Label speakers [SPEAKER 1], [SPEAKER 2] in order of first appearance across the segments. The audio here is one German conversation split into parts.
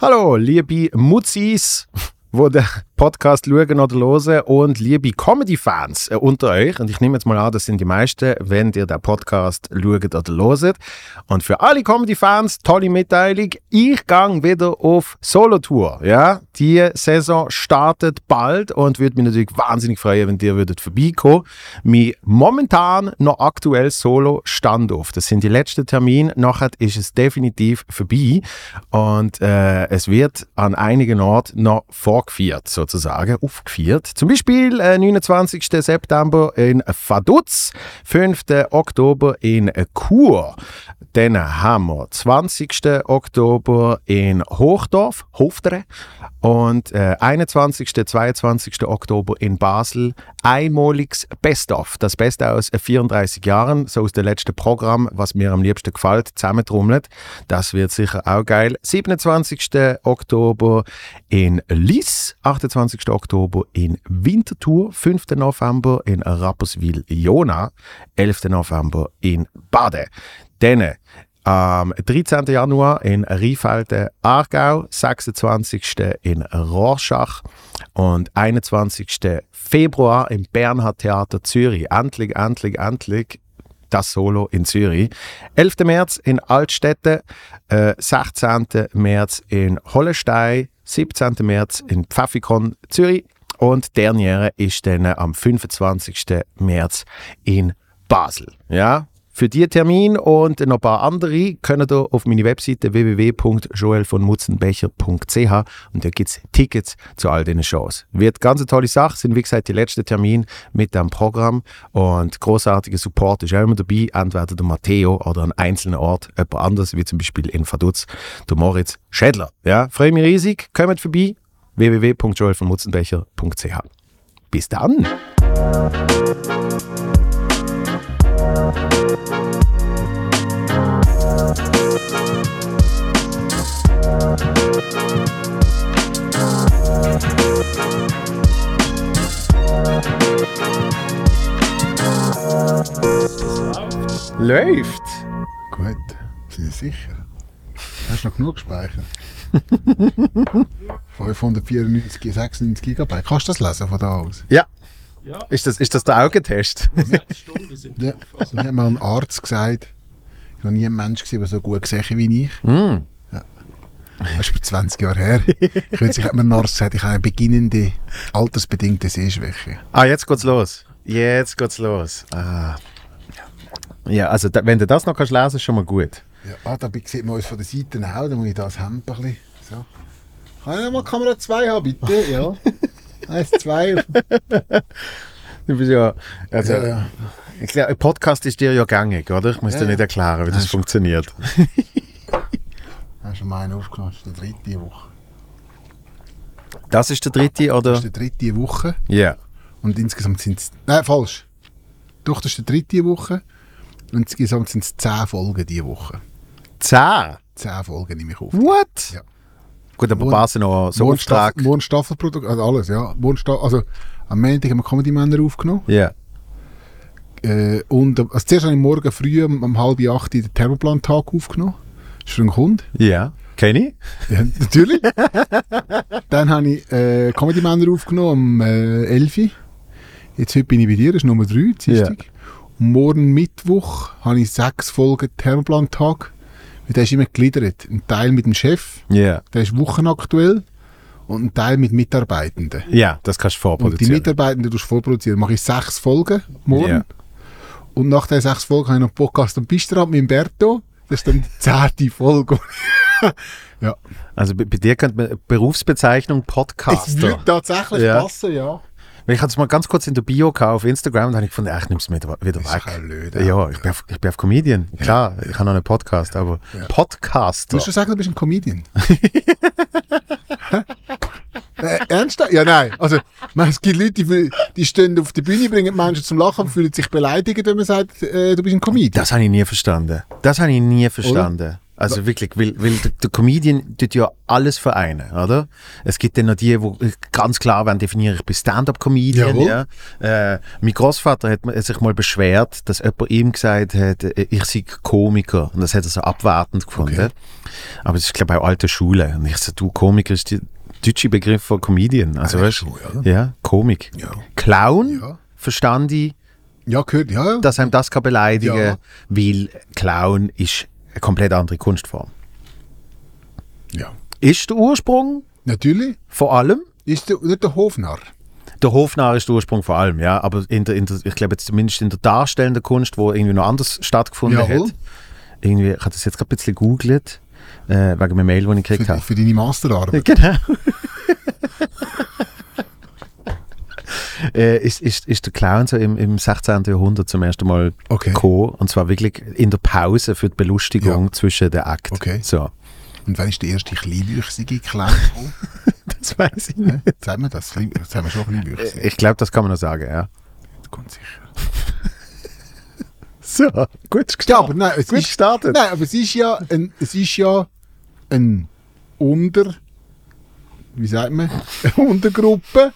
[SPEAKER 1] Hallo, liebe Mutzis, wo den Podcast schauen oder hören und liebe Comedy-Fans äh, unter euch. Und ich nehme jetzt mal an, das sind die meisten, wenn ihr den Podcast schaut oder hört. Und für alle Comedy-Fans, tolle Mitteilung, ich gang wieder auf Solo-Tour. Ja, die Saison startet bald und würde mich natürlich wahnsinnig freuen, wenn ihr würdet vorbeikommen. Mein momentan noch aktuell Solo-Standoff. Das sind die letzten Termine. Nachher ist es definitiv vorbei. Und äh, es wird an einigen Orten noch vorgeführt, sozusagen, aufgeführt. Zum Beispiel äh, 29. September in Vaduz, 5. Oktober in Chur. Dann haben wir 20. Oktober in Hochdorf, Hoftere. Und äh, 21. 22. Oktober in Basel. Einmaliges Best-of. Das Beste aus 34 Jahren, so aus dem letzten Programm, was mir am liebsten gefällt, zusammentrommelt. Das wird sicher auch geil. 27. Oktober in Liss, 28. Oktober in Winterthur, 5. November in Rapperswil-Jona, 11. November in Baden. Dann am 13. Januar in Rheinfelden, Aargau, 26. in Rorschach und 21. Februar im Bernhard Theater Zürich. Endlich, endlich, endlich das Solo in Zürich. 11. März in Altstädte, äh, 16. März in Hollestein, 17. März in Pfaffikon, Zürich und derniere ist dann am 25. März in Basel. Ja? Für diesen Termin und noch ein paar andere könnt ihr auf meine Webseite www.joelvonmutzenbecher.ch und da gibt es Tickets zu all diesen Shows. Wird ganz eine tolle Sache, sind wie gesagt die letzten Termine mit dem Programm und großartiger Support ist auch immer dabei, entweder der Matteo oder an einzelnen Ort jemand anders, wie zum Beispiel in Vaduz, der Moritz Schädler. Ja, freue mich riesig, kommt vorbei, www.joelvonmutzenbecher.ch. Bis dann! Läuft!
[SPEAKER 2] Gut, sind Sie sicher? Hast du noch genug gespeichert? 594, 96 Gigabyte. Kannst du das lesen von da aus?
[SPEAKER 1] Ja,
[SPEAKER 3] Ja,
[SPEAKER 1] ist das, ist das der Augentest?
[SPEAKER 3] sechs Stunden sind
[SPEAKER 2] Ja. Das hat mir ein Arzt gesagt. Ich war noch nie ein Mensch, gewesen, der so gut gesehen hat wie ich. Ja. Das ist über 20 Jahre her. Ich weiß, ich habe mir ein Arzt gesagt, ich habe eine beginnende, altersbedingte Sehschwäche.
[SPEAKER 1] Ah, jetzt geht's los. Jetzt geht's los. Ah. Ja, also da, wenn du das noch kannst lesen, ist schon mal gut.
[SPEAKER 2] Ja, ah, da sieht man uns von der Seite auch, da muss ich das Hemd ein bisschen. So. Kann ich mal Kamera 2 haben, bitte? Ja. Eins, zwei.
[SPEAKER 1] Du bist ja, also,
[SPEAKER 2] Ja, ja.
[SPEAKER 1] Ich glaub, Podcast ist dir ja gängig, oder? Ich muss
[SPEAKER 2] Ja,
[SPEAKER 1] dir
[SPEAKER 2] ja.
[SPEAKER 1] nicht erklären, wie das funktioniert.
[SPEAKER 2] Hast du mal einen aufgenommen? Das ist die dritte Woche.
[SPEAKER 1] Das ist der dritte, oder?
[SPEAKER 2] Das ist die dritte Woche.
[SPEAKER 1] Ja.
[SPEAKER 2] Und insgesamt sind es. Nein, falsch. Doch, das ist die dritte Woche. Und insgesamt sind es 10 Folgen diese Woche.
[SPEAKER 1] Zehn?
[SPEAKER 2] 10 Folgen nehme ich auf.
[SPEAKER 1] What?
[SPEAKER 2] Ja.
[SPEAKER 1] Gut, aber
[SPEAKER 2] Mon-
[SPEAKER 1] Basen noch so Auftrag.
[SPEAKER 2] Morgen Staffelprodukt, also alles, ja. Morgen Sta- also am Montag haben wir Comedy-Männer aufgenommen.
[SPEAKER 1] Ja.
[SPEAKER 2] Äh, und am- also zuerst habe ich morgen früh um, um halb acht den Thermoplan-Tag aufgenommen. Das ist für einen Kunde.
[SPEAKER 1] Ja. Kenny?
[SPEAKER 2] Ja, natürlich. Dann habe ich äh, Comedy Männer aufgenommen am äh, 11. Uhr. Jetzt heute bin ich bei dir, das ist Nummer 3, Dienstag. Und morgen Mittwoch habe ich sechs Folgen Thermoplan-Tag. Weil Der ist immer gegliedert. Ein Teil mit dem Chef,
[SPEAKER 1] Ja.
[SPEAKER 2] der ist wochenaktuell. Und ein Teil mit Mitarbeitenden.
[SPEAKER 1] Ja, das kannst du
[SPEAKER 2] Und die
[SPEAKER 1] vorproduzieren.
[SPEAKER 2] Mitarbeitenden tust du vorproduzieren. Mache ich sechs Folgen morgen.
[SPEAKER 1] Ja.
[SPEAKER 2] Und nach den sechs Folgen habe ich noch einen Podcast am Bistrat mit dem Berto. Das ist dann die zehnte Folge. ja.
[SPEAKER 1] Also bei, bei dir könnte man Berufsbezeichnung
[SPEAKER 2] Es
[SPEAKER 1] Podcaster.
[SPEAKER 2] würde tatsächlich
[SPEAKER 1] Ja.
[SPEAKER 2] passen, ja.
[SPEAKER 1] Weil Ich hatte es mal ganz kurz in der Bio gehabt auf Instagram und habe ich gefunden, ach, ich nehme es mit, wieder
[SPEAKER 2] Ist
[SPEAKER 1] weg.
[SPEAKER 2] kein Blöder.
[SPEAKER 1] Ja, ich bin, auf, ich bin auf Comedian. Klar, ich habe noch einen Podcast, aber
[SPEAKER 2] Du
[SPEAKER 1] Podcaster.
[SPEAKER 2] musst schon sagen, du bist ein Comedian. Hä? äh, ernsthaft? Ja, nein. Also, man, es gibt Leute, die, die stehen auf die Bühne, bringen die Menschen zum Lachen und fühlen sich beleidigt, wenn man sagt, äh, du bist ein Comedian.
[SPEAKER 1] Das habe ich nie verstanden. Das habe ich nie verstanden. Also wirklich, weil, weil der, der Comedian tut ja alles vereinen, oder? Es gibt dann noch die, wo äh, ganz klar werden definieren, ich bin Stand-Up-Comedian. Ja.
[SPEAKER 2] Jawohl.
[SPEAKER 1] Äh, mein Großvater hat mir- sich mal beschwert, dass jemand ihm gesagt hat, äh, ich sei Komiker. Und das hat er so abwartend gefunden. Aber das ist, glaube ich, auch alte Schule. Und ich so, du, Komiker ist der deutsche Begriff von Comedian. Also,
[SPEAKER 2] Eigentlich
[SPEAKER 1] weißt, du,
[SPEAKER 2] schon, oder?
[SPEAKER 1] ja, Komik.
[SPEAKER 2] Ja.
[SPEAKER 1] Clown,
[SPEAKER 2] Ja.
[SPEAKER 1] verstand ich,
[SPEAKER 2] Ja, gehört, ja.
[SPEAKER 1] dass einem das kann beleidigen
[SPEAKER 2] Ja.
[SPEAKER 1] weil Clown ist eine komplett andere Kunstform.
[SPEAKER 2] ja.
[SPEAKER 1] Ist der Ursprung
[SPEAKER 2] Natürlich
[SPEAKER 1] vor allem?
[SPEAKER 2] ist der, nicht der Hofnarr.
[SPEAKER 1] Der Hofnarr ist der Ursprung vor allem, ja. Aber in der, in der, ich glaube jetzt zumindest in der darstellenden Kunst, wo irgendwie noch anders stattgefunden
[SPEAKER 2] Jawohl.
[SPEAKER 1] hat. Irgendwie, ich habe das jetzt gerade ein bisschen googelt, äh, wegen einer Mail, die ich gekriegt
[SPEAKER 2] Für,
[SPEAKER 1] habe.
[SPEAKER 2] für deine Masterarbeit.
[SPEAKER 1] Genau. äh, ist, ist, ist der Clown so im, im 16. Jahrhundert zum ersten Mal
[SPEAKER 2] Okay.
[SPEAKER 1] gekommen. Und zwar wirklich in der Pause für die Belustigung zwischen den Akten.
[SPEAKER 2] Okay.
[SPEAKER 1] So.
[SPEAKER 2] Und wann ist der erste kleinwüchsige Clown gekommen?
[SPEAKER 1] Das weiß ich nicht.
[SPEAKER 2] Sagen wir das? Klein- Jetzt haben wir schon kleinwüchsig.
[SPEAKER 1] Ich glaube, das kann man noch sagen, ja. Äh.
[SPEAKER 2] Das kommt sicher.
[SPEAKER 1] So, gut
[SPEAKER 2] Ja, aber nein, es
[SPEAKER 1] Gut
[SPEAKER 2] ist,
[SPEAKER 1] gestartet.
[SPEAKER 2] Genau. Nein, aber es ist ja ein, es ist ja ein Unter, wie sagt man, eine Untergruppe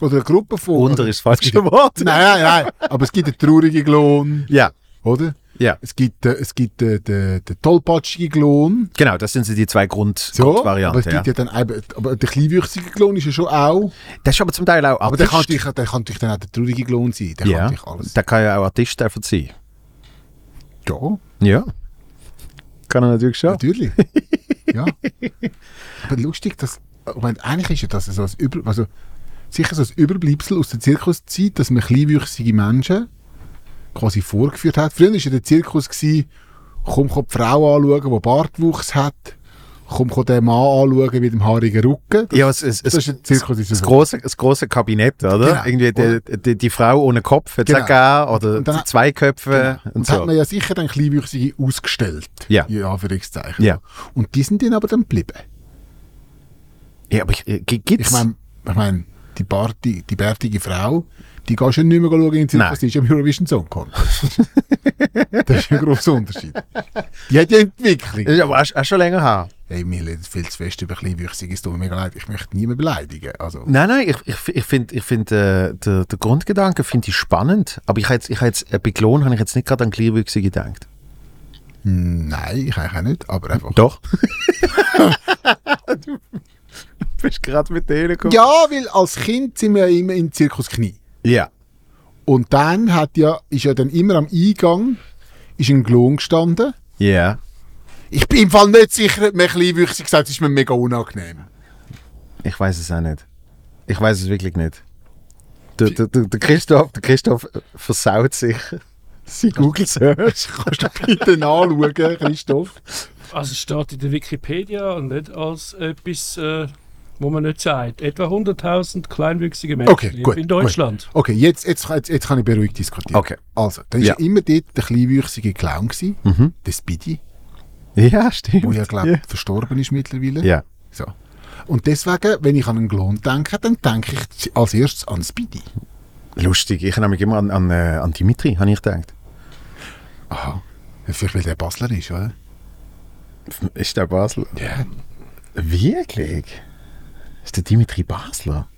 [SPEAKER 2] oder eine Gruppe von.
[SPEAKER 1] Unter ist das falsche Wort.
[SPEAKER 2] Nein, nein, nein. Aber es gibt einen traurigen Glon,
[SPEAKER 1] Ja,
[SPEAKER 2] oder?
[SPEAKER 1] ja.
[SPEAKER 2] Es gibt, äh, es gibt äh, den, den tollpatschigen Glon.
[SPEAKER 1] Genau, das sind so die zwei Grund
[SPEAKER 2] aber es
[SPEAKER 1] Grundvarianten.
[SPEAKER 2] gibt
[SPEAKER 1] Ja.
[SPEAKER 2] ja dann eben, aber der kleinwüchsige Glon ist ja schon auch.
[SPEAKER 1] Das ist aber zum Teil auch
[SPEAKER 2] Aber der kann,
[SPEAKER 1] Artist.
[SPEAKER 2] natürlich, der kann natürlich dann auch der traurige Glon sein. Der kann
[SPEAKER 1] ja,
[SPEAKER 2] natürlich alles.
[SPEAKER 1] der kann ja auch Artist einfach sein.
[SPEAKER 2] ja,
[SPEAKER 1] Ja. Kann er natürlich schon.
[SPEAKER 2] natürlich. ja. Aber lustig, dass, ich meine, eigentlich ist ja das so ein Über, also, sicher so ein Überbleibsel aus der Zirkuszeit, dass man kleinwüchsige Menschen quasi vorgeführt hat. Früher war ja der Zirkus, gewesen, komm, komm die Frau anschauen, die Bartwuchs hat, komm, komm den Mann anschauen mit dem haarigen Rücken. Das,
[SPEAKER 1] Ja, es, es,
[SPEAKER 2] das
[SPEAKER 1] es,
[SPEAKER 2] ist ein Zirkus. Ist
[SPEAKER 1] das
[SPEAKER 2] so.
[SPEAKER 1] große, das große Kabinett, oder?
[SPEAKER 2] Genau.
[SPEAKER 1] Irgendwie die, die, die Frau ohne Kopf, hat
[SPEAKER 2] Genau.
[SPEAKER 1] es auch gegeben, oder
[SPEAKER 2] Und dann- genau.
[SPEAKER 1] die zwei Köpfe und
[SPEAKER 2] Und das hat
[SPEAKER 1] so.
[SPEAKER 2] man ja sicher dann Kleinwüchsige ausgestellt.
[SPEAKER 1] Ja.
[SPEAKER 2] In Anführungszeichen.
[SPEAKER 1] Ja.
[SPEAKER 2] Und die sind dann aber dann geblieben.
[SPEAKER 1] Ja, aber ich, äh, g- gibt's?
[SPEAKER 2] Ich meine, ich mein, die, Party, die bärtige Frau, die kannst du ja nicht mehr schauen in den
[SPEAKER 1] Nein.
[SPEAKER 2] Zirkus, die ist am Eurovision Song Contest. das ist ein grosser Unterschied. Die hat ja Entwicklung.
[SPEAKER 1] ja, aber auch, auch schon länger her.
[SPEAKER 2] Hey, mir liegt viel zu fest über Kleinwüchsige, es tut mir mega leid, ich möchte niemanden beleidigen. Also,
[SPEAKER 1] Nein, nein, ich, ich, ich finde ich find, äh, den, den Grundgedanken finde ich spannend, aber ich habe jetzt, ich hab jetzt äh, bei Klon habe ich jetzt nicht gerade an Kleinwüchsige gedacht.
[SPEAKER 2] nein, ich eigentlich auch nicht, aber einfach.
[SPEAKER 1] Doch. du bist gerade mit denen gekommen.
[SPEAKER 2] Ja, weil als Kind sind wir ja immer im Zirkus Knie.
[SPEAKER 1] Ja.
[SPEAKER 2] Und dann hat ja, ist ja dann immer am Eingang ist ein Klon gestanden.
[SPEAKER 1] Ja.
[SPEAKER 2] Ich bin im Fall nicht sicher, ob mir Kleinwüchsige gesagt hat, es ist mir mega unangenehm.
[SPEAKER 1] Ich weiß es auch nicht. Ich weiß es wirklich nicht. Der, der, der, der, Christoph, der Christoph äh, versaut sich. Sie Google Search.
[SPEAKER 2] Kannst du bitte anschauen, Christoph?
[SPEAKER 3] Also es steht in der Wikipedia und nicht als etwas, äh, wo man nicht sagt. Etwa 100.000 kleinwüchsige Menschen
[SPEAKER 2] Okay,
[SPEAKER 3] leben
[SPEAKER 2] gut,
[SPEAKER 3] in Deutschland.
[SPEAKER 2] Gut. Okay, jetzt, jetzt, jetzt, jetzt kann ich beruhigt diskutieren.
[SPEAKER 1] Okay.
[SPEAKER 2] Also, dann
[SPEAKER 1] Ja.
[SPEAKER 2] war ja immer dort der kleinwüchsige Clown, gewesen, der Speedy,
[SPEAKER 1] Ja, stimmt.
[SPEAKER 2] der Oh ja, glaube
[SPEAKER 1] Ja.
[SPEAKER 2] verstorben ist mittlerweile.
[SPEAKER 1] ja.
[SPEAKER 2] So. Und deswegen, wenn ich an einen Clown denke, dann denke ich als erstes an Speedy.
[SPEAKER 1] Lustig. Ich habe nämlich immer an, an, äh, an Dimitri, habe ich gedacht.
[SPEAKER 2] Aha. Vielleicht, weil der Basler ist, oder?
[SPEAKER 1] Ist der Basler?
[SPEAKER 2] Ja.
[SPEAKER 1] Wirklich? Ist der Dimitri Basler?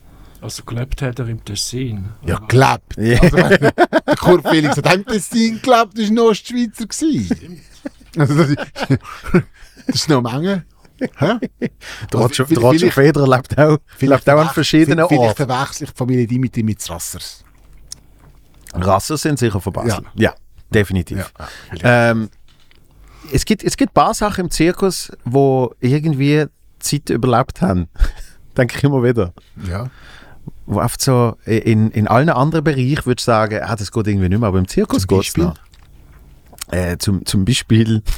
[SPEAKER 3] Also gelebt hat er im Tessin.
[SPEAKER 2] Ja, gelebt.
[SPEAKER 1] Ja.
[SPEAKER 2] Also, wenn der Kurt Felix hat ein bisschen gelebt, ist noch Ostschweizer gewesen. Also, das ist, das ist noch Menge. Hä? Also,
[SPEAKER 1] Der Roger,
[SPEAKER 2] vielleicht-
[SPEAKER 1] der Roger
[SPEAKER 2] vielleicht-
[SPEAKER 1] Federer lebt auch, lebt auch an
[SPEAKER 2] verwech-
[SPEAKER 1] verschiedenen
[SPEAKER 2] vielleicht
[SPEAKER 1] Orten.
[SPEAKER 2] verwechsel ich die Familie Dimitri mit Rassers.
[SPEAKER 1] Rassen sind sicher von Basel. Ja, definitiv.
[SPEAKER 2] Ja.
[SPEAKER 1] Ähm, es, gibt, es gibt ein paar Sachen im Zirkus, wo irgendwie die Zeit überlebt haben. Denke ich immer wieder.
[SPEAKER 2] Ja.
[SPEAKER 1] Wo oft so äh, in, in allen anderen Bereichen würde ich sagen, ah, das geht irgendwie nicht mehr, aber im Zirkus
[SPEAKER 2] Zum
[SPEAKER 1] geht es
[SPEAKER 2] Beispiel?
[SPEAKER 1] noch. Äh, zum, zum Beispiel.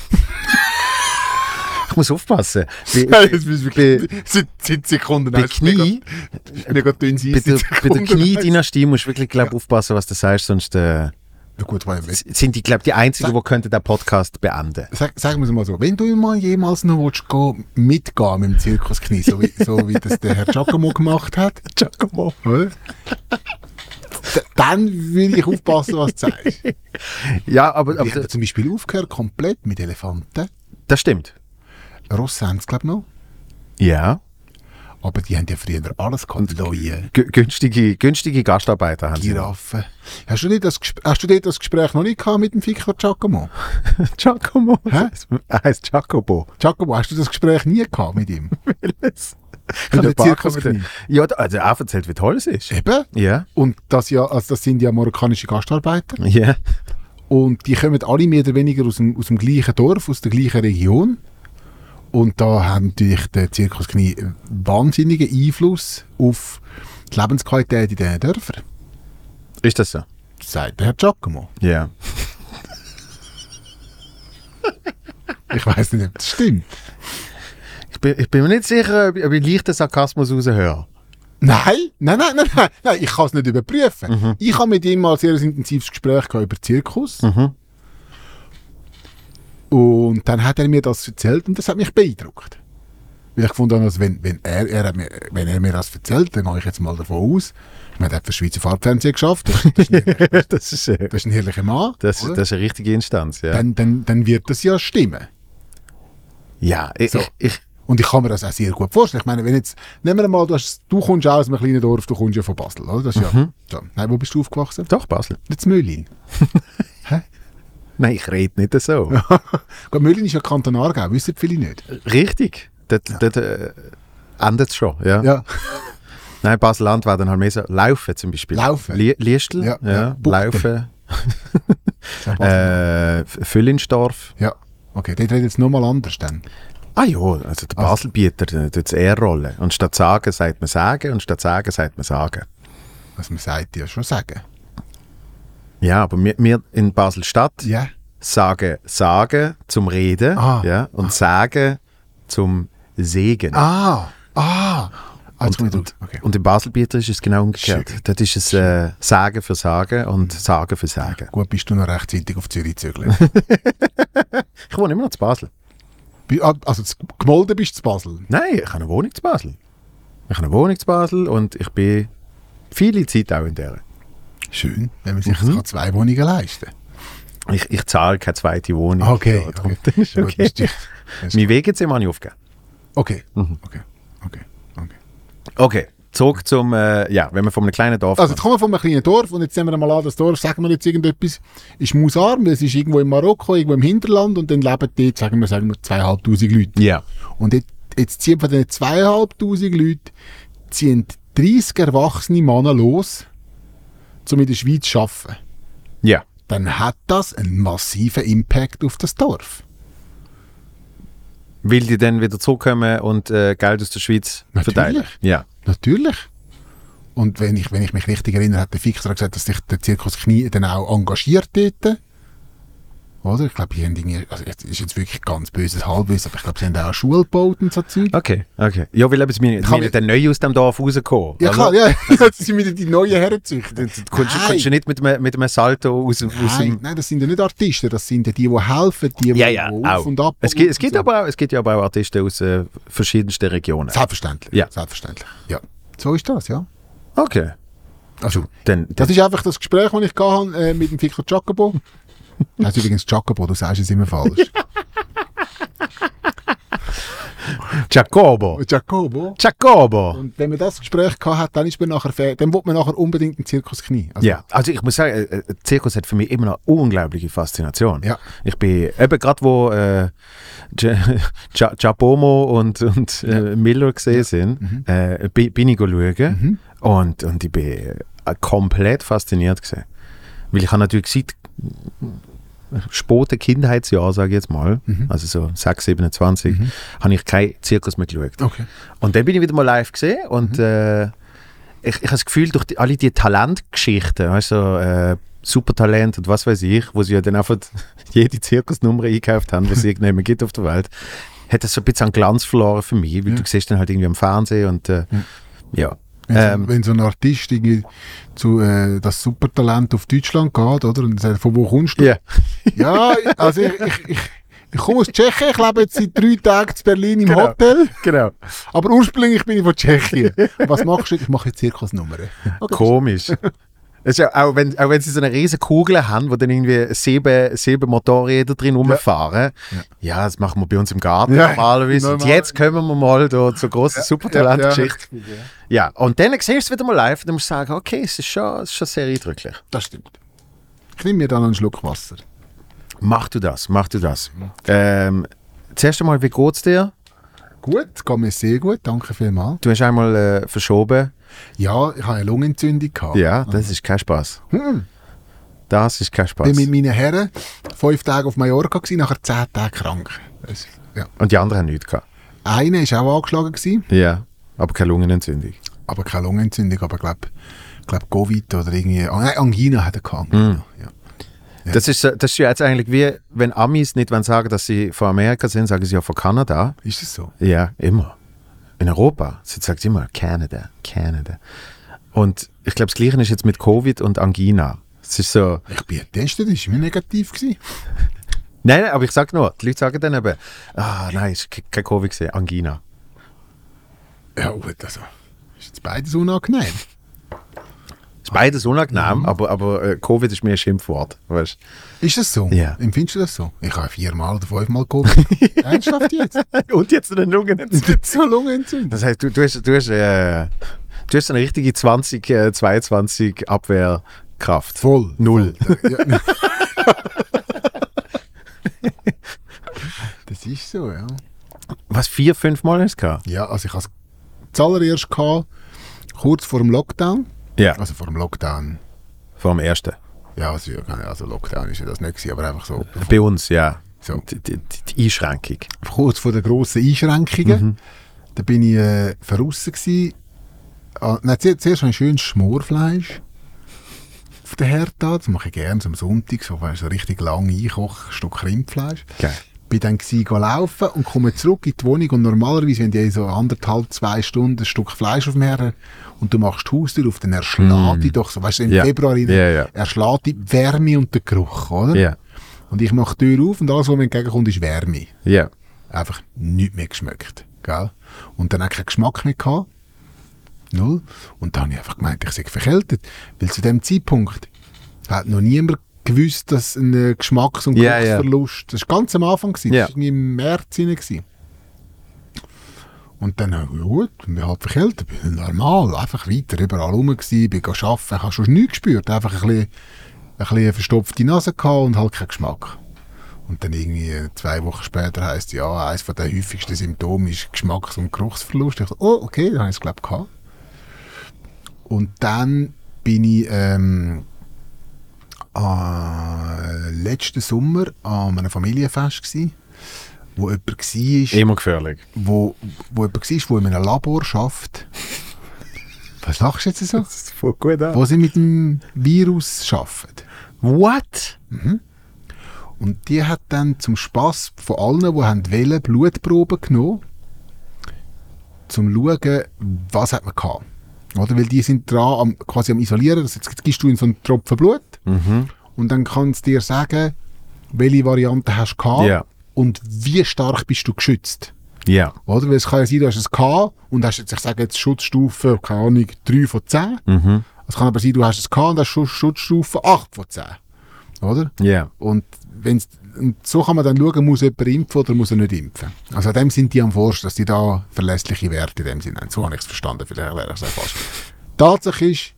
[SPEAKER 1] ich muss aufpassen. Bei,
[SPEAKER 2] Jetzt müssen wir seit 10 Sekunden.
[SPEAKER 1] bei
[SPEAKER 2] nein, es ist mega-
[SPEAKER 1] Knie,
[SPEAKER 2] Mega dünn sein.
[SPEAKER 1] bei der,
[SPEAKER 2] seit
[SPEAKER 1] bei der
[SPEAKER 2] Sekunden.
[SPEAKER 1] Knie-Dynastie musst du wirklich glaub, aufpassen, was du sagst, sonst äh,
[SPEAKER 2] Ja gut, weil, wenn,
[SPEAKER 1] sind die, glaube ich, die Einzigen, die könnten den Podcast beenden.
[SPEAKER 2] sag, sagen wir es mal so. Wenn du mal jemals noch willst, gehen, mitgehen mit dem Zirkusknie, so wie, so wie das der Herr Giacomo gemacht hat,
[SPEAKER 1] Giacomo.
[SPEAKER 2] oder? D- dann will ich aufpassen, was du sagst.
[SPEAKER 1] Ja, aber,
[SPEAKER 2] Ich
[SPEAKER 1] aber
[SPEAKER 2] habe zum Beispiel aufgehört, komplett mit Elefanten
[SPEAKER 1] Das stimmt.
[SPEAKER 2] Ross haben es, glaube ich, noch.
[SPEAKER 1] Ja.
[SPEAKER 2] Aber die haben ja früher alles gehabt. Leue,
[SPEAKER 1] Gü- günstige, günstige Gastarbeiter haben sie.
[SPEAKER 2] Giraffen. Hast du, nicht das, Gespr- hast du dir das Gespräch noch nicht gehabt mit dem Ficker Giacomo?
[SPEAKER 1] Giacomo.
[SPEAKER 2] Hä?
[SPEAKER 1] Er heißt Giacomo.
[SPEAKER 2] Giacomo, hast du das Gespräch nie gehabt mit ihm?
[SPEAKER 1] Welches?
[SPEAKER 2] Mit
[SPEAKER 1] An
[SPEAKER 2] dem
[SPEAKER 1] Bar kommen
[SPEAKER 2] Zirkusknie.
[SPEAKER 1] wir- Ja, da- also er erzählt, wie toll es ist.
[SPEAKER 2] Eben.
[SPEAKER 1] Ja.
[SPEAKER 2] Und das, ja, also das sind ja marokkanische Gastarbeiter.
[SPEAKER 1] Ja.
[SPEAKER 2] Und die kommen alle mehr oder weniger aus dem, aus dem gleichen Dorf, aus der gleichen Region. Und da haben natürlich der Zirkus Knie einen wahnsinnigen Einfluss auf die Lebensqualität in diesen Dörfern,
[SPEAKER 1] Ist das so?
[SPEAKER 2] sagt der Herr Giacomo.
[SPEAKER 1] Ja.
[SPEAKER 2] Ich weiß nicht, ob das stimmt.
[SPEAKER 1] Ich bin, ich bin mir nicht sicher, ob ich, ob ich leichten Sarkasmus raushöre.
[SPEAKER 2] Nein, nein, nein, nein, nein, nein ich kann es nicht überprüfen.
[SPEAKER 1] Mhm.
[SPEAKER 2] Ich habe mit ihm mal ein sehr intensives Gespräch gehabt über Zirkus.
[SPEAKER 1] Mhm.
[SPEAKER 2] Und dann hat er mir das erzählt und das hat mich beeindruckt. Weil ich gefunden habe, dass wenn, wenn, er, er, hat mir- wenn er mir das erzählt, dann gehe ich jetzt mal davon aus. Ich meine, er hat für Schweizer Fahrtfernsehen geschafft, das, das, ist, ein, ehrlicher-
[SPEAKER 1] das ist schön.
[SPEAKER 2] das ist ein herrlicher Mann.
[SPEAKER 1] Das,
[SPEAKER 2] oder?
[SPEAKER 1] das ist eine richtige Instanz, ja.
[SPEAKER 2] dann, dann, dann wird das ja stimmen.
[SPEAKER 1] ja, ich,
[SPEAKER 2] So.
[SPEAKER 1] ich, ich,
[SPEAKER 2] Und ich kann mir das auch sehr gut vorstellen. Ich meine, wenn jetzt, nehmen wir mal, du, hast, du kommst auch aus einem kleinen Dorf, du kommst ja von Basel, oder? Das ist
[SPEAKER 1] Mhm.
[SPEAKER 2] ja, ja. Nein, wo bist du aufgewachsen?
[SPEAKER 1] doch, Basel.
[SPEAKER 2] Nicht in Mühlin.
[SPEAKER 1] Nein, ich rede nicht so.
[SPEAKER 2] Gut, Mühlin ist ja Kanton Aargau, wissen viele nicht.
[SPEAKER 1] Richtig. Dort, dort äh, endet es schon, ja.
[SPEAKER 2] Ja,
[SPEAKER 1] Nein, Basel-Land war dann halt mehr so Laufen zum Beispiel.
[SPEAKER 2] Laufen.
[SPEAKER 1] Lie Liestl,
[SPEAKER 2] Ja,
[SPEAKER 1] ja.
[SPEAKER 2] ja. Buchten.
[SPEAKER 1] Laufen.
[SPEAKER 2] ja,
[SPEAKER 1] Äh, F- Füllinsdorf.
[SPEAKER 2] ja. okay, dort redet jetzt nochmal anders dann.
[SPEAKER 1] Ah ja, also der Baselbieter der tut es eher rollen. Und statt sagen, sagt man sagen und statt sagen, sagt man sagen.
[SPEAKER 2] Was man sagt, ja schon sagen.
[SPEAKER 1] Ja, aber wir, wir in Basel-Stadt
[SPEAKER 2] Ja.
[SPEAKER 1] sagen sagen zum Reden
[SPEAKER 2] Ah.
[SPEAKER 1] ja, und sagen zum Segen.
[SPEAKER 2] Ah, ah. ah jetzt
[SPEAKER 1] Und,
[SPEAKER 2] komme ich
[SPEAKER 1] und,
[SPEAKER 2] drauf. okay.
[SPEAKER 1] und im Baselbieter ist es genau umgekehrt. Dort ist es äh, Sagen für Sagen und Sagen für Sagen.
[SPEAKER 2] Gut, bist du noch rechtzeitig auf Zürich gezögert.
[SPEAKER 1] Ich wohne immer noch zu Basel.
[SPEAKER 2] Bi- ah, also, z- gemolden bist du zu Basel.
[SPEAKER 1] Nein, ich habe eine Wohnung zu Basel. Ich habe eine Wohnung zu Basel und ich bin viele Zeit auch in der.
[SPEAKER 2] Schön, wenn man sich mhm. zwei Wohnungen leisten kann.
[SPEAKER 1] Ich, ich zahle keine zweite Wohnung.
[SPEAKER 2] Okay,
[SPEAKER 1] Ja, darum-
[SPEAKER 2] okay.
[SPEAKER 1] das ist
[SPEAKER 2] Gut,
[SPEAKER 1] okay.
[SPEAKER 2] bist du- das ist-
[SPEAKER 1] Mein Wegezimmer habe ich aufgegeben.
[SPEAKER 2] Okay, okay, okay, okay.
[SPEAKER 1] Okay, zurück zum, äh, ja, wenn wir von einem kleinen Dorf
[SPEAKER 2] Also, jetzt kommen wir von einem kleinen Dorf und jetzt nehmen wir mal an, das Dorf, sagen wir jetzt irgendetwas, ist mausarm, das ist irgendwo in Marokko, irgendwo im Hinterland und dann leben dort, sagen wir, sagen wir, zweieinhalbtausend Leute.
[SPEAKER 1] Ja.
[SPEAKER 2] Und jetzt, jetzt ziehen von diesen zweieinhalbtausend Leuten, ziehen 30 erwachsene Männer los, um in der Schweiz zu arbeiten.
[SPEAKER 1] Ja.
[SPEAKER 2] Dann hat das einen massiven Impact auf das Dorf.
[SPEAKER 1] Will die dann wieder zurückkommen und äh, Geld aus der Schweiz
[SPEAKER 2] Natürlich.
[SPEAKER 1] verteilen? Ja.
[SPEAKER 2] Natürlich. Und wenn ich, wenn ich mich richtig erinnere, hat der Fixer auch gesagt, dass sich der Zirkus Knie dann auch engagiert dort. Oder? Ich glaube, die haben irgendwie, also jetzt ist jetzt wirklich ganz böses Halbwissen, aber ich glaube, sie haben auch eine Schule gebaut und so Zeug.
[SPEAKER 1] Okay, okay. Ja, weil eben wir wir
[SPEAKER 2] Kann
[SPEAKER 1] sind
[SPEAKER 2] ich-
[SPEAKER 1] dann neu aus dem Dorf rausgekommen.
[SPEAKER 2] Ja,
[SPEAKER 1] oder?
[SPEAKER 2] klar, ja. Jetzt sind wieder die neuen Herrenzüchter.
[SPEAKER 1] Du kannst, kannst du nicht mit einem, mit einem Salto aus, dem- aus
[SPEAKER 2] Nein,
[SPEAKER 1] dem...
[SPEAKER 2] nein, das sind ja nicht Artisten, das sind ja die, die helfen, die, die
[SPEAKER 1] Ja, ja,
[SPEAKER 2] die
[SPEAKER 1] auch.
[SPEAKER 2] auf und ab.
[SPEAKER 1] Es gibt, es,
[SPEAKER 2] und
[SPEAKER 1] gibt
[SPEAKER 2] so.
[SPEAKER 1] aber auch, es gibt ja aber auch Artisten aus äh, verschiedensten Regionen.
[SPEAKER 2] Selbstverständlich.
[SPEAKER 1] Ja.
[SPEAKER 2] Selbstverständlich. Ja. So ist das, ja.
[SPEAKER 1] Okay,
[SPEAKER 2] Also,
[SPEAKER 1] dann...
[SPEAKER 2] Das
[SPEAKER 1] dann
[SPEAKER 2] ist einfach das Gespräch, das ich gehabt habe, äh, mit dem Fico Jacobo. Das heißt übrigens Jacobo, du sagst es immer falsch. Äh,
[SPEAKER 1] Jacobo!
[SPEAKER 2] Jacobo.
[SPEAKER 1] Jacobo!
[SPEAKER 2] Und wenn man das Gespräch gehabt hat, dann ist man nachher fair, dann will man nachher unbedingt einen Zirkus Knie. Also,
[SPEAKER 1] Ja, also ich muss sagen, äh, äh, Zirkus hat für mich immer noch unglaubliche Faszination.
[SPEAKER 2] Ja.
[SPEAKER 1] Ich bin eben gerade, wo äh, Ja- Ja- Giacomo und, und äh, Miller gesehen sind, äh, bi- bin ich go schauen und, und ich bin äh, komplett fasziniert gesehen. Weil ich habe natürlich seit späten Kindheitsjahr, sage ich jetzt mal, also so 6, 27, habe ich keinen Zirkus mehr geschaut.
[SPEAKER 2] Okay.
[SPEAKER 1] Und dann bin ich wieder mal live gesehen und äh, ich, ich habe das Gefühl, durch die, alle die Talentgeschichten, weißt du, so, äh, Supertalent und was weiß ich, wo sie ja dann einfach jede Zirkusnummer eingekauft haben, was es irgendjemand gibt auf der Welt, hat das so ein bisschen an Glanz verloren für mich, weil
[SPEAKER 2] Ja.
[SPEAKER 1] du siehst dann halt irgendwie am Fernsehen und äh, ja.
[SPEAKER 2] Wenn,
[SPEAKER 1] Ähm,
[SPEAKER 2] so, wenn so ein Artist irgendwie zu äh, das Supertalent auf Deutschland geht, oder? Und sagt, von wo kommst du?
[SPEAKER 1] ja.
[SPEAKER 2] Ja, also ich, ich, ich, ich komme aus Tschechien, ich lebe jetzt seit drei Tagen zu Berlin im
[SPEAKER 1] Genau.
[SPEAKER 2] Hotel,
[SPEAKER 1] Genau.
[SPEAKER 2] aber ursprünglich bin ich von Tschechien. Und was machst du? Ich mache jetzt Zirkusnummern.
[SPEAKER 1] Komisch. Es ist ja, auch, wenn, auch wenn sie so eine riesige Kugel haben, wo dann irgendwie sieben, sieben Motorräder drin rumfahren. Ja. das machen wir bei uns im Garten
[SPEAKER 2] Ja,
[SPEAKER 1] normalerweise. Und
[SPEAKER 2] normal.
[SPEAKER 1] jetzt kommen wir mal da zur großen Supertalent-Geschichte.
[SPEAKER 2] Ja, ja.
[SPEAKER 1] Ja, und dann siehst du es wieder mal live und dann musst du sagen, okay, es ist schon, es ist schon sehr eindrücklich.
[SPEAKER 2] Das stimmt. Ich nehme mir dann einen Schluck Wasser.
[SPEAKER 1] Mach du das, mach du das.
[SPEAKER 2] Mhm.
[SPEAKER 1] Ähm, zuerst einmal, wie geht's dir?
[SPEAKER 2] Gut, geht mir sehr gut, danke vielmals.
[SPEAKER 1] Du hast einmal äh, verschoben.
[SPEAKER 2] Ja, ich habe eine Lungenentzündung gehabt.
[SPEAKER 1] Ja, das ist kein Spaß.
[SPEAKER 2] Oh. Hm.
[SPEAKER 1] Das ist kein Spaß.
[SPEAKER 2] bin mit meinen Herren fünf Tage auf Mallorca, gewesen, nachher zehn Tage krank. Es- Ja.
[SPEAKER 1] Und die anderen haben nichts gehabt.
[SPEAKER 2] Einer war auch angeschlagen, gewesen,
[SPEAKER 1] Ja. Aber keine Lungenentzündung.
[SPEAKER 2] aber keine Lungenentzündung, aber glaube glaub Covid oder irgendwie. Ah, Nein, Angina hat er gehabt.
[SPEAKER 1] Hm.
[SPEAKER 2] Ja.
[SPEAKER 1] Das, ist, so- das ist ja jetzt eigentlich wie, wenn Amis nicht wollen sagen, dass sie von Amerika sind, sagen sie ja von Kanada.
[SPEAKER 2] Ist das so?
[SPEAKER 1] Ja, immer. In Europa. Sie sagt immer Canada, Canada. Und ich glaube, das Gleiche ist jetzt mit Covid und Angina. Es ist so.
[SPEAKER 2] Ich bin getestet, ist mir negativ gewesen.
[SPEAKER 1] Nein, nein, aber ich sag nur, die Leute sagen dann eben, ah, nein, es war kein Covid, gewesen, Angina.
[SPEAKER 2] Ja gut, also ist jetzt beides unangenehm.
[SPEAKER 1] Ist beides unangenehm, aber, aber äh, Covid ist mir ein Schimpfwort. Weißt?
[SPEAKER 2] Ist das so?
[SPEAKER 1] Ja.
[SPEAKER 2] Empfindest du das so? Ich habe viermal oder fünfmal Covid. Ernsthaft jetzt?
[SPEAKER 1] Und jetzt eine Lungenentzündung.
[SPEAKER 2] So Lungenentzündung.
[SPEAKER 1] Das heißt, du, du hast, du hast, äh, du hast eine richtige 20, äh, 22 Abwehrkraft.
[SPEAKER 2] Voll.
[SPEAKER 1] Null.
[SPEAKER 2] Voll. Ja. das ist so, ja.
[SPEAKER 1] Was, vier, fünf Mal hast du gehabt?
[SPEAKER 2] Ja, also ich habe es zuallererst gehabt, kurz vor dem Lockdown.
[SPEAKER 1] Ja.
[SPEAKER 2] Also vor dem Lockdown.
[SPEAKER 1] Vor dem ersten.
[SPEAKER 2] Ja, also, ja, keine- also Lockdown ist ja das nicht, gewesen, aber einfach so.
[SPEAKER 1] Bei uns, ja.
[SPEAKER 2] so.
[SPEAKER 1] Die, die, die die Einschränkung.
[SPEAKER 2] kurz vor der grossen Einschränkungen.
[SPEAKER 1] Mhm.
[SPEAKER 2] Da bin ich äh, verrissen. gewesen. Ah, nein, zuer- zuerst ein schönes Schmorfleisch auf der Herd da. Das mache ich gerne am Sonntag, so, weißt, du, so richtig lang einkochen, ein Stück Rindfleisch.
[SPEAKER 1] Geil.
[SPEAKER 2] Bin dann gewesen, gehen laufen und komme zurück in die Wohnung und normalerweise, wenn die eh so anderthalb, zwei Stunden ein Stück Fleisch auf dem Herd und du machst die Haustür auf, dann erschlägt die doch so, weißt du, im
[SPEAKER 1] Mhm. Ja.
[SPEAKER 2] Februar rein,
[SPEAKER 1] Ja, ja.
[SPEAKER 2] erschlägt die Wärme und der Geruch, oder?
[SPEAKER 1] Ja.
[SPEAKER 2] Und ich mache die Tür auf und alles, was mir entgegenkommt, ist Wärme
[SPEAKER 1] Ja.
[SPEAKER 2] einfach nichts mehr geschmeckt. Gell? Und dann auch keinen Geschmack mehr gehabt. Null. Und dann habe ich einfach gemeint, ich sei verkältet. Weil zu dem Zeitpunkt hat noch niemand gewusst, dass ein äh, Geschmacks- und
[SPEAKER 1] Ja, ja.
[SPEAKER 2] Geruchsverlust, das war ganz am Anfang, gewesen.
[SPEAKER 1] Ja.
[SPEAKER 2] das war irgendwie im März hinein. gewesen. Und dann habe ich, ja gut, ich bin halt verkältet, bin normal, einfach weiter, überall rum gewesen, bin gegangen arbeiten, ich habe schon nichts gespürt, einfach ein bisschen, ein bisschen eine verstopfte Nase gehabt und halt keinen Geschmack. Und dann irgendwie zwei Wochen später heisst ja, eines der häufigsten Symptome ist Geschmacks- und Geruchsverlust. Ich so, oh, okay, dann habe ich es, glaube ich, gehabt. Und dann bin ich ähm, äh, letzten Sommer an einem Familienfest gsi wo jemand war,
[SPEAKER 1] Immer gefährlich.
[SPEAKER 2] wo, wo jemand war, der in einem Labor arbeitet. Was lachst du jetzt so?
[SPEAKER 1] ist voll gut an.
[SPEAKER 2] Wo sie mit dem Virus arbeiten.
[SPEAKER 1] What?
[SPEAKER 2] Und die hat dann zum Spass von allen, die haben wollen, Blutproben genommen, zum zu schauen, was hat man gehabt. Oder? Weil die sind dran am, quasi am Isolieren. Das jetzt gibst du in so einen Tropfen Blut und dann kannst du dir sagen, welche Variante hast du gehabt
[SPEAKER 1] Ja.
[SPEAKER 2] und wie stark bist du geschützt.
[SPEAKER 1] Ja.
[SPEAKER 2] Oder? Weil es kann ja sein, du hast es K und hast jetzt, ich sage jetzt Schutzstufe, keine Ahnung, 3 von 10. Es kann aber sein, du hast es K und hast Schutz- Schutzstufe 8 von 10. Oder?
[SPEAKER 1] Ja.
[SPEAKER 2] Und, wenn's, und so kann man dann schauen, muss jemand impfen oder muss er nicht impfen. Also an dem sind die am Forschen, dass die da verlässliche Werte in dem Sinne haben. So habe ich es verstanden, vielleicht erkläre ich es auch falsch. Tatsache ist,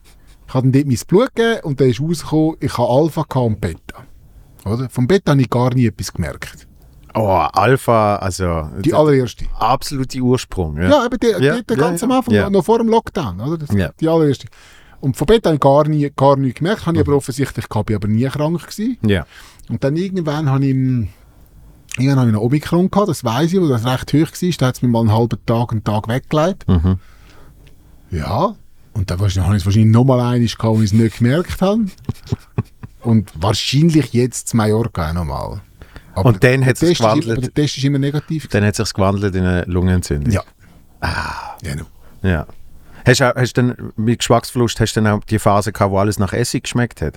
[SPEAKER 2] ich habe dann dort mein Blut gegeben und dann ist rausgekommen, ich habe Alpha gehabt und Beta. Oder? Vom Beta habe ich gar nie etwas gemerkt.
[SPEAKER 1] Oh, Alpha, also.
[SPEAKER 2] Die allererste.
[SPEAKER 1] absolute Ursprung. Ja.
[SPEAKER 2] Ja, eben die,
[SPEAKER 1] Ja,
[SPEAKER 2] die, die
[SPEAKER 1] ja,
[SPEAKER 2] ganz am
[SPEAKER 1] ja.
[SPEAKER 2] Anfang,
[SPEAKER 1] Ja.
[SPEAKER 2] noch vor dem Lockdown, oder? Das,
[SPEAKER 1] Ja.
[SPEAKER 2] Die allererste. Und von Beta habe ich gar, nie, gar nichts gemerkt, habe ich aber offensichtlich gehabt, bin aber nie krank gewesen.
[SPEAKER 1] Ja.
[SPEAKER 2] Und dann irgendwann habe ich, im- irgendwann habe ich noch Omikron gehabt, das weiß ich, weil das recht hoch war. Da hat es mir mal einen halben Tag, einen Tag weggelegt.
[SPEAKER 1] Mhm.
[SPEAKER 2] Ja, und dann wahrscheinlich- habe ich es wahrscheinlich nochmal einmal gehabt, und ich es nicht gemerkt habe. und wahrscheinlich jetzt zu Mallorca auch nochmal. Aber
[SPEAKER 1] Und dann hat
[SPEAKER 2] der
[SPEAKER 1] es
[SPEAKER 2] Test ist immer-
[SPEAKER 1] gewandelt.
[SPEAKER 2] Aber der Test ist immer negativ.
[SPEAKER 1] Dann hat es sich gewandelt in eine Lungenentzündung.
[SPEAKER 2] Ja. Ah. Genau.
[SPEAKER 1] Ja. Hast du auch- hast du dann mit Geschmacksverlust hast du dann auch die Phase gehabt, wo alles nach Essig geschmeckt hat?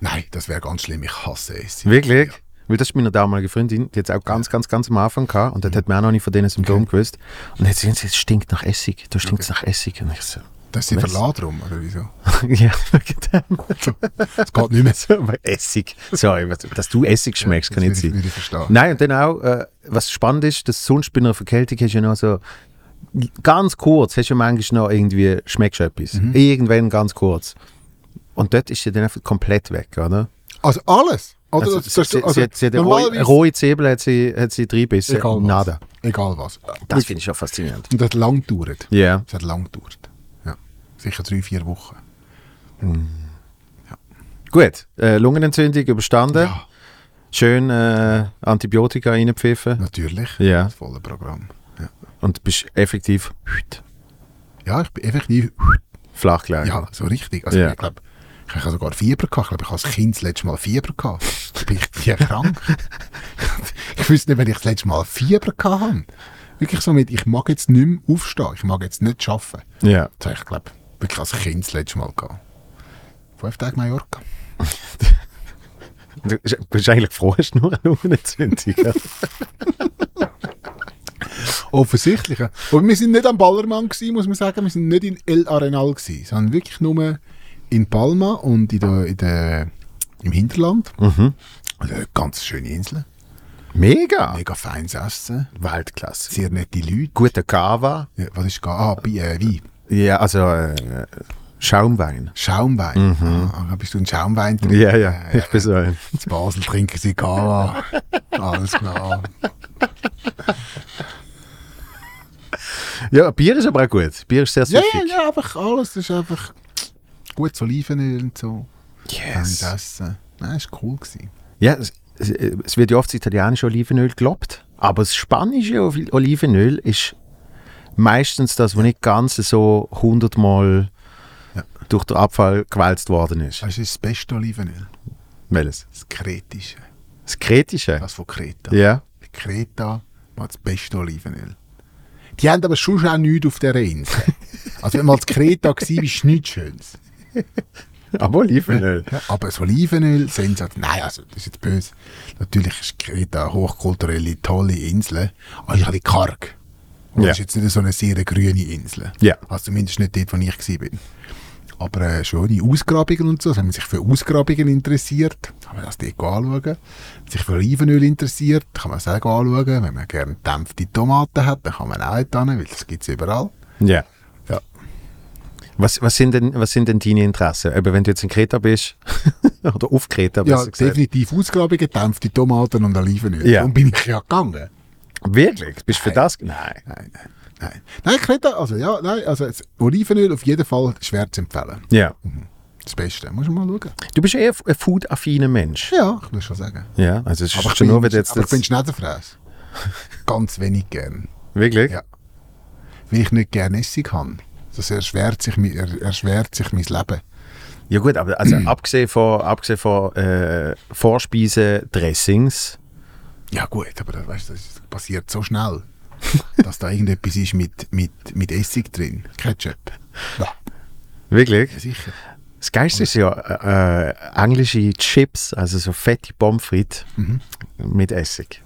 [SPEAKER 2] Nein, das wäre ganz schlimm. Ich hasse es.
[SPEAKER 1] Wirklich? Weil das ist meine damalige Freundin, die hat auch ganz, ganz, ganz am Anfang gehabt und dort hat man auch noch nicht von diesen Symptomen gewusst. Und jetzt sehen sie, es stinkt nach Essig, da stinkt es nach Essig. Und ich so,
[SPEAKER 2] Das sind
[SPEAKER 1] Weiss.
[SPEAKER 2] verladen rum, oder wieso?
[SPEAKER 1] ja, wegen dem.
[SPEAKER 2] Das geht nicht mehr.
[SPEAKER 1] So, aber Essig. Sorry, was- dass du Essig schmeckst, kann nicht
[SPEAKER 2] Das würde
[SPEAKER 1] sein.
[SPEAKER 2] ich- würde ich verstehen.
[SPEAKER 1] Nein, und dann auch, äh, was spannend ist, dass sonst bei einer Verkältung hast du ja noch so ganz kurz, hast du ja manchmal noch irgendwie, schmeckst du etwas.
[SPEAKER 2] Mhm.
[SPEAKER 1] Irgendwann ganz kurz. Und dort ist sie dann einfach komplett weg, oder?
[SPEAKER 2] Also alles. Oder?
[SPEAKER 1] Also,
[SPEAKER 2] Das- das-
[SPEAKER 1] sie,
[SPEAKER 2] also
[SPEAKER 1] sie, hat- sie hat eine rohe,
[SPEAKER 2] normalerweise-
[SPEAKER 1] rohe Zwiebel hat sie, hat sie drei Bisse.
[SPEAKER 2] Egal was.
[SPEAKER 1] Nada.
[SPEAKER 2] Egal was.
[SPEAKER 1] Das finde ich schon faszinierend.
[SPEAKER 2] Und das hat lang gedauert.
[SPEAKER 1] Ja.
[SPEAKER 2] Das hat lang gedauert. Ja. Sicher drei, vier Wochen.
[SPEAKER 1] Gut, äh, Lungenentzündung überstanden.
[SPEAKER 2] Ja,
[SPEAKER 1] Schön äh, Antibiotika reinpfiffen.
[SPEAKER 2] natürlich.
[SPEAKER 1] Ja.
[SPEAKER 2] Das volle Programm. Ja,
[SPEAKER 1] Und bist effektiv
[SPEAKER 2] ja ich bin effektiv.
[SPEAKER 1] flach gelegen.
[SPEAKER 2] Ja, so richtig. Also
[SPEAKER 1] Ja.
[SPEAKER 2] ich glaube, ich habe sogar Fieber gehabt. Ich glaube, ich habe als Kind das letzte Mal Fieber gehabt. Da bin ich ja krank. ich wüsste nicht, wenn ich das letzte Mal Fieber gehabt habe. Wirklich so mit, ich mag jetzt nicht mehr aufstehen. Ich mag jetzt nicht arbeiten.
[SPEAKER 1] Ja.
[SPEAKER 2] Das habe ich, glaube wirklich als Kind das letzte Mal gehabt. Fünf Tage Mallorca.
[SPEAKER 1] Du bist eigentlich froh, hast du nur eine Lungenentzündung. ja.
[SPEAKER 2] Offensichtlich. ja. Aber wir sind nicht am Ballermann, gewesen, muss man sagen. Wir sind nicht in El Arenal, gewesen, sondern wirklich nur in Palma und in der, in der, im Hinterland.
[SPEAKER 1] Mhm.
[SPEAKER 2] Also eine ganz schöne Insel.
[SPEAKER 1] Mega!
[SPEAKER 2] Mega feines Essen.
[SPEAKER 1] Weltklasse.
[SPEAKER 2] Sehr nette Leute.
[SPEAKER 1] Guter Cava.
[SPEAKER 2] Ja, was ist gar? Ah, Bi- äh, Wein.
[SPEAKER 1] Ja, also äh, Schaumwein.
[SPEAKER 2] Schaumwein. Ah, ah, bist du ein Schaumwein drin?
[SPEAKER 1] Ja, Mhm. ja, ich bin so ein.
[SPEAKER 2] In Basel trinken sie Gala. Alles klar.
[SPEAKER 1] Ja, Bier ist aber auch gut. Bier ist sehr
[SPEAKER 2] Ja,
[SPEAKER 1] süffig.
[SPEAKER 2] ja, ja, einfach alles. Das ist einfach gut Olivenöl und so. Feines
[SPEAKER 1] Yes.
[SPEAKER 2] Essen. Nein, ist cool gewesen.
[SPEAKER 1] Ja, es, es, es wird ja oft das italienische Olivenöl gelobt, aber das spanische Oli- Olivenöl ist meistens das, was nicht ganz so hundertmal
[SPEAKER 2] Ja.
[SPEAKER 1] durch den Abfall gewälzt worden ist.
[SPEAKER 2] Weißt du, das ist das beste Olivenöl?
[SPEAKER 1] Welches?
[SPEAKER 2] Das kretische.
[SPEAKER 1] Das kretische.
[SPEAKER 2] Das von Kreta.
[SPEAKER 1] Ja.
[SPEAKER 2] Kreta macht das beste Olivenöl. Die haben aber schon auch nichts auf der Insel. Also wenn man als Kreta war, ist nichts Schönes.
[SPEAKER 1] Aber Olivenöl.
[SPEAKER 2] Ja, aber das Olivenöl, sensationell. Nein, also das ist jetzt böse. Natürlich ist Kreta eine hochkulturelle, tolle Insel, aber ist ein bisschen karg. Und
[SPEAKER 1] Ja.
[SPEAKER 2] Es ist jetzt nicht so eine sehr grüne Insel.
[SPEAKER 1] Ja.
[SPEAKER 2] Also zumindest nicht dort, wo ich war. Aber äh, schöne Ausgrabungen und so. Also, wenn man sich für Ausgrabungen interessiert, kann man das dort anschauen. Wenn man sich für Olivenöl interessiert, kann man das auch anschauen. Wenn man gerne gedämpfte Tomaten hat, dann kann man auch dort hin, weil das gibt es überall.
[SPEAKER 1] Ja.
[SPEAKER 2] Ja.
[SPEAKER 1] Was, was, sind denn, was sind denn deine Interessen? Eben, wenn du jetzt in Kreta bist, oder auf Kreta,
[SPEAKER 2] Ja,
[SPEAKER 1] besser gesagt.
[SPEAKER 2] definitiv Ausgrabungen, gedämpfte Tomaten und Olivenöl.
[SPEAKER 1] Ja.
[SPEAKER 2] Darum bin ich ja gegangen.
[SPEAKER 1] Wirklich? Bist du für
[SPEAKER 2] Nein.
[SPEAKER 1] das? Nein.
[SPEAKER 2] Nein, nein, nein. Nein, Kreta, also ja, nein, also das Olivenöl auf jeden Fall schwer zu empfehlen.
[SPEAKER 1] Ja.
[SPEAKER 2] Das Beste, muss man mal schauen.
[SPEAKER 1] Du bist eher f- ein food-affiner Mensch.
[SPEAKER 2] Ja, ich muss schon sagen.
[SPEAKER 1] Ja, also es ist
[SPEAKER 2] Aber ich
[SPEAKER 1] schon
[SPEAKER 2] bin,
[SPEAKER 1] nur, wenn du jetzt
[SPEAKER 2] aber ich
[SPEAKER 1] das...
[SPEAKER 2] bin Schneiderfräs. Ganz wenig gern.
[SPEAKER 1] Wirklich?
[SPEAKER 2] Ja. Weil ich nicht gerne Essig habe. Das erschwert sich, mi- er, erschwert sich mein Leben.
[SPEAKER 1] Ja gut, aber also abgesehen von, abgesehen von äh, Vorspeisen-Dressings,
[SPEAKER 2] Ja gut, aber das, weißt, du, das passiert so schnell, dass da irgendetwas ist mit, mit, mit Essig drin. Ketchup. Ja,
[SPEAKER 1] wirklich.
[SPEAKER 2] sicher.
[SPEAKER 1] Das Geilste ist ja äh, äh, englische Chips, also so fette Pommes frites
[SPEAKER 2] Mhm.
[SPEAKER 1] mit Essig.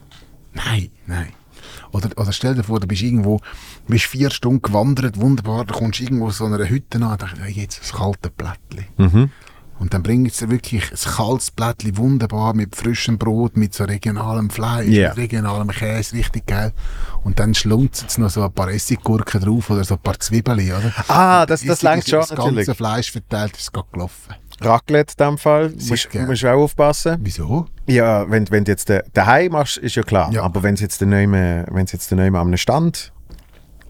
[SPEAKER 2] Nein, nein. Oder, oder stell dir vor, du bist irgendwo, du bist vier Stunden gewandert, wunderbar, du kommst irgendwo so einer Hütte an und denkst, hey, jetzt das kalte Blättli.
[SPEAKER 1] Mhm.
[SPEAKER 2] Und dann bringt es dir wirklich ein kaltes Blättli, wunderbar, mit frischem Brot, mit so regionalem Fleisch,
[SPEAKER 1] Ja.
[SPEAKER 2] mit regionalem Käse, richtig geil. Und dann schlunzt es noch so ein paar Essiggurken drauf oder so ein paar Zwiebeln, oder?
[SPEAKER 1] Ah, das,
[SPEAKER 2] Essig
[SPEAKER 1] das langt
[SPEAKER 2] ist
[SPEAKER 1] schon
[SPEAKER 2] Das
[SPEAKER 1] natürlich.
[SPEAKER 2] ganze Fleisch verteilt, ist gerade gelaufen.
[SPEAKER 1] Raclette in dem Fall, musst
[SPEAKER 2] Sicher.
[SPEAKER 1] musst du auch aufpassen.
[SPEAKER 2] Wieso?
[SPEAKER 1] Ja, wenn, wenn du jetzt da- daheim machst, ist ja klar.
[SPEAKER 2] Ja.
[SPEAKER 1] Aber wenn du jetzt nicht mehr, wenn du jetzt nicht mehr an einem Stand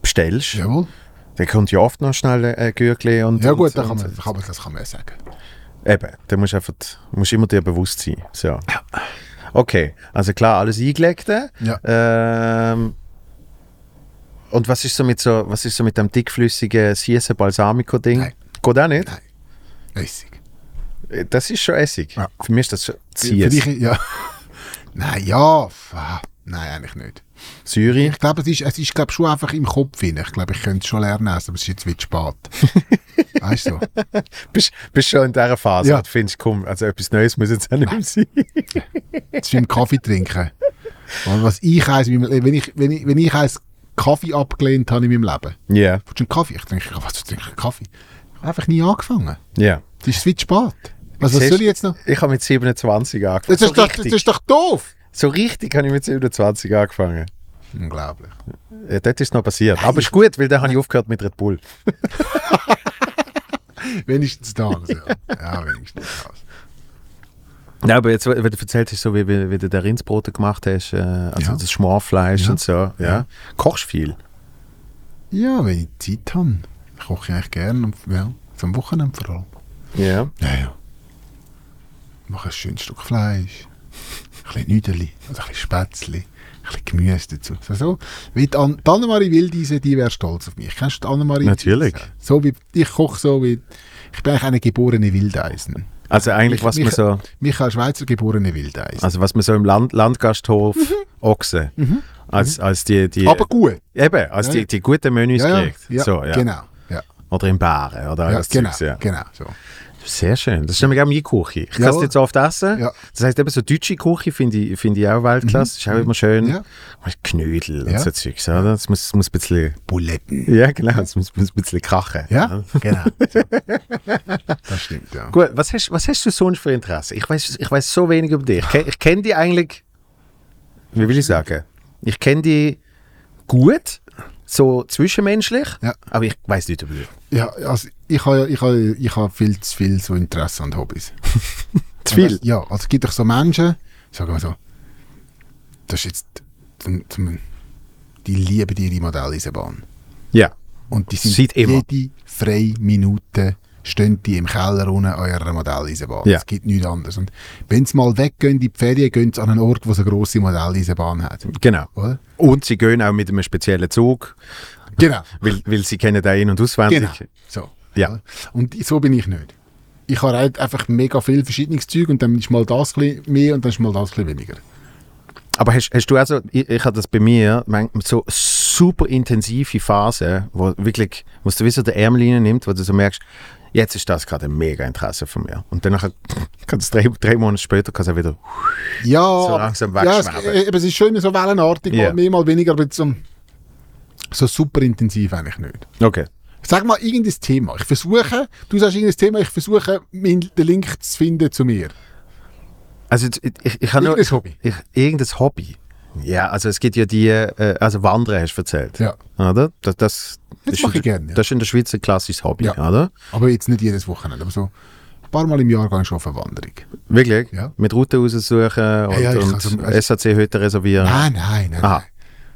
[SPEAKER 1] bestellst,
[SPEAKER 2] Jawohl.
[SPEAKER 1] dann kommt ja oft noch schnell ein Gürtel und
[SPEAKER 2] Ja gut,
[SPEAKER 1] und,
[SPEAKER 2] dann kann
[SPEAKER 1] und-
[SPEAKER 2] man, kann man, das kann man ja sagen.
[SPEAKER 1] Eben, da musst du einfach, musst immer dir bewusst sein. So. Okay, also klar, alles eingelegte.
[SPEAKER 2] Ja.
[SPEAKER 1] Ähm, und was ist so mit so, was ist so mit dem dickflüssigen Siese Balsamico Ding?
[SPEAKER 2] Nein.
[SPEAKER 1] Geht auch nicht?
[SPEAKER 2] Essig.
[SPEAKER 1] Das ist schon Essig.
[SPEAKER 2] Ja.
[SPEAKER 1] Für mich ist das schon
[SPEAKER 2] Für
[SPEAKER 1] Sies.
[SPEAKER 2] dich, ja. Nein, ja. f- ah, Nein, eigentlich nicht.
[SPEAKER 1] Zürich.
[SPEAKER 2] Ich glaube, es ist, es ist glaub, schon einfach im Kopf hin. Ich glaube, ich könnte es schon lernen essen, aber es ist jetzt wieder spät. weißt du?
[SPEAKER 1] Bist, bist schon in dieser Phase.
[SPEAKER 2] Ja.
[SPEAKER 1] Ja. Du findest, komm, also etwas Neues muss jetzt auch nicht mehr sein.
[SPEAKER 2] äh, Jetzt beim Kaffee trinken. Und was ich heiße, wenn ich, wenn ich, wenn ich heiße, Kaffee abgelehnt habe in meinem Leben.
[SPEAKER 1] Ja,
[SPEAKER 2] Willst du einen Kaffee? Ich denke, was du trinkst einen Kaffee? Ich habe Einfach nie angefangen.
[SPEAKER 1] ja.
[SPEAKER 2] Es ist viel zu spät. Also, was
[SPEAKER 1] Siehst-
[SPEAKER 2] soll ich jetzt noch?
[SPEAKER 1] Ich habe mit 27 angefangen.
[SPEAKER 2] Das ist,
[SPEAKER 1] so,
[SPEAKER 2] doch, das
[SPEAKER 1] richtig,
[SPEAKER 2] ist doch doof!
[SPEAKER 1] so richtig habe ich mit 27 angefangen.
[SPEAKER 2] Unglaublich.
[SPEAKER 1] Ja, das ist noch passiert. Aber ist gut, weil dann habe ich aufgehört mit Red Bull.
[SPEAKER 2] Wenigstens das. Ja, ja wenigstens das.
[SPEAKER 1] Nein, aber jetzt, wenn du erzählt hast, so wie, wie, wie du den Rindsbrote gemacht hast, äh, also
[SPEAKER 2] Ja.
[SPEAKER 1] das Schmorfleisch
[SPEAKER 2] Ja.
[SPEAKER 1] und so, ja.
[SPEAKER 2] Ja.
[SPEAKER 1] Kochst viel?
[SPEAKER 2] Ja, wenn ich Zeit habe. Ich koche eigentlich gerne. am- Ja, zum Wochenende vor allem.
[SPEAKER 1] Ja.
[SPEAKER 2] Ja, ja. Ich mache ein schönes Stück Fleisch. Ein bisschen Nüdeli, also ein bisschen Spätzli, ein bisschen Gemüse dazu. So, so. Wie die, An die Annemarie Wildeisen, die wäre stolz auf mich. Kennst du die Annemarie?
[SPEAKER 1] Natürlich.
[SPEAKER 2] So wie, ich koche so wie... Ich bin eigentlich eine geborene Wildeisen.
[SPEAKER 1] Also eigentlich,
[SPEAKER 2] Mich-
[SPEAKER 1] was man
[SPEAKER 2] mich-
[SPEAKER 1] so,
[SPEAKER 2] Michael Schweizer, geborene Wildeisen.
[SPEAKER 1] also was man so im Land, Landgasthof Ochse als, als die, die
[SPEAKER 2] Mhm. Aber gut.
[SPEAKER 1] eben, als
[SPEAKER 2] Ja,
[SPEAKER 1] die,
[SPEAKER 2] ja.
[SPEAKER 1] die guten Menüs
[SPEAKER 2] Ja, ja,
[SPEAKER 1] kriegt.
[SPEAKER 2] ja,
[SPEAKER 1] so, ja.
[SPEAKER 2] genau. Ja,
[SPEAKER 1] Oder im Bären oder
[SPEAKER 2] ja,
[SPEAKER 1] alles
[SPEAKER 2] genau,
[SPEAKER 1] Zeugs, ja.
[SPEAKER 2] genau so.
[SPEAKER 1] Sehr schön. Das ist nämlich auch meine Küche. Ich kann es
[SPEAKER 2] Jawohl.
[SPEAKER 1] nicht so oft essen.
[SPEAKER 2] Ja. Mhm.
[SPEAKER 1] Das heisst, eben so deutsche Küche finde ich, finde ich auch Weltklasse. Ist auch immer schön.
[SPEAKER 2] Ja.
[SPEAKER 1] Knödel und
[SPEAKER 2] Ja.
[SPEAKER 1] so Zeugs. Oder? Es muss, es muss ein bisschen
[SPEAKER 2] Buletten.
[SPEAKER 1] Ja, genau, es muss, muss ein bisschen krachen.
[SPEAKER 2] Ja, genau. So. Das stimmt, ja.
[SPEAKER 1] Gut, was hast, was hast du sonst für Interesse? Ich weiß ich weiß so wenig über dich. Ich, ke- ich kenne dich eigentlich, wie will ich sagen, ich kenne dich gut, so zwischenmenschlich,
[SPEAKER 2] Ja.
[SPEAKER 1] aber ich weiß nicht über dich.
[SPEAKER 2] Ja, also ich habe ja- ich habe, ich habe viel zu viel so Interesse und Hobbys.
[SPEAKER 1] Zu viel?
[SPEAKER 2] Also, ja, also es gibt doch so Menschen, sagen wir so, das ist jetzt, zum- zum- die lieben ihre Modelleisenbahn.
[SPEAKER 1] Ja.
[SPEAKER 2] Und die sind
[SPEAKER 1] Seit immer.
[SPEAKER 2] jede freie Minute stehen die im Keller unten an ihrer Modelleisenbahn.
[SPEAKER 1] Ja.
[SPEAKER 2] Es gibt nichts anderes. Und wenn sie mal weggehen in die Ferien, gehen sie an einen Ort, wo es eine grosse Modelleisenbahn hat.
[SPEAKER 1] Genau.
[SPEAKER 2] Oder?
[SPEAKER 1] Und sie gehen auch mit einem speziellen Zug,
[SPEAKER 2] Genau.
[SPEAKER 1] weil, weil sie kennen den in- und auswendig.
[SPEAKER 2] Genau. So.
[SPEAKER 1] Ja.
[SPEAKER 2] Und so bin ich nicht. Ich habe halt einfach mega viel verschiedenes Zeug und dann ist mal das ein bisschen mehr und dann ist mal das ein bisschen weniger.
[SPEAKER 1] Aber hast, hast du also, ich, ich habe das bei mir, mein- so super intensive Phase, wo wirklich, wo du wissen, der Ärmel nimmt, wo du so merkst, jetzt ist das gerade ein mega Interesse von mir. Und dann kann es drei, drei Monate später kann's auch wieder.
[SPEAKER 2] Ja, aber-
[SPEAKER 1] langsam
[SPEAKER 2] ja es, äh,
[SPEAKER 1] wegschweben.
[SPEAKER 2] eben, es ist schön so wellenartig,
[SPEAKER 1] Ja.
[SPEAKER 2] mal mehr, mal weniger, aber so, so super intensiv eigentlich nicht.
[SPEAKER 1] Okay.
[SPEAKER 2] Sag mal irgendein Thema. Ich versuche, du sagst irgendein Thema, ich versuche, mein, den Link zu finden zu mir.
[SPEAKER 1] Also jetzt- ich, ich, ich habe nur
[SPEAKER 2] Irgendein Hobby.
[SPEAKER 1] Ich, irgendein Hobby. Ja, also es gibt ja die, äh, also Wandern hast du erzählt.
[SPEAKER 2] Ja.
[SPEAKER 1] Oder? Das, das,
[SPEAKER 2] Das
[SPEAKER 1] ist
[SPEAKER 2] mache
[SPEAKER 1] in
[SPEAKER 2] ich
[SPEAKER 1] der-
[SPEAKER 2] gerne, ja.
[SPEAKER 1] Das ist in der Schweiz ein klassisches Hobby,
[SPEAKER 2] Ja.
[SPEAKER 1] oder?
[SPEAKER 2] Aber jetzt nicht jedes Wochenende, aber so ein paar Mal im Jahr gehe ich schon auf eine Wanderung.
[SPEAKER 1] Wirklich?
[SPEAKER 2] Ja.
[SPEAKER 1] Mit Route raussuchen und,
[SPEAKER 2] ja, ich
[SPEAKER 1] und
[SPEAKER 2] kann so- also Ah.
[SPEAKER 1] SAC-Hütte reservieren.
[SPEAKER 2] Nein, nein, nein.
[SPEAKER 1] Aha.
[SPEAKER 2] nein.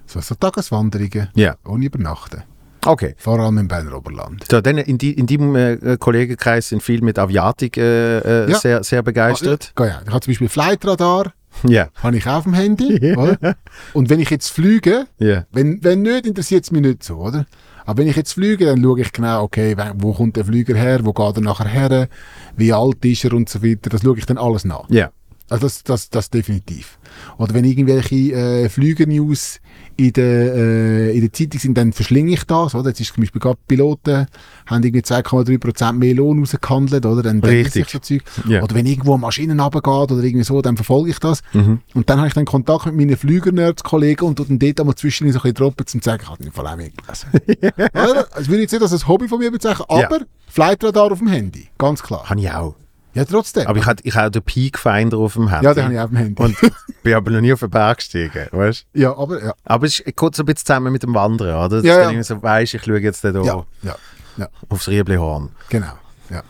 [SPEAKER 2] So, so Tageswanderungen,
[SPEAKER 1] Ah. Ja.
[SPEAKER 2] ohne Übernachten.
[SPEAKER 1] Okay.
[SPEAKER 2] Vor allem im Berner Oberland.
[SPEAKER 1] So, dann in, die, in deinem äh, Kollegenkreis sind viele mit Aviatik äh, äh,
[SPEAKER 2] Ja.
[SPEAKER 1] sehr, sehr begeistert.
[SPEAKER 2] Ah, ja. Ich habe zum Beispiel Flightradar,
[SPEAKER 1] Ja,
[SPEAKER 2] habe ich auch auf dem Handy. oder? Und wenn ich jetzt fliege,
[SPEAKER 1] ja.
[SPEAKER 2] wenn, wenn nicht, interessiert es mich nicht so, oder? Aber wenn ich jetzt fliege, dann schaue ich genau, okay, we- wo kommt der Flüger her, wo geht er nachher her, wie alt ist er und so weiter. Das schaue ich dann alles nach.
[SPEAKER 1] Ja.
[SPEAKER 2] Also das, das, das definitiv. Oder wenn irgendwelche äh, Flüger-News in der, äh, in der Zeitung sind, dann verschlinge ich das. Oder? Jetzt ist zum Beispiel gerade Piloten, haben irgendwie 2,3% mehr Lohn rausgehandelt. Oder? Dann denke ich
[SPEAKER 1] Richtig.
[SPEAKER 2] so Zeug.
[SPEAKER 1] Ja.
[SPEAKER 2] Oder wenn irgendwo Maschinen runtergeht oder irgendwie so, dann verfolge ich das.
[SPEAKER 1] Mhm.
[SPEAKER 2] Und dann habe ich dann Kontakt mit meinen Flüger-Nerds-Kollegen und tu dann dort einmal zwischendurch so ein bisschen droppen, um zu sagen, ich habe den Fall auch mitgelesen. Oder? Das würde ich jetzt nicht als ein Hobby von mir bezeichnen,
[SPEAKER 1] Ja.
[SPEAKER 2] aber Flightradar auf dem Handy, ganz klar.
[SPEAKER 1] Habe ich auch.
[SPEAKER 2] Ja, trotzdem.
[SPEAKER 1] Aber ich hatte ich hatte den Peak-Finder auf dem Handy.
[SPEAKER 2] ja, den habe ich auch auf dem Handy.
[SPEAKER 1] Und bin aber noch nie auf den Berg gestiegen, weißt du?
[SPEAKER 2] ja, aber ja.
[SPEAKER 1] Aber es ist- geht so ein bisschen zusammen mit dem Wandern, oder? Dass
[SPEAKER 2] Ja,
[SPEAKER 1] du
[SPEAKER 2] ja.
[SPEAKER 1] dann irgendwie so weisst, ich schaue jetzt da
[SPEAKER 2] Ja, ja, ja,
[SPEAKER 1] aufs Rieblihorn
[SPEAKER 2] genau. Ja.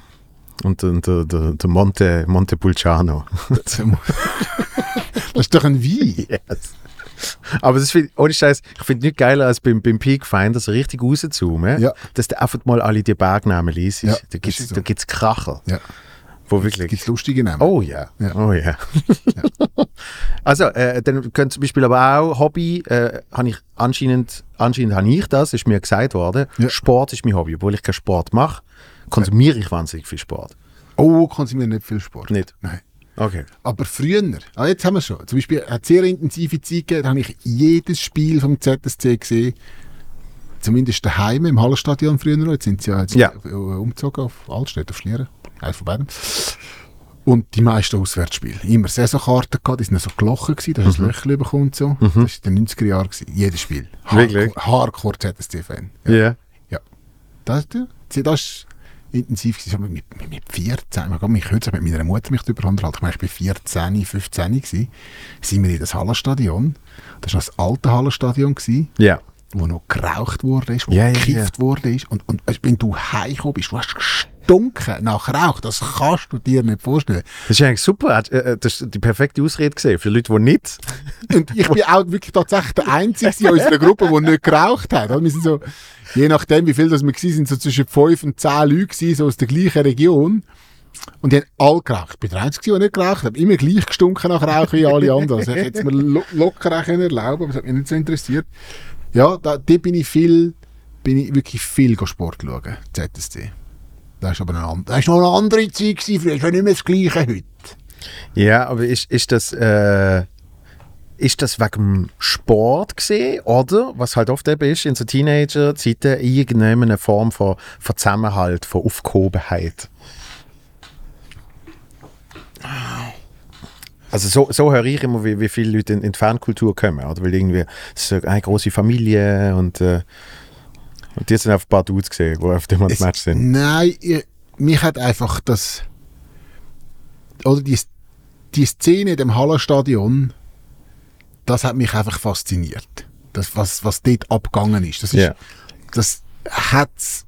[SPEAKER 1] und den, den, den, den Monte, Monte Pulciano.
[SPEAKER 2] Das ist doch ein Wein.
[SPEAKER 1] Yes. Aber das find, ohne Scheiß, ich finde nichts geiler als beim, beim Peak Finder so richtig rauszoomen,
[SPEAKER 2] Ja.
[SPEAKER 1] dass du einfach mal alle die Bergnamen liest.
[SPEAKER 2] Ja,
[SPEAKER 1] da
[SPEAKER 2] das
[SPEAKER 1] gibt es
[SPEAKER 2] ist so.
[SPEAKER 1] da gibt's Kracher.
[SPEAKER 2] Ja.
[SPEAKER 1] Wo
[SPEAKER 2] Gibt es
[SPEAKER 1] wirklich.
[SPEAKER 2] lustige Namen?
[SPEAKER 1] Oh ja.
[SPEAKER 2] Ja.
[SPEAKER 1] Oh ja. also, äh, dann könnt zum Beispiel aber auch Hobby, äh, habe ich anscheinend, anscheinend habe ich das, ist mir gesagt worden.
[SPEAKER 2] Ja.
[SPEAKER 1] Sport ist mein Hobby, obwohl ich keinen Sport mache, konsumiere ich wahnsinnig viel Sport.
[SPEAKER 2] Oh, konsumieren nicht viel Sport.
[SPEAKER 1] Nicht.
[SPEAKER 2] Nein.
[SPEAKER 1] Okay.
[SPEAKER 2] Aber früher, ah, jetzt haben wir schon. Zum Beispiel eine sehr intensive Zeit gegeben, da habe ich jedes Spiel vom ZSC gesehen. Zumindest daheim im Hallenstadion früher noch. Jetzt sind sie ja, jetzt
[SPEAKER 1] Ja.
[SPEAKER 2] äh, umgezogen auf Altstädt, auf Schlieren. Eins von beiden. Und die meisten Auswärtsspiele. Immer Saisonkarten gehabt, die sind so gelochen gewesen, dass mhm. ein Löchchen bekommt so. Das war in den 90er Jahren. Gewesen. Jedes Spiel.
[SPEAKER 1] Wirklich?
[SPEAKER 2] Hardcore ZSC-Fan.
[SPEAKER 1] Ja.
[SPEAKER 2] Das, das, das war intensiv. gewesen. Ich habe Mit, mit, mit 14, ich habe mich kürzlich mit meiner Mutter mich darüber unterhalten. Ich meine, ich war 14, 15 gewesen, sind wir in das Hallenstadion. Das war noch das alte Hallenstadion, gewesen,
[SPEAKER 1] Ja.
[SPEAKER 2] wo noch geraucht wurde, wo
[SPEAKER 1] Ja, ja,
[SPEAKER 2] gekifft wurde. Und, und weißt, wenn du heimgekommen bist, du hast gestunken nach Rauch. Das kannst du dir nicht vorstellen.
[SPEAKER 1] Das ist eigentlich super. Hat, äh, äh, Das ist die perfekte Ausrede gesehen für Leute, die nicht.
[SPEAKER 2] Und ich bin auch wirklich tatsächlich der Einzige in unserer Gruppe, der nicht geraucht hat. oder? Wir sind so, je nachdem, wie viel das wir waren, sind so zwischen fünf und zehn Leute gewesen, so aus der gleichen Region. Und die haben alle geraucht. Ich bin der Einzige, der nicht geraucht hat. Immer gleich gestunken nach Rauch wie alle anderen. Also ich hätte es mir lo locker auch können erlauben aber es hat mich nicht so interessiert. Ja, da, da bin ich viel, bin ich wirklich viel go Sport schauen, ZSC. Das ist aber eine, and- das ist noch eine andere Zeit gewesen, früher. Das ist ja nicht mehr das Gleiche heute.
[SPEAKER 1] Ja, aber ist, ist das. Äh, ist das wegen dem Sport gesehen oder was halt oft eben ist in so Teenager-Zeiten irgendeine Form von, von Zusammenhalt, von Aufgehobenheit? Also so, so höre ich immer, wie, wie viele Leute in, in die Fankultur kommen, oder? Weil irgendwie es ist so eine große Familie und, äh, und die sind auf ein paar Dudes gesehen, die auf dem
[SPEAKER 2] Es-
[SPEAKER 1] Match sind.
[SPEAKER 2] Nein, ich, mich hat einfach das. Oder die, die Szene in dem Hallenstadion, das hat mich einfach fasziniert. Das, was, was dort abgegangen ist. Das, ist,
[SPEAKER 1] Ja.
[SPEAKER 2] das hat's,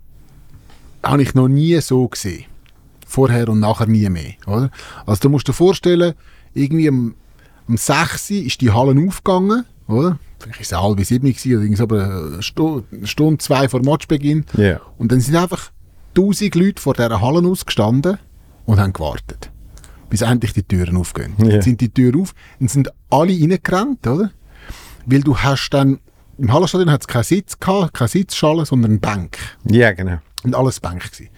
[SPEAKER 2] habe ich noch nie so gesehen. Vorher und nachher nie mehr. Oder? Also du musst dir vorstellen, irgendwie am, am 6. Uhr ist die Halle aufgegangen, oder? Vielleicht war es eine halbe 7 Uhr gewesen, oder irgend so, aber eine Stu- eine Stunde, zwei vor Matchbeginn.
[SPEAKER 1] Ja.
[SPEAKER 2] Und dann sind einfach tausend Leute vor dieser Halle ausgestanden und haben gewartet, bis endlich die Türen aufgehen.
[SPEAKER 1] Ja.
[SPEAKER 2] Jetzt sind die Türen auf und sind alle reingerannt, oder? Weil du hast dann, im Hallenstadion hat es keinen Sitz gehabt, keine Sitzschale, sondern eine Bank.
[SPEAKER 1] Ja, genau.
[SPEAKER 2] Und alles Bank gewesen.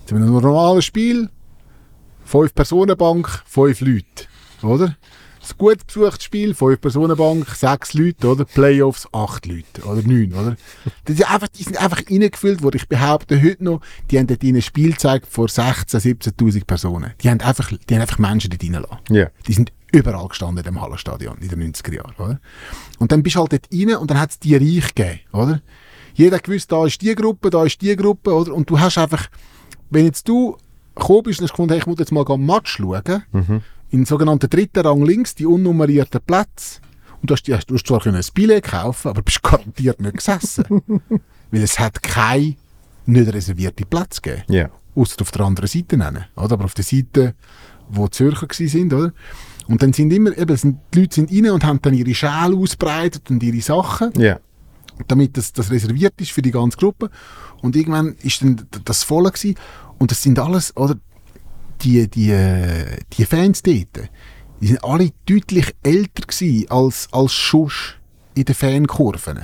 [SPEAKER 2] Jetzt haben wir ein normales Spiel, fünf Personenbank, fünf Leute, oder? Ein gut besuchtes Spiel, fünf Personenbank, sechs Leute, oder? Playoffs, acht Leute, oder neun, oder? Die sind einfach, die sind einfach reingefüllt worden. Ich behaupte heute noch, die haben dort ihnen ein Spiel gezeigt vor 16.000, 17.000 Personen. Die haben einfach, die haben einfach Menschen dort reingelassen.
[SPEAKER 1] Ja.
[SPEAKER 2] Die sind überall gestanden in dem Hallenstadion in den 90er Jahren. Oder? Und dann bist du halt dort rein und dann hat es die Reich gegeben. Oder? Jeder hat gewusst, da ist die Gruppe, da ist die Gruppe. Oder? Und du hast einfach, wenn jetzt du gekommen bist und hast gefunden, hey, ich muss jetzt mal einen Match schauen, in den sogenannten dritten Rang links, die unnummerierten Plätze. Und du hast, die- du hast zwar können ein Billett kaufen aber bist garantiert nicht gesessen. weil es hat keine nicht reservierte Plätze gegeben
[SPEAKER 1] Ja.
[SPEAKER 2] ausser auf der anderen Seite nennen, oder? aber auf der Seite, wo die Zürcher gsi sind, oder? Und dann sind immer, eben, sind, die Leute sind rein und haben dann ihre Schäle ausbreitet und ihre Sachen,
[SPEAKER 1] Ja.
[SPEAKER 2] damit das, das reserviert ist für die ganze Gruppe. Und irgendwann ist dann d- das voll gsi und das sind alles, oder? Die, die, äh, die Fans dort, die sind alle deutlich älter gsi als, als Schusch in den Fankurven.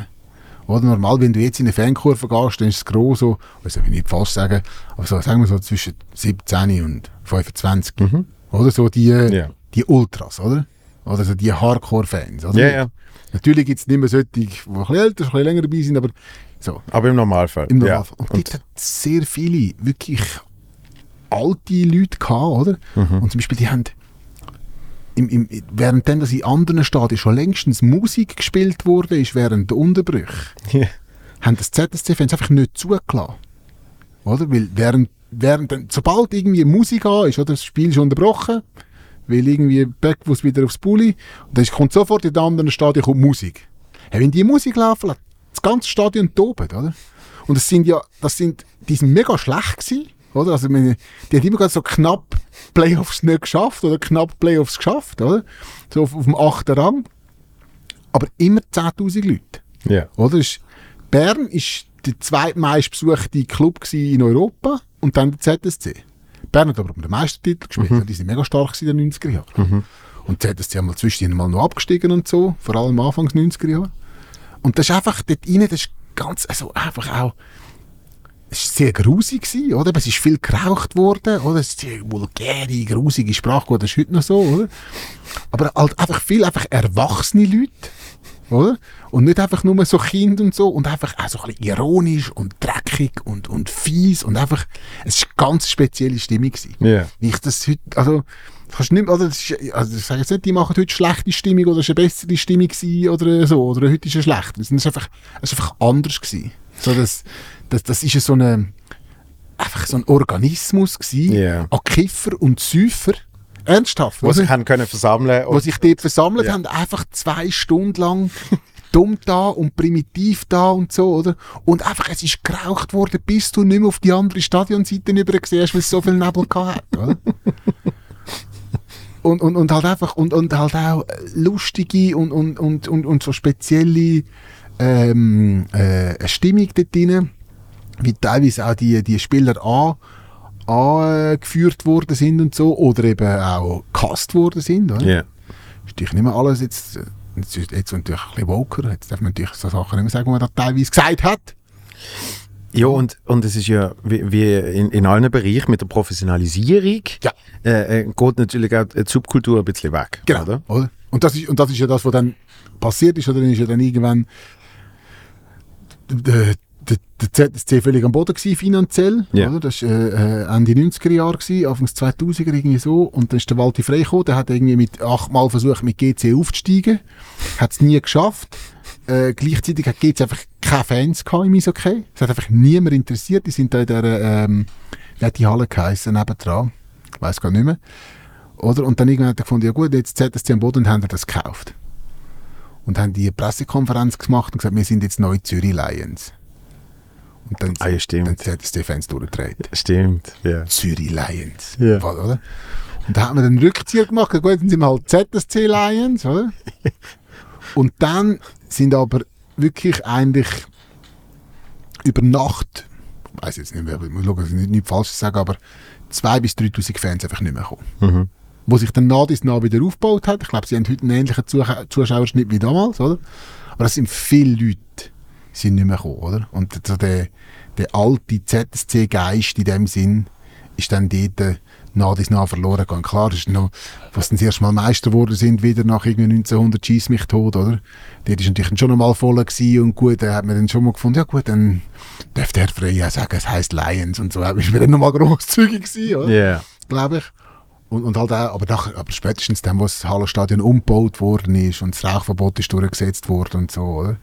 [SPEAKER 2] Oder normal, wenn du jetzt in eine Fankurve gehst, dann ist es gross, so, also will ich nicht fast sagen, aber so, sagen wir so zwischen 17 und 25. Oder so die,
[SPEAKER 1] Ja.
[SPEAKER 2] die Ultras, oder? Oder so die Hardcore-Fans, oder?
[SPEAKER 1] Ja, ja.
[SPEAKER 2] Natürlich gibt es nicht mehr solche, die ein bisschen älter, ein bisschen länger dabei sind, aber so,
[SPEAKER 1] Aber im Normalfall.
[SPEAKER 2] im Normalfall.
[SPEAKER 1] Ja.
[SPEAKER 2] Und dort hat es sehr viele wirklich alte Leute gehabt, oder?
[SPEAKER 1] Mhm.
[SPEAKER 2] Und zum Beispiel, die haben im, im, währenddem, dass in anderen Stadien schon längstens Musik gespielt wurde, ist während der Unterbrüche
[SPEAKER 1] Ja.
[SPEAKER 2] haben das ZSC-Fans einfach nicht zugelassen. Oder? Weil während, während, dann- sobald irgendwie Musik an ist, oder das Spiel ist unterbrochen, weil irgendwie Backwus wieder aufs Pulli, und dann ist- kommt sofort in den anderen Stadion kommt Musik. Hey, wenn die Musik laufen lässt, das ganze Stadion toben, oder? Und das sind ja, das sind, die sind mega schlecht gewesen, oder? Also, ich meine, die haben immer gerade so knapp Playoffs nicht geschafft, oder knapp Playoffs geschafft, oder? So auf, auf dem achten Rang. Aber immer 10.000 Leute.
[SPEAKER 1] Ja.
[SPEAKER 2] Oder? Ist, Bern ist der zweitmeistbesuchte Club gsi in Europa und dann der ZSC. Bern hat aber um den Meistertitel gespielt. Die sind mega stark gewesen in den 90er Jahren. Und die ZSC haben mal zwischendurch mal noch abgestiegen und so, vor allem Anfangs 90er Jahre. Und das ist einfach dort rein, das ist ganz, also einfach auch, es war sehr grusig, gewesen, oder? Es ist viel geraucht worden, oder? Es ist die vulgäre, grusige Sprache, gut, das ist heute noch so, oder? Aber halt einfach viel einfach erwachsene Leute, oder? Und nicht einfach nur so Kind und so und einfach auch so ein bisschen ironisch und dreckig und, und fies und einfach, es ist ganz spezielle Stimmung. Gewesen.
[SPEAKER 1] Ja.
[SPEAKER 2] Wie ich das heute, also, kannst du nicht, also, das ist, also, ich sage jetzt nicht, die machen heute schlechte Stimmung oder es war eine bessere Stimmung gewesen oder so, oder heute ist es schlecht. Es ist einfach, es ist einfach anders gewesen. So, das, das, das ist so eine, einfach so ein Organismus gewesen,
[SPEAKER 1] Ja.
[SPEAKER 2] an Kiffer und Säufer. Ernsthaft,
[SPEAKER 1] Was
[SPEAKER 2] oder?
[SPEAKER 1] ich haben können versammeln
[SPEAKER 2] wo sich dort versammelt
[SPEAKER 1] Ja.
[SPEAKER 2] haben, einfach zwei Stunden lang dumm da und primitiv da und so, oder? Und einfach, es ist geraucht worden, bis du nicht mehr auf die andere Stadionseite rüber gesehen hast, weil es so viel Nebel gehabt hat, oder? Und, und, und halt einfach, und, und halt auch äh, lustige und, und, und, und, und so spezielle ähm, äh, Stimmung dort drin, wie teilweise auch die, die Spieler an, angeführt worden sind und so, oder eben auch gehasst worden sind, oder?
[SPEAKER 1] Ja.
[SPEAKER 2] ist natürlich nicht mehr alles jetzt, äh, jetzt, ist- jetzt natürlich ein bisschen woker, jetzt darf man natürlich so Sachen nicht mehr sagen, die man da teilweise gesagt hat.
[SPEAKER 1] Ja, und, und es ist ja wie, wie in, in allen Bereichen mit der Professionalisierung
[SPEAKER 2] Ja.
[SPEAKER 1] äh, äh, geht natürlich auch die Subkultur ein bisschen weg. Oder?
[SPEAKER 2] Genau. Oder? Und, das ist, und das ist ja das, was dann passiert ist, oder dann ist ja dann irgendwann der, der, der Z- das C völlig am Boden gewesen, finanziell,
[SPEAKER 1] Ja.
[SPEAKER 2] oder? Das war äh, äh, Ende 90er Jahre, gewesen, Anfangs 2000er irgendwie so, und dann ist der Walti frei gekommen, der hat irgendwie mit achtmal versucht, mit GC aufzusteigen, hat es nie geschafft. Äh, gleichzeitig hat GC einfach keine Fans gehabt im Eishockey. Es hat einfach niemand interessiert. Die sind da in der, ähm, wie hat die Halle geheissen, nebendran. Ich weiss gar nicht mehr. Oder? Und dann irgendwann hat er gefunden, ja gut, jetzt ZSC am Boden und haben er das gekauft. Und haben die Pressekonferenz gemacht und gesagt, wir sind jetzt neu Zürich Lions. Und dann,
[SPEAKER 1] Ah, ja, stimmt.
[SPEAKER 2] dann ZSC-Fans durchgedreht.
[SPEAKER 1] Stimmt. Ja.
[SPEAKER 2] Zürich Lions.
[SPEAKER 1] Ja.
[SPEAKER 2] Voll, oder? Und da haben wir den Rückzieher gemacht. Gut, dann sind wir halt ZSC Lions, oder? Und dann sind aber wirklich eigentlich über Nacht, ich weiß jetzt nicht mehr, ich muss schauen, dass ich nicht, nicht Falsches sage, aber 2.000 bis 3.000 Fans einfach nicht mehr kommen. Wo sich dann nach dies nach wieder aufgebaut hat. Ich glaube, sie haben heute einen ähnlichen Zuschau- Zuschauerschnitt wie damals, oder? Aber es sind viele Leute, sind nicht mehr gekommen, oder? Und so der, der alte ZSC-Geist in dem Sinn ist dann dort äh, nach dies nach verloren gegangen. Klar, ist noch, was dann das erste Mal Meister geworden sind, wieder nach irgendwie 1900 schieß mich tot, oder? Dort ist natürlich schon einmal voll gewesen und gut, da hat man dann schon mal gefunden, ja gut, dann dürfte Herr Frey auch sagen, es heisst Lions und so, da ist man dann nochmal grosszügig gewesen, oder?
[SPEAKER 1] Ja.
[SPEAKER 2] glaube ich. Und, und halt auch, aber, nachher, aber spätestens dann, wo das Hallenstadion umgebaut worden ist und das Rauchverbot ist durchgesetzt worden und so, oder?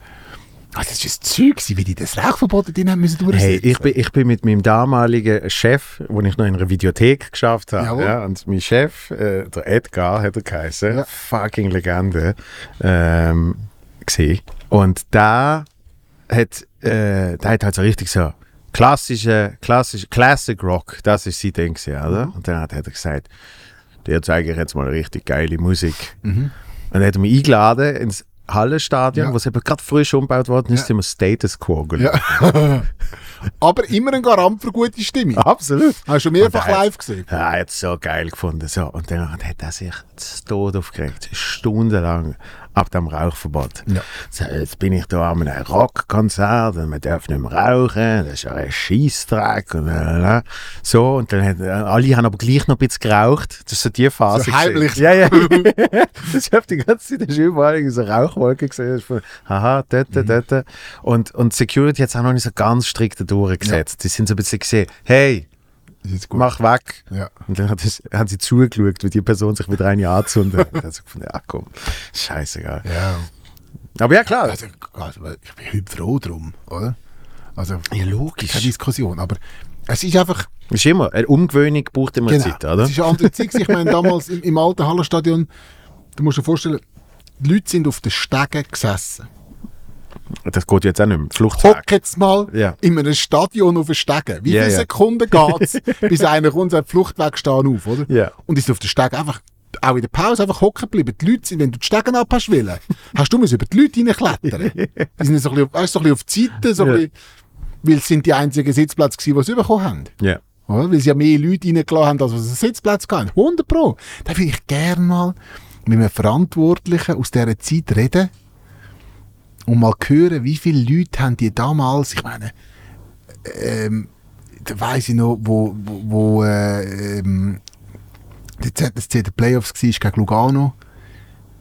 [SPEAKER 2] Also es war ein Zeug, gewesen, wie die das Rauchverbot drin haben müssen
[SPEAKER 1] Hey,
[SPEAKER 2] durchsetzen.
[SPEAKER 1] ich bin, ich bin mit meinem damaligen Chef, wo ich noch in einer Videothek geschafft habe,
[SPEAKER 2] Jawohl.
[SPEAKER 1] ja, und mein Chef, äh, der Edgar, hat er geheißen,
[SPEAKER 2] Ja.
[SPEAKER 1] fucking Legende, ähm, gesehen. Und da hat, äh, der hat halt so richtig so klassische, klassische, Classic Rock, das ist sein Ding gewesen,
[SPEAKER 2] Mhm.
[SPEAKER 1] oder? Und dann hat er gesagt, dir zeige ich jetzt mal richtig geile Musik. Und dann hat er mich eingeladen ins Hallenstadion,
[SPEAKER 2] Mhm. Ja.
[SPEAKER 1] was eben gerade frisch umgebaut worden ist,
[SPEAKER 2] Ja.
[SPEAKER 1] sind wir Status Quo gelaufen.
[SPEAKER 2] ja. aber immer ein Garant für gute Stimmung.
[SPEAKER 1] Ah, Absolut.
[SPEAKER 2] Hast du schon mehrfach
[SPEAKER 1] Und er hat-
[SPEAKER 2] live gesehen?
[SPEAKER 1] Ja, er hat es Ah, so geil gefunden. So. Und dann hat er sich zu Tod aufgeregt. Stundenlang ab dem Rauchverbot.
[SPEAKER 2] Ja.
[SPEAKER 1] So, jetzt bin ich da an einem Rockkonzert und man darf nicht mehr rauchen. Das ist ja ein Scheissdreck. Und, äh, so, und dann hat, äh, alle haben aber gleich noch ein bisschen geraucht. Das ist so die Phase.
[SPEAKER 2] So
[SPEAKER 1] gewesen.
[SPEAKER 2] heimlich.
[SPEAKER 1] Ja, ja. ich habe die ganze Zeit das ist überall irgendwie so Rauchwolke gesehen. Ich fand, Haha, dort,
[SPEAKER 2] Mhm.
[SPEAKER 1] dort. Und, und Security hat es auch noch nicht so ganz strikt durchgesetzt. Die sind so ein bisschen gesehen, hey,
[SPEAKER 2] Ist jetzt gut.
[SPEAKER 1] mach weg.
[SPEAKER 2] Ja.
[SPEAKER 1] Und dann hat, es, haben sie zugeschaut, wie die Person sich wieder eine anzündet. und dann hat sie gefunden, ja komm, scheißegal.
[SPEAKER 2] Ja.
[SPEAKER 1] Aber ja, klar.
[SPEAKER 2] Also, also, ich bin heute froh drum, oder? Also,
[SPEAKER 1] Ja,
[SPEAKER 2] keine
[SPEAKER 1] logisch.
[SPEAKER 2] Diskussion, aber es ist einfach...
[SPEAKER 1] Ist immer, eine Umgewöhnung braucht immer Zeit, oder?
[SPEAKER 2] Es Genau. ist eine andere Zeit. gewesen. Ich meine, damals im, im alten Hallenstadion, du musst dir vorstellen, die Leute sind auf den Stegen gesessen.
[SPEAKER 1] Das geht jetzt auch nicht mehr. Fluchtweg.
[SPEAKER 2] Hock jetzt mal
[SPEAKER 1] Ja.
[SPEAKER 2] in einem Stadion auf den Stegen. Wie
[SPEAKER 1] Ja,
[SPEAKER 2] viele
[SPEAKER 1] ja.
[SPEAKER 2] Sekunden geht's, bis einer kommt und sagt, Fluchtweg stehen auf, oder?
[SPEAKER 1] Ja.
[SPEAKER 2] Und ist auf den Stegen einfach, auch in der Pause, einfach hocken geblieben. Die Leute sind, wenn du die Stegen abhast willen, hast du müssen über die Leute hineinklettern. Die sind so ein bisschen, auf- weißt, du, so ein bisschen auf die Seite, so ein
[SPEAKER 1] Ja.
[SPEAKER 2] bisschen, weil es sind die einzigen Sitzplätze gewesen, die sie bekommen haben.
[SPEAKER 1] Ja.
[SPEAKER 2] Oder? Weil sie ja mehr Leute reingelassen haben, als es Sitzplätze hatten. 100 Pro. Da würde ich gerne mal mit einem Verantwortlichen aus dieser Zeit reden und mal hören, wie viele Leute haben die damals, ich meine, ähm, da weiss ich noch, wo, wo, wo äh, ähm, der ZSC der Playoffs war gegen Lugano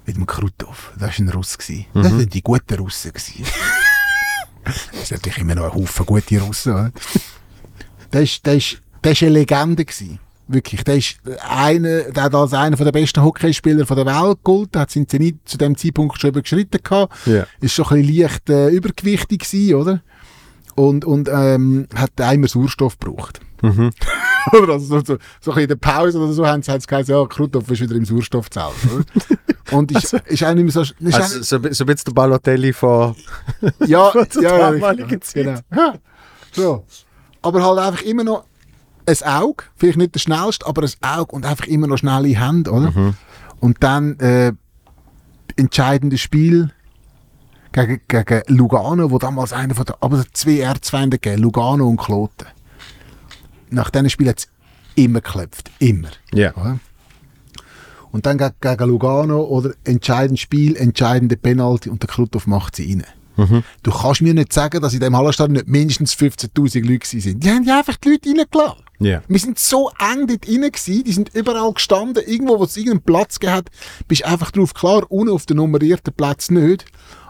[SPEAKER 2] mit dem Krutov. Das war ein Russ. gewesen. Das waren die guten Russen. gewesen. Es ist natürlich immer noch ein Haufen gute Russen. Oder? Der ist, der ist der war eine Legende. Gewesen. Wirklich, der, ist einer, der hat als einer der besten Hockeyspieler der Welt geholt, der hat seinen Zenit zu dem Zeitpunkt schon überschritten gehabt,
[SPEAKER 1] Ja.
[SPEAKER 2] ist schon ein bisschen leicht äh, übergewichtig gewesen, oder? Und, und ähm, hat einmal Sauerstoff gebraucht. oder also so, so, so ein bisschen in der Pause oder so haben sie haben sie gesagt, ja, Kruthoff ist wieder im Sauerstoffzelt. Oder? und ist, ist auch nicht mehr so... Ist auch-
[SPEAKER 1] Also, so, bi- so ein bisschen der Ballotelli von.
[SPEAKER 2] ja,
[SPEAKER 1] Von der
[SPEAKER 2] ja,
[SPEAKER 1] damaligen
[SPEAKER 2] richtig.
[SPEAKER 1] Zeit.
[SPEAKER 2] Genau. Ja. So. Aber halt einfach immer noch ein Auge, vielleicht nicht der schnellste, aber ein Auge und einfach immer noch schnelle Hände, oder?
[SPEAKER 1] Mhm.
[SPEAKER 2] Und dann äh, entscheidendes Spiel gegen, gegen Lugano, wo damals einer von der, aber zwei Erzfeinde gegeben, Lugano und Kloten. Nach diesen Spielen hat es immer geklopft, immer.
[SPEAKER 1] Ja.
[SPEAKER 2] Oder? Und dann gegen, gegen Lugano oder entscheidendes Spiel, entscheidende Penalty und der Kruthoff macht sie rein.
[SPEAKER 1] Mhm.
[SPEAKER 2] Du kannst mir nicht sagen, dass in diesem Hallenstadion nicht mindestens 15.000 Leute gewesen sind. Die haben ja einfach die Leute reingelassen.
[SPEAKER 1] Ja.
[SPEAKER 2] Wir sind so eng dort rein gewesen, die sind überall gestanden, irgendwo, wo es irgendeinen Platz gegeben hat, bist einfach drauf klar, unten auf den nummerierten Platz nicht,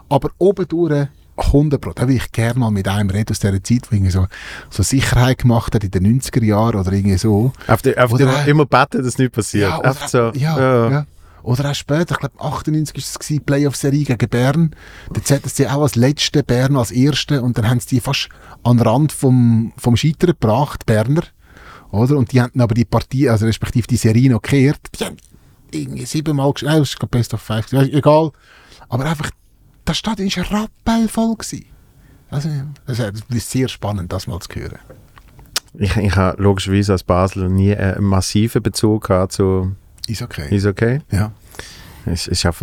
[SPEAKER 2] aber oben durch 100 Pro. Da will ich gerne mal mit einem reden aus dieser Zeit, wo irgendwie so, so Sicherheit gemacht hat in den 90er Jahren oder irgendwie so.
[SPEAKER 1] Auf der, auf
[SPEAKER 2] Oder-
[SPEAKER 1] der immer beten, dass nichts passiert.
[SPEAKER 2] Ja, oder,
[SPEAKER 1] Einfach so.
[SPEAKER 2] ja, ja. oder auch später, ich glaube 98 war es, gewesen, Playoff-Serie gegen Bern. Dort hätten sie auch als Letzte, Bern als Erste und dann haben sie die fast an den Rand vom, vom Scheitern gebracht, die Berner. Oder? Und die haben aber die Partie, also respektive die Serie noch gekehrt. Die haben irgendwie siebenmal gesch- Nein, das ist Best of Five, gewesen, egal. Aber einfach, das Stadion war rappellvoll. Gewesen. Also, das ist sehr spannend, das mal zu hören.
[SPEAKER 1] Ich, ich habe logischerweise als Basel nie äh, einen massiven Bezug gehabt zu
[SPEAKER 2] Ist okay.
[SPEAKER 1] «Is okay».
[SPEAKER 2] Ja.
[SPEAKER 1] Es, es schafft,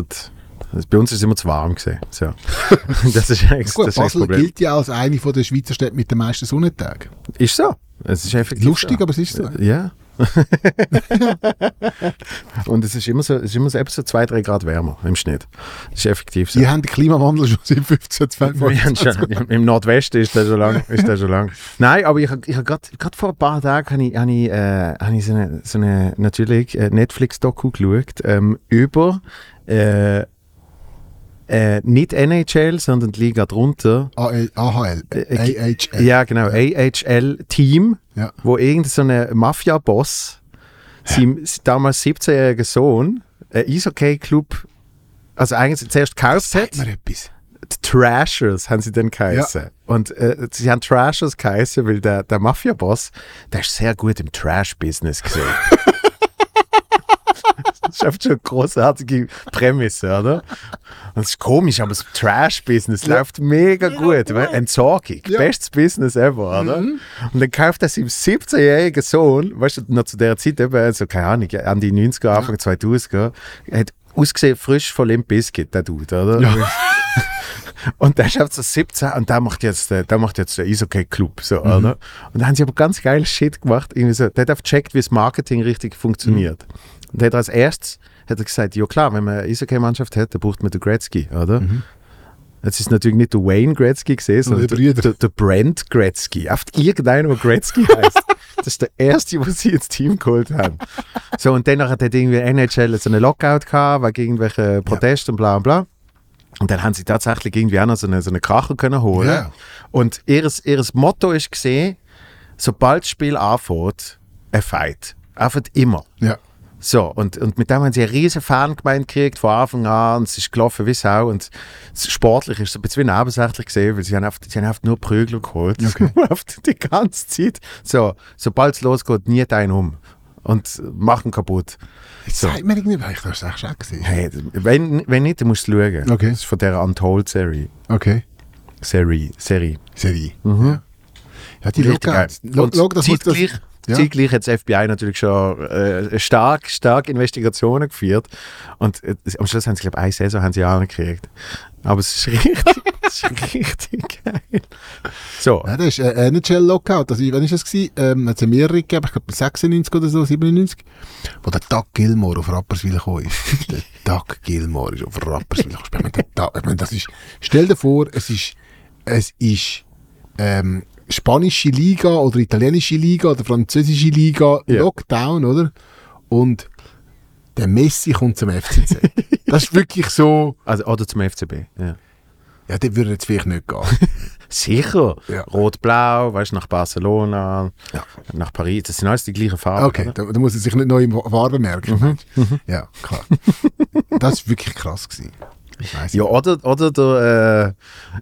[SPEAKER 1] es, bei uns ist es immer zu warm gewesen. So. das ist eigentlich
[SPEAKER 2] Gut,
[SPEAKER 1] das, ist eigentlich das
[SPEAKER 2] Basel
[SPEAKER 1] Problem.
[SPEAKER 2] gilt ja als eine von der Schweizer Städte mit den meisten Sonnentagen.
[SPEAKER 1] Ist so. Es ist effektiv
[SPEAKER 2] Lustig,
[SPEAKER 1] so.
[SPEAKER 2] aber es ist so.
[SPEAKER 1] Ja. Und es ist immer so, es ist immer so, etwa so zwei, drei Grad wärmer im Schnitt. Das ist effektiv so.
[SPEAKER 2] Die haben den Klimawandel schon seit 15, 20
[SPEAKER 1] Wir haben
[SPEAKER 2] Jahren.
[SPEAKER 1] schon, im- Im Nordwesten ist der schon lang. Ist der schon lang. Nein, aber ich, hab- ich habe gerade vor ein paar Tagen habe ich, hab ich, äh, hab ich so eine, so eine natürlich äh, Netflix-Doku geschaut ähm, über äh, äh, nicht NHL, sondern die Liga drunter.
[SPEAKER 2] AL, AHL,
[SPEAKER 1] Äh,
[SPEAKER 2] AHL.
[SPEAKER 1] Ja, genau. AHL-Team,
[SPEAKER 2] Ja.
[SPEAKER 1] wo irgendein so ein Mafia-Boss, seinem s- damals 17-jährigen Sohn, einen Eishockey-Club, also eigentlich zuerst gekauft hat.
[SPEAKER 2] Sagt mir etwas.
[SPEAKER 1] Die Trashers haben sie dann geheißen. Und äh, sie haben Trashers geheißen, weil der, der Mafia-Boss, der ist sehr gut im Trash-Business gesehen. Das ist einfach schon eine großartige Prämisse, oder? Und es ist komisch, aber das Trash-Business läuft mega gut. weil Entsorgung, bestes Business ever, oder? Und dann kauft er seinem 17-jährigen Sohn, weißt du, noch zu der Zeit, eben, also keine Ahnung, an die 90er, Anfang 2000er, er hat ausgesehen frisch von Limp Bizkit, der Dude, oder? Und der schafft so 17 und der macht jetzt, äh, der macht jetzt den Eishockey-Club. So, oder? Und da haben sie aber ganz geil Shit gemacht. Irgendwie so, der hat auch gecheckt, wie das Marketing richtig funktioniert. Und der hat als erstes hat er gesagt, ja klar, wenn man eine Eishockey-Mannschaft hat, dann braucht man den Gretzky, oder? Jetzt ist natürlich nicht der Wayne Gretzky gesehen, sondern
[SPEAKER 2] der
[SPEAKER 1] der,
[SPEAKER 2] Brüder.
[SPEAKER 1] der, der Brent Gretzky. Auf irgendeiner, der Gretzky heißt. Das ist der erste, den sie ins Team geholt haben. So, und danach hat irgendwie NHL so einen Lockout gehabt, wegen irgendwelchen Protesten und bla und bla. Und dann haben sie tatsächlich irgendwie auch noch so einen so eine Kracher können holen.
[SPEAKER 2] Ja.
[SPEAKER 1] Und ihres, ihres Motto ist gesehen, sobald das Spiel anfängt, ein Fight. Einfach immer.
[SPEAKER 2] Ja.
[SPEAKER 1] So, und, und mit dem haben sie einen riesen Fangemeinde gekriegt von Anfang an. Und es ist gelaufen wie Sau. Und es- sportlich ist es ein bisschen wie nebensächlich gesehen, weil sie haben einfach, sie haben einfach nur Prügel geholt.
[SPEAKER 2] Okay.
[SPEAKER 1] Auf die- die ganze Zeit. So, sobald es losgeht, nie einen um. Und machen kaputt. So.
[SPEAKER 2] Sagt mir irgendwie, weil ich das echt schon gesehen
[SPEAKER 1] Hey, wenn, wenn nicht, dann musst du es schauen.
[SPEAKER 2] Okay.
[SPEAKER 1] Das ist von dieser Untold-Serie.
[SPEAKER 2] Okay.
[SPEAKER 1] Serie. Serie.
[SPEAKER 2] Serie.
[SPEAKER 1] Mhm.
[SPEAKER 2] Ja. ja, die Lockouts. Lo- Log, das muss das.
[SPEAKER 1] zeitgleich,
[SPEAKER 2] Ja.
[SPEAKER 1] zeitgleich hat das FBI natürlich schon äh, stark, stark Investigationen geführt. Und äh, am Schluss haben sie, glaube ich, eine Saison haben sie angekriegt. Aber es ist richtig, es ist richtig geil. So,
[SPEAKER 2] Ja, das ist ein NHL-Lockout. Also, wann war das? gewesen? Ähm, hat es mehrere gegeben, ich glaube 96 oder so, 97, wo der Doug Gilmore auf Rapperswil gekommen ist. der Doug Gilmore ist auf Rapperswil gekommen. Ich meine, der Doug- ich meine, das ist, stell dir vor, es ist, es ist ähm, spanische Liga oder italienische Liga oder französische Liga,
[SPEAKER 1] Ja.
[SPEAKER 2] Lockdown, oder? Und der Messi kommt zum FCZ. das ist wirklich so...
[SPEAKER 1] also, oder zum FCB. Ja.
[SPEAKER 2] Ja, dort würde jetzt vielleicht nicht gehen.
[SPEAKER 1] Sicher.
[SPEAKER 2] Ja.
[SPEAKER 1] Rot-Blau, weißt du, nach Barcelona,
[SPEAKER 2] Ja.
[SPEAKER 1] nach Paris. Das sind alles die gleichen Farben.
[SPEAKER 2] Okay,
[SPEAKER 1] oder?
[SPEAKER 2] da, da muss er sich nicht neu im Wa- Waren merken. meinst du? Ja, klar. das war wirklich krass. Gewesen. Ich weiss
[SPEAKER 1] Ja, oder, oder der,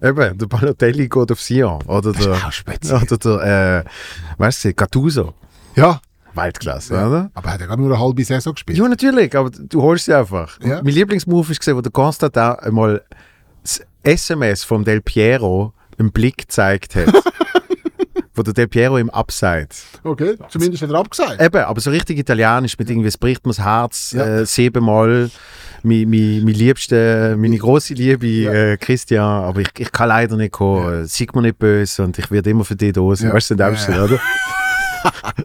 [SPEAKER 1] äh, eben, der Balotelli geht auf Sion. Oder
[SPEAKER 2] Das ist
[SPEAKER 1] der,
[SPEAKER 2] auch speziell.
[SPEAKER 1] oder der äh, weißt du, Gattuso.
[SPEAKER 2] Ja,
[SPEAKER 1] Weltklasse, oder?
[SPEAKER 2] aber er hat ja gerade nur eine halbe Saison gespielt.
[SPEAKER 1] Ja, natürlich, aber du holst sie einfach.
[SPEAKER 2] Ja.
[SPEAKER 1] Mein Lieblingsmove ist gesehen, wo der Constantin einmal das SMS vom Del Piero im Blick gezeigt hat. wo der Del Piero im Abseits.
[SPEAKER 2] Okay, zumindest hat er abgesagt.
[SPEAKER 1] Eben, aber so richtig italienisch, mit irgendwie, es bricht mir das Herz,
[SPEAKER 2] Ja.
[SPEAKER 1] äh, siebenmal, mi, mi, mi liebste, meine große Liebe, äh, Christian, aber ich, ich kann leider nicht kommen, ja. sieht mir nicht böse und ich werde immer für dich da sein,
[SPEAKER 2] Ja.
[SPEAKER 1] weißt du, den Abstand, oder?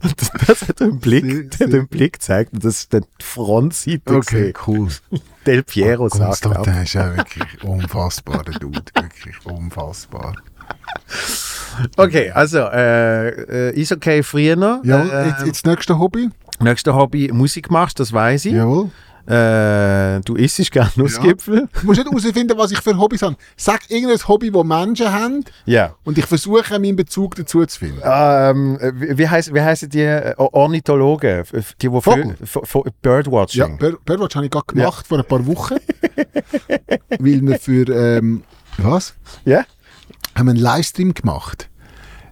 [SPEAKER 1] das, das hat er im Blick,
[SPEAKER 2] Sie-
[SPEAKER 1] der hat er im Blick gezeigt und das ist dann die Frontseite
[SPEAKER 2] Okay,
[SPEAKER 1] gewesen.
[SPEAKER 2] cool.
[SPEAKER 1] Del Piero sagt
[SPEAKER 2] Konstantin
[SPEAKER 1] ab.
[SPEAKER 2] ist ja wirklich unfassbar, der Dude. Wirklich unfassbar.
[SPEAKER 1] Okay, also, äh, äh, ist okay, früher,
[SPEAKER 2] Ja, ähm.
[SPEAKER 1] äh,
[SPEAKER 2] jetzt, jetzt das nächste Hobby.
[SPEAKER 1] nächstes Hobby, Musik machst, das weiß ich,
[SPEAKER 2] Jawohl.
[SPEAKER 1] äh, du isst gerne Nussgipfel,
[SPEAKER 2] Du musst nicht herausfinden, was ich für Hobbys habe. Sag irgendein Hobby, das Menschen haben
[SPEAKER 1] ja.
[SPEAKER 2] und ich versuche, meinen Bezug dazu zu finden.
[SPEAKER 1] Ähm, wie, wie heißen wie heissen die äh, Ornithologen? F- f- Die, wo
[SPEAKER 2] Vogel.
[SPEAKER 1] für, für
[SPEAKER 2] Ja,
[SPEAKER 1] Birdwatching.
[SPEAKER 2] Bird- Birdwatch habe ich gerade gemacht vor ein paar Wochen, weil wir für ähm, was
[SPEAKER 1] Ja?
[SPEAKER 2] haben wir einen Livestream gemacht.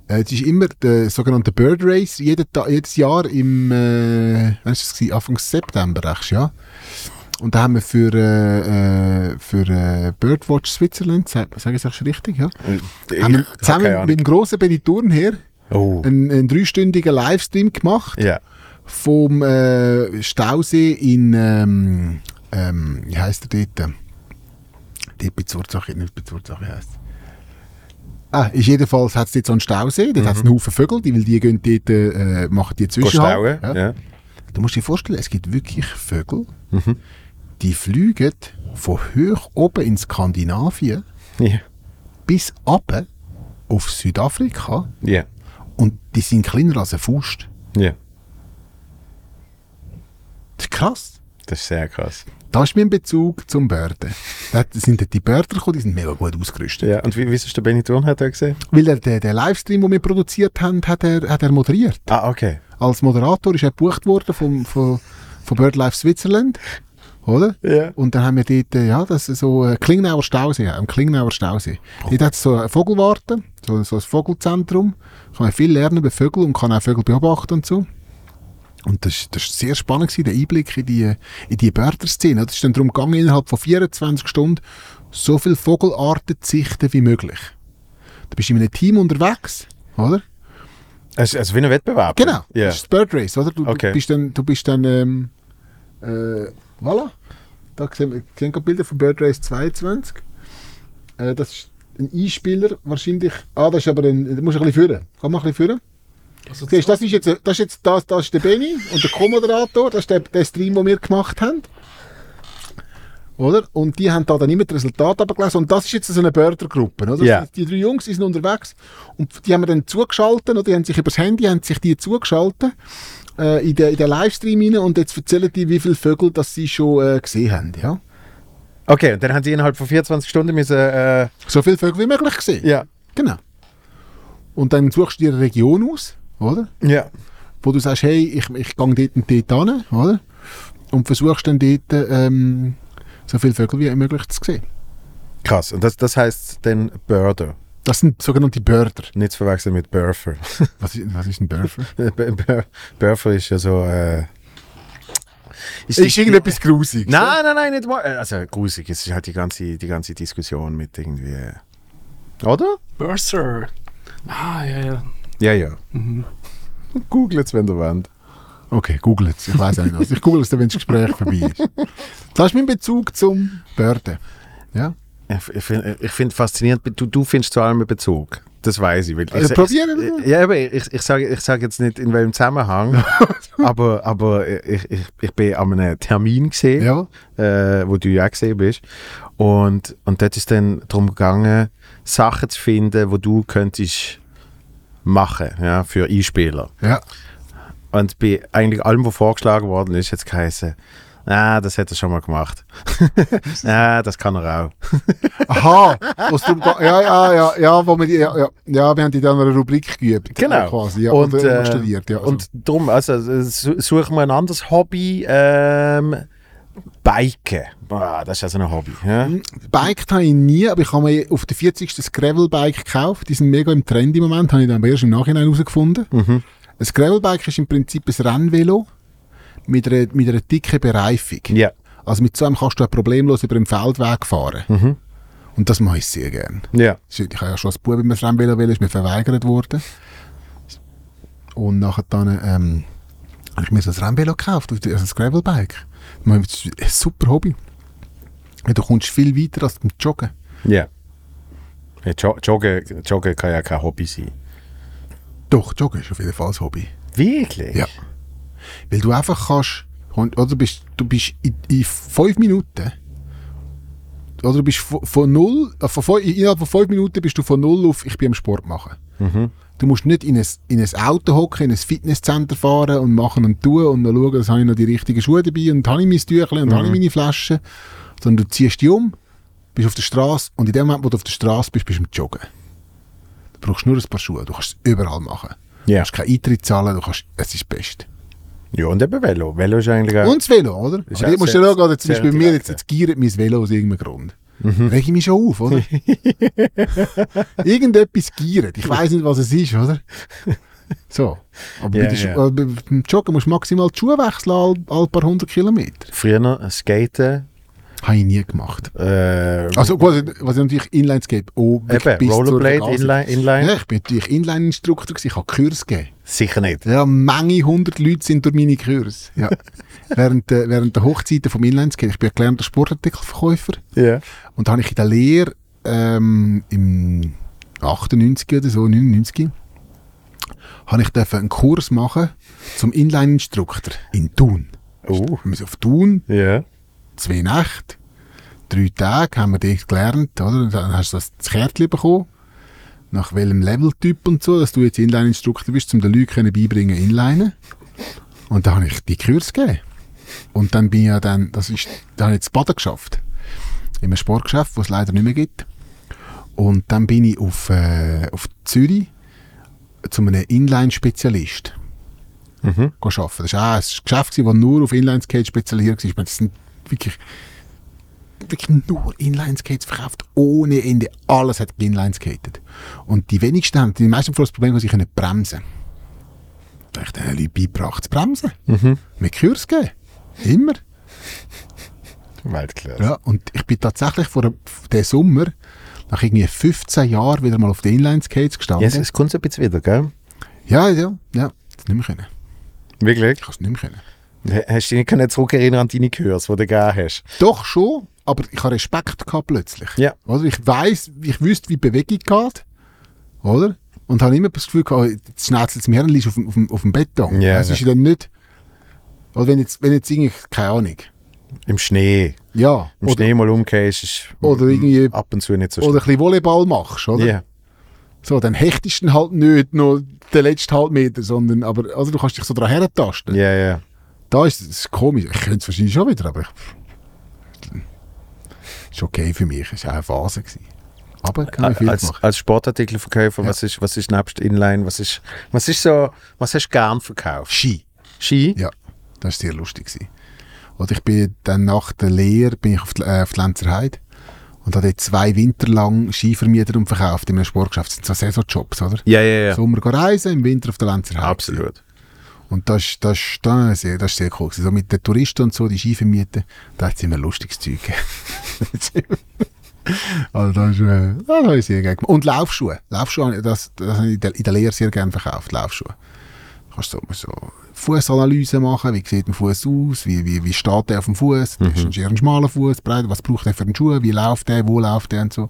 [SPEAKER 2] Äh, Es ist immer der sogenannte Bird Race jeden Ta- jedes Jahr im äh, wann ist das gewesen? Anfang September, rechts, ja. Und da haben wir für, äh, äh, für äh, Birdwatch Switzerland, sage sag ich es richtig, ja? haben wir
[SPEAKER 1] hab
[SPEAKER 2] zusammen
[SPEAKER 1] keine Ahnung.
[SPEAKER 2] mit dem grossen Benny Thurnherr
[SPEAKER 1] Oh.
[SPEAKER 2] einen, einen dreistündigen Livestream gemacht
[SPEAKER 1] Ja.
[SPEAKER 2] vom äh, Stausee in, ähm, ähm, wie heisst der dort? Dort bei Zurzach, nicht bei Zurzach, wie heisst Ah, ist jedenfalls hat es dort so einen Stausee, dort hat's
[SPEAKER 1] Mhm.
[SPEAKER 2] hat es einen Haufen Vögel, die, weil die gehen dort, äh, machen die
[SPEAKER 1] Gehst
[SPEAKER 2] zwischen.
[SPEAKER 1] stauen? Ja.
[SPEAKER 2] Du musst dir vorstellen, es gibt wirklich Vögel,
[SPEAKER 1] Mhm.
[SPEAKER 2] die fliegen von hoch oben in Skandinavien
[SPEAKER 1] Ja.
[SPEAKER 2] bis runter auf Südafrika
[SPEAKER 1] Ja.
[SPEAKER 2] und die sind kleiner als ein Faust.
[SPEAKER 1] Ja.
[SPEAKER 2] Das ist krass.
[SPEAKER 1] Das ist sehr krass.
[SPEAKER 2] Da ist mein Bezug zum Börden. Da hat- sind dort die Börder gekommen, die sind mega gut ausgerüstet.
[SPEAKER 1] Ja. Und wie, wieso ist der Benny Thurn hat er gesehen?
[SPEAKER 2] Weil er den, den Livestream, den wir produziert haben, hat er, hat er moderiert.
[SPEAKER 1] Ah, okay.
[SPEAKER 2] Als Moderator ist er gebucht worden vom, von, von BirdLife Switzerland. Oder?
[SPEAKER 1] Ja.
[SPEAKER 2] Und dann haben wir dort, äh, ja, das ist so äh, Klingnauer Stausee, am Klingnauer Stausee. Dort hat es so eine Vogelwarte, so, so ein Vogelzentrum. Kann man viel lernen über Vögel und kann auch Vögel beobachten und so. Und das war das ist sehr spannend, gewesen, der Einblick in die, in die Börderszene. Es ist dann darum gegangen, innerhalb von 24 Stunden so viele Vogelarten zu sichten wie möglich. Du bist in einem Team unterwegs, oder?
[SPEAKER 1] Also, also wie ein Wettbewerb.
[SPEAKER 2] Genau,
[SPEAKER 1] Ja.
[SPEAKER 2] das ist das Bird Race, oder? Du,
[SPEAKER 1] Okay.
[SPEAKER 2] du bist dann, du bist dann ähm, äh, voilà, da sehen wir sehen gerade Bilder von Bird Race 22. Äh, das ist ein Einspieler, wahrscheinlich, ah, das ist aber ein, da musst du ein bisschen führen, kann man ein bisschen führen?
[SPEAKER 3] Also
[SPEAKER 2] Siehst, du, das ist jetzt, das ist jetzt das, das ist der Benny und der Co-Moderator, das ist der, der Stream, den wir gemacht haben. Oder? Und die haben da dann immer das Resultat abgelesen. Und das ist jetzt so eine Bördergruppe. Oder?
[SPEAKER 1] Ja.
[SPEAKER 2] Die drei Jungs die sind unterwegs und die haben wir dann zugeschaltet, oder? Die haben sich über das Handy haben sich die zugeschaltet äh, in, den, in den Livestream rein und jetzt erzählen die, wie viele Vögel das sie schon äh, gesehen haben. Ja?
[SPEAKER 1] Okay, und dann haben sie innerhalb von 24 Stunden müssen. Äh,
[SPEAKER 2] So viele Vögel wie möglich gesehen.
[SPEAKER 1] ja.
[SPEAKER 2] Genau. Und dann suchst du dir eine Region aus, oder?
[SPEAKER 1] Ja.
[SPEAKER 2] wo du sagst, hey, ich, ich gehe dort und dort hin, oder? Und versuchst dann dort ähm, so viele Vögel wie möglich zu sehen.
[SPEAKER 1] Krass. Und das, das heißt dann Birder.
[SPEAKER 2] Das sind sogenannte Börder.
[SPEAKER 1] Nicht zu verwechseln mit Burfer.
[SPEAKER 2] Was ist, was ist ein Börfer?
[SPEAKER 1] Burfer ist ja so. Äh,
[SPEAKER 2] ist irgendetwas grusiges?
[SPEAKER 1] Nein, nein, nein, nicht mal. äh, Also grusig, es ist halt die ganze, die ganze Diskussion mit irgendwie. äh, Oder?
[SPEAKER 3] Bursar. Ah, ja, ja.
[SPEAKER 1] Ja, ja.
[SPEAKER 3] Mhm.
[SPEAKER 1] Googelt es, wenn ihr wollt.
[SPEAKER 2] Okay, google es. Ich weiß auch nicht was. Ich google es, dann, wenn das Gespräch vorbei ist. Das ist mein Bezug zum Börden. Ja?
[SPEAKER 1] Ich, ich finde ich find faszinierend, du, du findest zu allem einen Bezug. Das weiß ich. Weil ich ich-
[SPEAKER 2] Also probieren wir
[SPEAKER 1] ich,
[SPEAKER 2] mal.
[SPEAKER 1] Ja, aber ich, ich sage ich sag jetzt nicht, in welchem Zusammenhang, aber, aber äh, ich, ich, ich bin an einem Termin gesehen.
[SPEAKER 2] Ja?
[SPEAKER 1] äh, wo du ja auch gesehen bist. Und, und dort ist dann darum gegangen, Sachen zu finden, wo du könntest machen ja, für Einspieler.
[SPEAKER 2] Ja.
[SPEAKER 1] Und bei eigentlich allem, was vorgeschlagen worden ist, hat es geheißen, Ah, das hat er schon mal gemacht. ah, das kann er auch.
[SPEAKER 2] Aha, was drum geht. Ja, ja, ja, ja, wo wir, die, ja, ja, ja, wir haben die dann eine Rubrik geübt.
[SPEAKER 1] Genau.
[SPEAKER 2] Quasi, ja,
[SPEAKER 1] Und,
[SPEAKER 2] und, oder
[SPEAKER 1] äh,
[SPEAKER 2] studiert, ja. Also.
[SPEAKER 1] Und darum, also äh, su- suchen wir ein anderes Hobby. Ähm, Biken. Ah, das ist also ein Hobby. Ja?
[SPEAKER 2] Mhm. Bike habe ich nie, aber ich habe mir auf der 40. das Gravelbike gekauft. Die sind mega im Trend im Moment, habe ich dann aber erst im Nachhinein herausgefunden.
[SPEAKER 1] Mhm.
[SPEAKER 2] Ein Gravelbike ist im Prinzip ein Rennvelo mit einer, mit einer dicken Bereifung.
[SPEAKER 1] Ja.
[SPEAKER 2] Also mit so einem kannst du auch problemlos über den Feldweg fahren. Und das mache ich sehr gerne.
[SPEAKER 1] Ja.
[SPEAKER 2] Ich habe ja schon als Bub immer das Rennvelo wollen, ist mir verweigert worden. Und nachher dann ähm, habe ich mir so ein Rennvelo gekauft, also ein Gravelbike. Ich meine, Das ist ein super Hobby. Du kommst viel weiter als beim Joggen.
[SPEAKER 1] Ja. ja jo Joggen, Joggen kann ja kein Hobby sein.
[SPEAKER 2] Doch, Joggen ist auf jeden Fall ein Hobby.
[SPEAKER 1] Wirklich?
[SPEAKER 2] Ja. Weil du einfach kannst, und- oder bist, du bist in, in fünf Minuten, oder du bist von, von null, äh, von, fün- innerhalb von fünf Minuten bist du von null auf, ich bin am Sport machen. Du musst nicht in ein, in ein Auto hocken, in ein Fitnesscenter fahren und machen und tun und noch schauen, dass habe ich noch die richtigen Schuhe dabei und habe ich mein Tüchlein und habe ich meine Flasche. Sondern du ziehst dich um, bist auf der Straße und in dem Moment, wo du auf der Straße bist, bist du am Joggen. Du brauchst nur ein paar Schuhe, du kannst es überall machen.
[SPEAKER 1] Ja.
[SPEAKER 2] Du musst keinen Eintritt zahlen, du kannst, es ist das Beste.
[SPEAKER 1] Ja, und eben Velo. Velo ist eigentlich auch...
[SPEAKER 2] Und das Velo, oder?
[SPEAKER 1] Ist
[SPEAKER 2] Aber
[SPEAKER 1] auch
[SPEAKER 2] ich muss
[SPEAKER 1] sehr-
[SPEAKER 2] ja schauen, oder zum
[SPEAKER 1] sehr
[SPEAKER 2] Beispiel bei mir jetzt,
[SPEAKER 1] direkt,
[SPEAKER 2] jetzt giert mein Velo aus irgendeinem Grund.
[SPEAKER 1] Mhm.
[SPEAKER 2] Reg ich mich schon auf, oder? Irgendetwas giert. Ich weiß nicht, was es ist, oder? So. Aber
[SPEAKER 1] Ja,
[SPEAKER 2] bei der Schu-
[SPEAKER 1] ja.
[SPEAKER 2] äh, bei- beim Joggen musst du maximal die Schuhe wechseln, all, all paar hundert Kilometer.
[SPEAKER 1] Früher Skaten,
[SPEAKER 2] Habe ich nie gemacht.
[SPEAKER 1] äh,
[SPEAKER 2] Also quasi, was ich natürlich Inlineskate auch wirklich
[SPEAKER 1] eben,
[SPEAKER 2] bis zur
[SPEAKER 1] Rollerblade,
[SPEAKER 2] Vergasung-
[SPEAKER 1] Inline. Inline.
[SPEAKER 2] Ja, ich bin natürlich Inline-Instruktor, gewesen, ich habe Kurs gegeben.
[SPEAKER 1] Sicher nicht.
[SPEAKER 2] Ja, Menge hundert Leute sind durch meine Kurs. Ja. während, der- während der Hochzeiten vom Inlineskate, ich bin ja gelernter Sportartikelverkäufer
[SPEAKER 1] Ja.
[SPEAKER 2] und da habe ich in der Lehre ähm, im 98 oder so, 99, habe ich dürfen einen Kurs machen zum Inline-Instruktor in Thun.
[SPEAKER 1] Oh.
[SPEAKER 2] Wir sind auf Thun,
[SPEAKER 1] Ja.
[SPEAKER 2] zwei Nächte, drei Tage haben wir dort gelernt, oder? Dann hast du das Kärtchen bekommen, nach welchem Leveltyp und so, dass du jetzt Inline-Instruktor bist, um den Leuten können beibringen Inline. Und da habe ich die Kurs gegeben. Und dann bin ich ja dann, das ist, da habe ich jetzt Baden geschafft. In einem Sportgeschäft, das es leider nicht mehr gibt. Und dann bin ich auf, äh, auf Zürich zu einem Inline-Spezialist go arbeiten. Das war auch ein Geschäft, gewesen, das nur auf Inlineskate spezialisiert war. Ich meine, das sind wirklich, wirklich nur Inlineskates verkauft, ohne Ende. Alles hat Inlineskated. Und die wenigsten haben, die meisten haben das Problem, dass sie können bremsen Da habe ich den Leuten beigebracht, zu bremsen. Mit Kurs geben. Immer.
[SPEAKER 1] Weltklasse.
[SPEAKER 2] Ja, und ich bin tatsächlich vor dem Sommer, nach irgendwie 15 Jahren, wieder mal auf den Inlineskates
[SPEAKER 1] Ja,
[SPEAKER 2] gestanden.
[SPEAKER 1] es, es kommt so ein bisschen wieder, gell?
[SPEAKER 2] Ja, ja, ja. Das nicht mehr können.
[SPEAKER 1] Wirklich?
[SPEAKER 2] Ich kann es nicht mehr können.
[SPEAKER 1] H- Hast du dich nicht zurückerinnern an deine Kurs, die du gegeben hast?
[SPEAKER 2] Doch schon, aber ich habe Respekt gehabt plötzlich.
[SPEAKER 1] Ja.
[SPEAKER 2] Oder ich weiß, ich wüsste, wie die Bewegung geht, oder? Und habe immer das Gefühl gehabt, oh, jetzt schnetzelt es mir und liegt auf, dem- auf, dem- auf dem Beton.
[SPEAKER 1] Ja,
[SPEAKER 2] es
[SPEAKER 1] ja.
[SPEAKER 2] ist ja dann nicht, oder wenn jetzt, wenn jetzt irgendwie, keine Ahnung,
[SPEAKER 1] Im Schnee.
[SPEAKER 2] ja,
[SPEAKER 1] Im
[SPEAKER 2] oder,
[SPEAKER 1] Schnee mal umgehst, ist
[SPEAKER 2] Oder irgendwie-
[SPEAKER 1] ab und zu nicht so
[SPEAKER 2] oder ein bisschen Volleyball machst, oder?
[SPEAKER 1] Ah, Ja.
[SPEAKER 2] So, dann hechtest du ihn halt nicht nur den letzten Halbmeter, sondern, aber, also du kannst dich so dran herentasten.
[SPEAKER 1] Ja, ja.
[SPEAKER 2] Da ist es komisch. Ich könnte es wahrscheinlich schon wieder, aber ich, ist okay für mich. Es war auch eine Phase. Gewesen. Aber kann ich viel
[SPEAKER 1] Als,
[SPEAKER 2] machen.
[SPEAKER 1] als Sportartikelverkäufer, was ist, was ist nebst Inline, was ist, was ist so, was hast du gern verkauft?
[SPEAKER 2] Ski.
[SPEAKER 1] Ski?
[SPEAKER 2] Ja, das war sehr lustig. Gewesen. Und ich bin dann nach der Lehre bin ich auf die, äh, auf die Lenzerheide und habe dort zwei Winter lang Ski vermietet und verkauft in einem Sportgeschäft. Das sind so Saisonjobs, oder?
[SPEAKER 1] Ja, ja, ja.
[SPEAKER 2] Sommer gehen reisen, im Winter auf der Lenzerheide.
[SPEAKER 1] Absolut.
[SPEAKER 2] Und das, ist- das, ist- das, ist sehr, das ist sehr cool. gewesen. So mit den Touristen und so, die Ski vermieten, da hat es immer lustiges Zeug gegeben. also das, ist, äh, das habe ich sehr gerne gemacht. Und Laufschuhe. Laufschuhe, habe ich- das, das habe ich in der, in der Lehre sehr gerne verkauft, Laufschuhe. Du kannst so, so Fußanalyse machen, wie sieht ein Fuß aus, wie, wie, wie steht der auf dem Fuß, mhm. ist ein schmaler Fuß, breit, was braucht er für einen Schuh, wie läuft der, wo läuft der und so.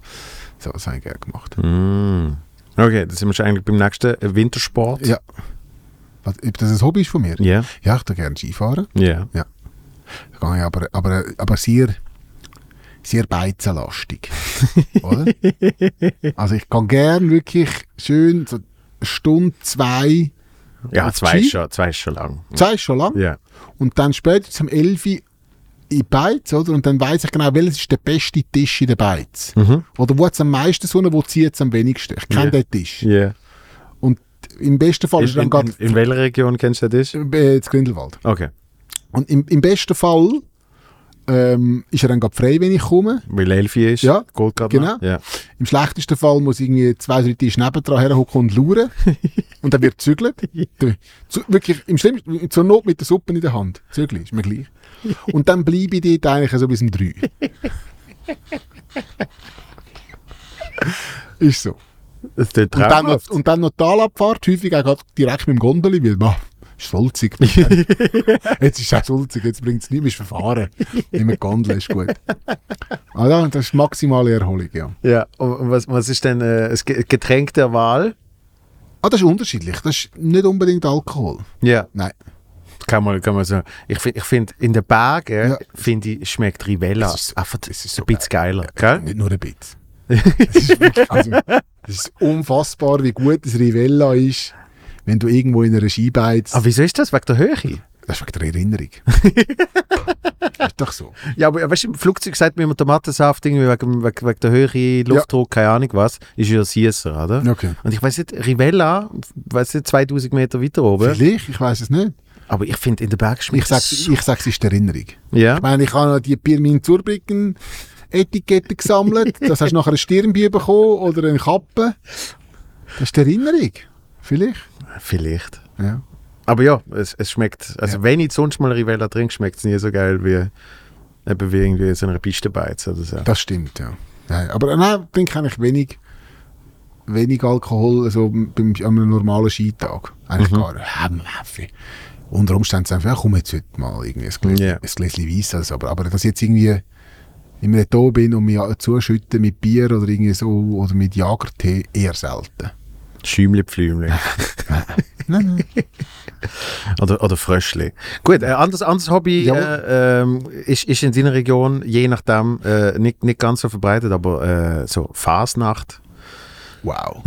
[SPEAKER 2] So, das habe ich gerne gemacht.
[SPEAKER 1] Mhm. Mm. Okay, dann sind wir schon eigentlich beim nächsten äh, Wintersport.
[SPEAKER 2] Ja. Was, ob das ein Hobby ist von mir?
[SPEAKER 1] Ja.
[SPEAKER 2] Ja, ich tue gerne Skifahren.
[SPEAKER 1] Ja.
[SPEAKER 2] Ja. Da gehe ich aber, aber, aber sehr, sehr beizenlastig. oder? Also ich kann gern wirklich schön so eine Stunde, zwei,
[SPEAKER 1] Ja,
[SPEAKER 2] Auf
[SPEAKER 1] zwei
[SPEAKER 2] Ski?
[SPEAKER 1] ist schon, zwei ist schon lang.
[SPEAKER 2] zwei ist schon lang.
[SPEAKER 1] Ja.
[SPEAKER 2] Und dann später zum 11 um Uhr in Beiz, oder? Und dann weiß ich genau, welches ist der beste Tisch in der Beiz.
[SPEAKER 1] Mhm.
[SPEAKER 2] Oder wo hat es am meisten Sonne, wo zieht es am wenigsten. Ich kenne
[SPEAKER 1] Ja.
[SPEAKER 2] den Tisch.
[SPEAKER 1] Yeah.
[SPEAKER 2] Und im besten Fall
[SPEAKER 1] In,
[SPEAKER 2] Oh, ist dann
[SPEAKER 1] in,
[SPEAKER 2] gerade
[SPEAKER 1] in, in welcher Region kennst du den Tisch?
[SPEAKER 2] äh, in Grindelwald.
[SPEAKER 1] Okay.
[SPEAKER 2] Und im, im besten Fall ähm, ist er dann gerade frei, wenn ich komme.
[SPEAKER 1] Weil Elfi ist.
[SPEAKER 2] Ja,
[SPEAKER 1] Geht gerade
[SPEAKER 2] genau.
[SPEAKER 1] noch. Ja.
[SPEAKER 2] Im schlechtesten Fall muss irgendwie zwei, drei Tische nebendran herhocken und lauern. und dann wird zügelt. Zu, wirklich, im schlimmsten, zur Not mit der Suppe in der Hand. Zügeln, ist mir gleich. Und dann bleibe ich dort eigentlich so bis um drei. ist so.
[SPEAKER 1] Das tut
[SPEAKER 2] Und dann,
[SPEAKER 1] traumhaft.
[SPEAKER 2] noch, und dann noch die Talabfahrt, häufig auch grad direkt mit dem Gondeli, weil, boah, ist sulzig. jetzt ist es auch sulzig, jetzt bringt es nichts, mehr, ist verfahren. Nicht mehr Gondel, ist gut. Ah, ja, das ist maximale Erholung, ja.
[SPEAKER 1] Ja, und was, was ist denn äh, das Ge- Getränk der Wahl?
[SPEAKER 2] Ah, das ist unterschiedlich, das ist nicht unbedingt Alkohol.
[SPEAKER 1] Ja,
[SPEAKER 2] Nein,
[SPEAKER 1] kann man, kann man so. Ich finde, ich find, in den Bergen
[SPEAKER 2] Ja.
[SPEAKER 1] finde ich, schmeckt Rivella
[SPEAKER 2] Es ist so-
[SPEAKER 1] einfach
[SPEAKER 2] es ist
[SPEAKER 1] ein
[SPEAKER 2] so
[SPEAKER 1] bisschen geiler. Gell?
[SPEAKER 2] nicht nur ein bisschen. das, ist wirklich, also, das ist unfassbar, wie gut das Rivella ist, wenn du irgendwo in einer Skibeiz...
[SPEAKER 1] Aber Ah, wieso ist das? Wegen der Höhe?
[SPEAKER 2] Das ist wegen der Erinnerung. ist doch so.
[SPEAKER 1] Ja, aber weißt du, im Flugzeug sagt man immer Tomatensaft, irgendwie wegen, wegen, wegen der Höhe, Luftdruck, keine Ahnung was. Ist ja Sieser, oder?
[SPEAKER 2] Okay.
[SPEAKER 1] Und ich weiß nicht, Rivella, weiß nicht, 2000 Meter weiter oben.
[SPEAKER 2] Vielleicht, ich weiß es nicht.
[SPEAKER 1] Aber ich finde, in den Bergen
[SPEAKER 2] Ich
[SPEAKER 1] schmeckt
[SPEAKER 2] sage, ich sag's, es ist die Erinnerung.
[SPEAKER 1] Ja.
[SPEAKER 2] Ich meine, ich habe noch die Pirmin Zurbrücken Etikette gesammelt. Das hast du nachher eine Stirnbier bekommen oder eine Kappe. Das ist die Erinnerung. Vielleicht.
[SPEAKER 1] Vielleicht.
[SPEAKER 2] Ja.
[SPEAKER 1] Aber ja, es, es schmeckt. Also, wenn ich sonst mal Rivella trinke, schmeckt es nie so geil wie, eben wie irgendwie so eine Pistenbeiz oder so.
[SPEAKER 2] Das stimmt, ja. Nein, aber äh, nein, trinke eigentlich wenig, wenig Alkohol also beim, an einem normalen Skitag. Eigentlich gar nicht. Kaffee. Unter Umständen sagen wir, ja, komm jetzt heute mal irgendwie ein Gläschen,
[SPEAKER 1] Ja.
[SPEAKER 2] ein Gläschen Weiss. Also, aber, aber dass ich jetzt irgendwie im Reto bin und mich zuschütte mit Bier oder irgendwie so oder mit Jagertee, eher selten.
[SPEAKER 1] Schäumli, Pflümli.
[SPEAKER 2] Nein, nein.
[SPEAKER 1] Oder, oder Fröschli. Gut, äh, anderes, anderes Hobby
[SPEAKER 2] Jawohl.
[SPEAKER 1] äh, ähm, ist, ist in deiner Region, je nachdem, äh, nicht, nicht ganz so verbreitet, aber äh, so Fasnacht.
[SPEAKER 2] Wow.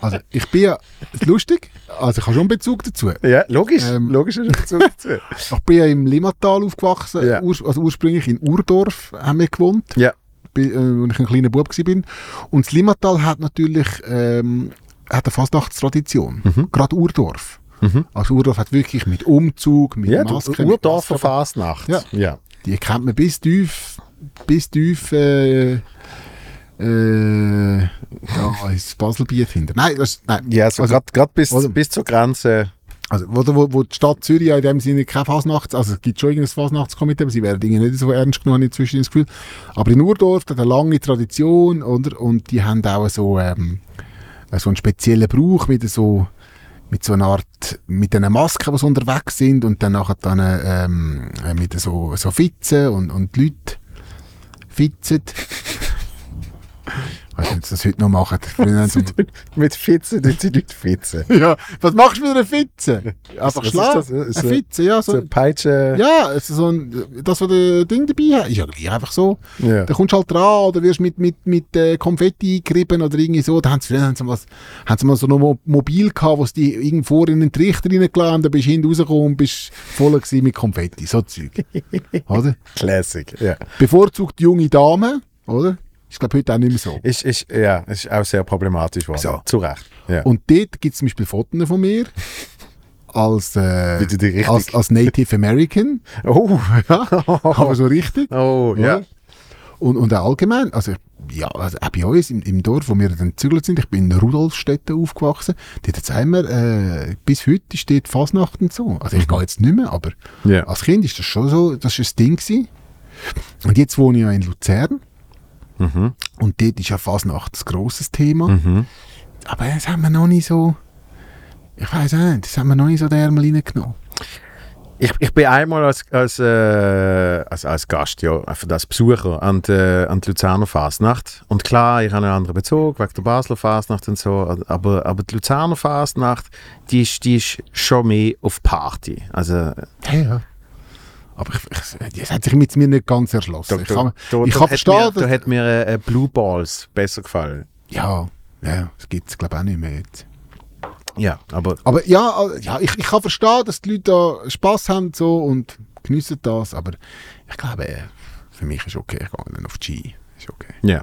[SPEAKER 2] also ich bin ja lustig, also ich habe schon Bezug dazu.
[SPEAKER 1] Ja, logisch.
[SPEAKER 2] Ähm.
[SPEAKER 1] Logisch ist es so.
[SPEAKER 2] Ich bin ja im Limmatal aufgewachsen,
[SPEAKER 1] Ja.
[SPEAKER 2] urs also ursprünglich in Urdorf haben wir gewohnt,
[SPEAKER 1] Ja.
[SPEAKER 2] bi- äh, als ich ein kleiner Bub war. Und das Limmatal hat natürlich ähm, hat eine Fastnachtstradition,
[SPEAKER 1] Mhm.
[SPEAKER 2] gerade Urdorf. Also Urdorf hat wirklich mit Umzug, mit
[SPEAKER 1] Ja,
[SPEAKER 2] Maske...
[SPEAKER 1] du,
[SPEAKER 2] mit
[SPEAKER 1] Urdorfer
[SPEAKER 2] Maske-
[SPEAKER 1] Fasnacht.
[SPEAKER 2] Ja.
[SPEAKER 1] ja.
[SPEAKER 2] Die kennt man bis tief, bis tief, äh, äh, ja, ins Baselbiet hinter. Nein, das, nein.
[SPEAKER 1] Ja, so
[SPEAKER 2] also,
[SPEAKER 1] also, gerade bis,
[SPEAKER 2] oder-
[SPEAKER 1] bis zur Grenze.
[SPEAKER 2] also wo, wo, wo die Stadt Zürich ja in dem Sinne keine Fasnachts, also es gibt schon irgendein Fasnachtskomitee, aber sie werden irgendwie nicht so ernst genommen, habe ich inzwischen das Gefühl. Aber in Urdorf hat eine lange Tradition, oder? Und die haben auch so, ähm, so einen speziellen Brauch mit so, mit so einer Art, mit diesen Masken, die so unterwegs sind und dann nachher dann, ähm, äh, mit so, so Fitzen und, und die Leute fitzen. Ich weiß nicht, ob sie das heute noch machen. Früher haben sie-
[SPEAKER 1] Mit Fitzen tun sie nicht Fitzen.
[SPEAKER 2] ja, was machst du mit einer Fitze? Einfach
[SPEAKER 1] was ist
[SPEAKER 2] schlagen.
[SPEAKER 1] das? Ist
[SPEAKER 2] Eine
[SPEAKER 1] so-
[SPEAKER 2] Fitze, ja.
[SPEAKER 1] So
[SPEAKER 2] So,
[SPEAKER 1] Peitsche.
[SPEAKER 2] ja, also so ein, das, was der Ding dabei hat, ist ja gleich einfach so.
[SPEAKER 1] Ja.
[SPEAKER 2] Da kommst du halt dran oder wirst mit, mit, mit äh, Konfetti eingerieben oder irgendwie so. Da haben sie, früher haben sie, mal, haben sie mal so noch Mo- mobil gehabt, wo sie die irgendwo in den Trichter reingeladen haben, da bist du hinten rausgekommen und bist voll gewesen mit Konfetti, so Zeug. oder?
[SPEAKER 1] Classic. Ja.
[SPEAKER 2] Bevorzugt junge Damen, oder? Ist glaube heute auch nicht mehr so.
[SPEAKER 1] Ist, ist, ja, ist auch sehr problematisch geworden.
[SPEAKER 2] So.
[SPEAKER 1] Zu Recht. Ja.
[SPEAKER 2] Und dort gibt es zum Beispiel Fotos von mir als, äh,
[SPEAKER 1] Bitte die richtig.
[SPEAKER 2] als, als Native American.
[SPEAKER 1] oh,
[SPEAKER 2] Ja, aber so richtig.
[SPEAKER 1] oh, ja.
[SPEAKER 2] Oder? Und, und auch allgemein, also ja, also auch bei uns im, im Dorf, wo wir dann gezügelt sind, ich bin in Rudolfstetten aufgewachsen, dort hat es immer, äh, bis heute steht Fasnacht und so. Also ich gehe jetzt nicht mehr, aber
[SPEAKER 1] Ja.
[SPEAKER 2] als Kind ist das schon so, das ist ein Ding gewesen. Und jetzt wohne ich ja in Luzern und dort ist ja Fasnacht ein grosses Thema. Aber das haben wir noch nicht so, ich weiß nicht, das haben wir noch nicht so den Ärmel reingenommen.
[SPEAKER 1] Ich, ich bin einmal als, als, äh, als, als Gast, ja, einfach als Besucher an die, an die Luzerner Fasnacht. Und klar, ich habe einen anderen Bezug, wegen der Basler Fasnacht und so, aber, aber die Luzerner Fasnacht, die ist, die ist schon mehr auf Party. Also,
[SPEAKER 2] Ja, ja. Aber ich, ich, das hat sich mit mir nicht ganz erschlossen. ich kann,
[SPEAKER 1] da,
[SPEAKER 2] ich
[SPEAKER 1] da
[SPEAKER 2] kann
[SPEAKER 1] hat
[SPEAKER 2] verstehen,
[SPEAKER 1] mir, da
[SPEAKER 2] dass-
[SPEAKER 1] hat mir äh, äh, Blue Balls besser gefallen.
[SPEAKER 2] ja, ja, das gibt es glaube ich auch nicht mehr jetzt.
[SPEAKER 1] Ja, aber
[SPEAKER 2] Aber ja, al- ja ich, ich kann verstehen, dass die Leute da Spass haben so und geniessen das, aber ich glaube, äh, für mich ist okay, ich gehe dann auf die Ski. Ist okay.
[SPEAKER 1] ja.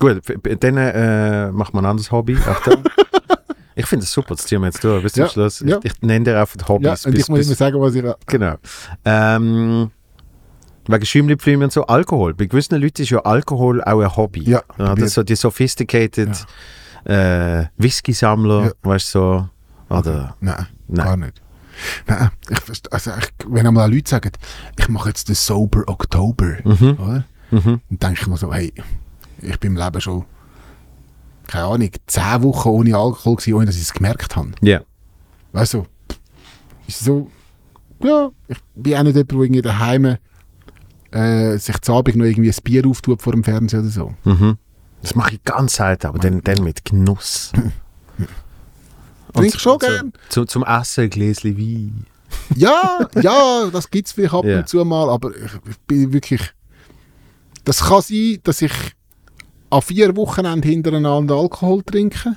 [SPEAKER 1] Gut, f- b- dann äh, macht man ein anderes Hobby. Achtung. ich finde es super, das ziehen wir jetzt durch bis zum
[SPEAKER 2] Ja,
[SPEAKER 1] Schluss.
[SPEAKER 2] ja.
[SPEAKER 1] Ich, ich nenne dir einfach
[SPEAKER 2] Ja,
[SPEAKER 1] Hobbys.
[SPEAKER 2] und
[SPEAKER 1] bis,
[SPEAKER 2] ich muss
[SPEAKER 1] bis,
[SPEAKER 2] immer sagen, was ich...
[SPEAKER 1] Genau. Ähm, wegen Schäumlipflüme und so, Alkohol. Bei gewissen Leuten ist ja Alkohol auch ein Hobby.
[SPEAKER 2] Ja, bei
[SPEAKER 1] das
[SPEAKER 2] mir-
[SPEAKER 1] ist so die sophisticated äh, Whisky-Sammler,
[SPEAKER 2] Ja.
[SPEAKER 1] weißt du, so. Oder,
[SPEAKER 2] Nein,
[SPEAKER 1] Nein.
[SPEAKER 2] gar nicht. Nein, ich, verste- also ich, wenn einmal Leute sagen, ich mache jetzt den Sober Oktober, oder?
[SPEAKER 1] mhm.
[SPEAKER 2] Dann denke ich mir so, hey, ich bin im Leben schon, keine Ahnung, zehn Wochen ohne Alkohol gewesen, ohne dass ich es gemerkt habe.
[SPEAKER 1] Ja.
[SPEAKER 2] Weißt du, ist so, ja, ich bin auch nicht jemand, der irgendwie daheim äh, sich zu Abend noch irgendwie ein Bier auftut vor dem Fernseher oder so.
[SPEAKER 1] Mhm. Das mache ich ganz selten, aber dann, dann mit Genuss.
[SPEAKER 2] Trink
[SPEAKER 1] Und-
[SPEAKER 2] schon
[SPEAKER 1] und so-
[SPEAKER 2] gern.
[SPEAKER 1] Zu, zum Essen ein Gläschen Wein.
[SPEAKER 2] Ja, ja, das gibt es vielleicht ab
[SPEAKER 1] Ja.
[SPEAKER 2] und zu mal, aber ich, ich bin wirklich. Das kann sein, dass ich an vier Wochenenden hintereinander Alkohol trinke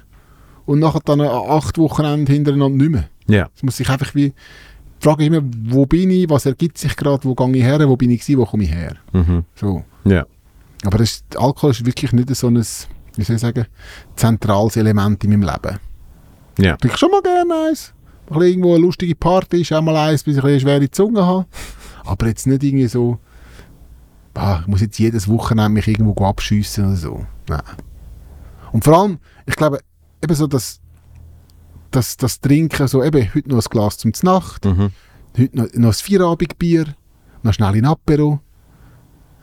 [SPEAKER 2] und nachher dann an acht Wochenenden hintereinander nicht mehr.
[SPEAKER 1] Ja.
[SPEAKER 2] Es muss sich einfach wie. Die Frage ist immer, wo bin ich, was ergibt sich gerade, wo gehe ich her, wo bin ich gewesen, wo komme ich her.
[SPEAKER 1] Mhm.
[SPEAKER 2] So.
[SPEAKER 1] Ja.
[SPEAKER 2] Aber das ist, Alkohol ist wirklich nicht so ein, wie soll ich sagen, zentrales Element in meinem Leben.
[SPEAKER 1] Ja.
[SPEAKER 2] Trinke schon mal gerne eins. Ein bisschen irgendwo eine lustige Party ist auch mal eins, bis ich ein bisschen eine schwere Zunge habe. Aber jetzt nicht irgendwie so, ah, ich muss jetzt jedes Wochenende mich irgendwo abschiessen oder so. Nein. Und vor allem, ich glaube, eben so das, das, das Trinken, so eben heute noch ein Glas zum Znacht,
[SPEAKER 1] Mhm.
[SPEAKER 2] heute noch, noch ein Vierabendbier, noch schnell in Apero.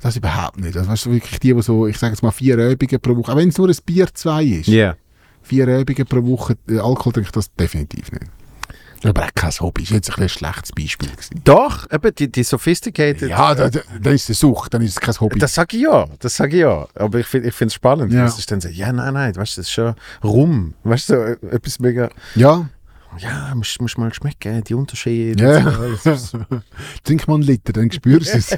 [SPEAKER 2] Das überhaupt nicht. Also, weißt du, wirklich die, die so, ich sage jetzt mal vier Abende pro Woche, auch wenn es nur ein Bier zwei ist
[SPEAKER 1] Ja.
[SPEAKER 2] vier Abende pro Woche äh, Alkohol trinke ich das definitiv nicht. Aber auch kein Hobby. Ist jetzt ein, bisschen ein schlechtes Beispiel. Gewesen.
[SPEAKER 1] Doch, eben die, die sophisticated.
[SPEAKER 2] Ja, da, da, dann ist es eine Sucht, dann ist es kein Hobby.
[SPEAKER 1] Das sage ich ja, das sage ich ja. Aber ich finde es spannend.
[SPEAKER 2] Ja.
[SPEAKER 1] Das ist dann so, ja, nein, nein, weißt du, das ist schon rum. Weißt du, so, äh, etwas mega,
[SPEAKER 2] ja,
[SPEAKER 1] ja, musst, musst mal schmecken, die Unterschiede.
[SPEAKER 2] ja. Trink mal einen Liter, dann spürst du es.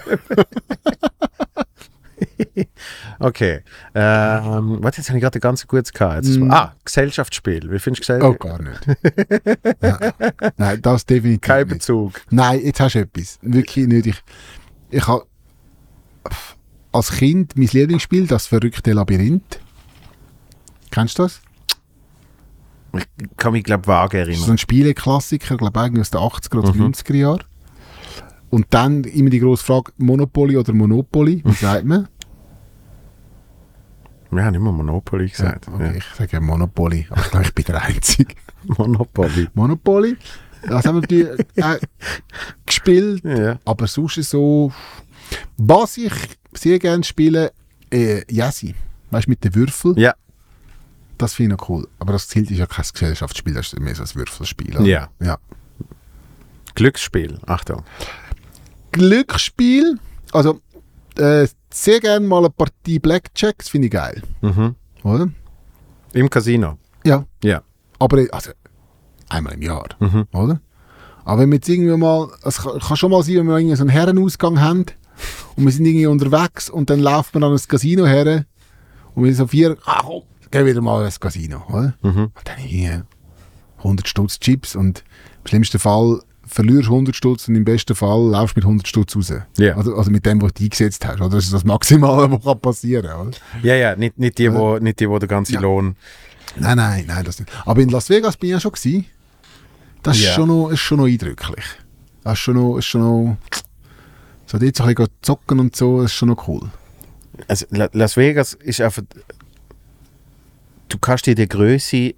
[SPEAKER 1] Okay. Ähm, warte, jetzt habe ich gerade ein ganz gutes gehabt. Jetzt
[SPEAKER 2] Mm.
[SPEAKER 1] ist- Ah, Gesellschaftsspiel. Wie findest du
[SPEAKER 2] Oh,
[SPEAKER 1] Gesellschaft?
[SPEAKER 2] gar nicht. Nein, Nein, das definitiv
[SPEAKER 1] Kein
[SPEAKER 2] nicht.
[SPEAKER 1] Bezug.
[SPEAKER 2] Nein, jetzt hast du etwas. Wirklich nicht. Ich, ich habe als Kind mein Lieblingsspiel, das verrückte Labyrinth. Kennst du das?
[SPEAKER 1] Ich kann mich, glaube ich, vage
[SPEAKER 2] Das ist
[SPEAKER 1] erinnern.
[SPEAKER 2] so ein Spieleklassiker, glaube ich, aus den 80er oder
[SPEAKER 1] Mhm.
[SPEAKER 2] 90er Jahren. Und dann immer die grosse Frage, Monopoly oder Monopoly, wie sagt man?
[SPEAKER 1] Wir haben immer Monopoly gesagt.
[SPEAKER 2] Ja, okay, Ich sage Monopoly, aber ich glaube, ich bin der Einzige.
[SPEAKER 1] Ja. Monopoly.
[SPEAKER 2] Monopoly, das haben wir natürlich äh, gespielt,
[SPEAKER 1] Ja.
[SPEAKER 2] aber sonst so... Was ich sehr gerne spiele, äh, Yassi. Weißt du, mit den Würfeln,
[SPEAKER 1] Ja.
[SPEAKER 2] das finde ich noch cool. Aber das zählt ist ja kein Gesellschaftsspiel, das ist mehr so ein Würfelspiel. oder?
[SPEAKER 1] ja.
[SPEAKER 2] ja.
[SPEAKER 1] Glücksspiel. Achtung.
[SPEAKER 2] Glücksspiel. Also äh, sehr gerne mal eine Partie Blackjack, das finde ich geil.
[SPEAKER 1] Mhm.
[SPEAKER 2] Oder?
[SPEAKER 1] Im Casino.
[SPEAKER 2] Ja.
[SPEAKER 1] Ja.
[SPEAKER 2] Aber äh, also, einmal im Jahr,
[SPEAKER 1] Mhm.
[SPEAKER 2] oder? Aber wenn wir jetzt irgendwie mal, es kann, kann schon mal sein, wenn wir irgendwie so einen Herrenausgang haben und wir sind irgendwie unterwegs und dann laufen wir an ein Casino her und wir sind so vier, ah komm, gehen wieder mal ins Casino, oder?
[SPEAKER 1] Mhm.
[SPEAKER 2] Und dann irgendwie 100 Stutz Chips und im schlimmsten Fall verlierst du 100 Stutz und im besten Fall laufst du mit 100 Stutz raus.
[SPEAKER 1] Ja.
[SPEAKER 2] Also, also mit dem, was du eingesetzt hast. Oder? Das ist das Maximale, was kann passieren kann.
[SPEAKER 1] Ja, ja, nicht, nicht die, wo, nicht die, wo der ganze
[SPEAKER 2] Äh. Ja.
[SPEAKER 1] Lohn.
[SPEAKER 2] Nein, nein, nein, das nicht. Aber in Las Vegas bin ich ja schon. Gewesen. Das ist,
[SPEAKER 1] Ja.
[SPEAKER 2] schon noch, ist schon noch eindrücklich. Das ist schon noch... Ist schon noch so dort so ein bisschen zocken und so, das ist schon noch cool.
[SPEAKER 1] Also La- Las Vegas ist einfach. Du kannst dir die Größe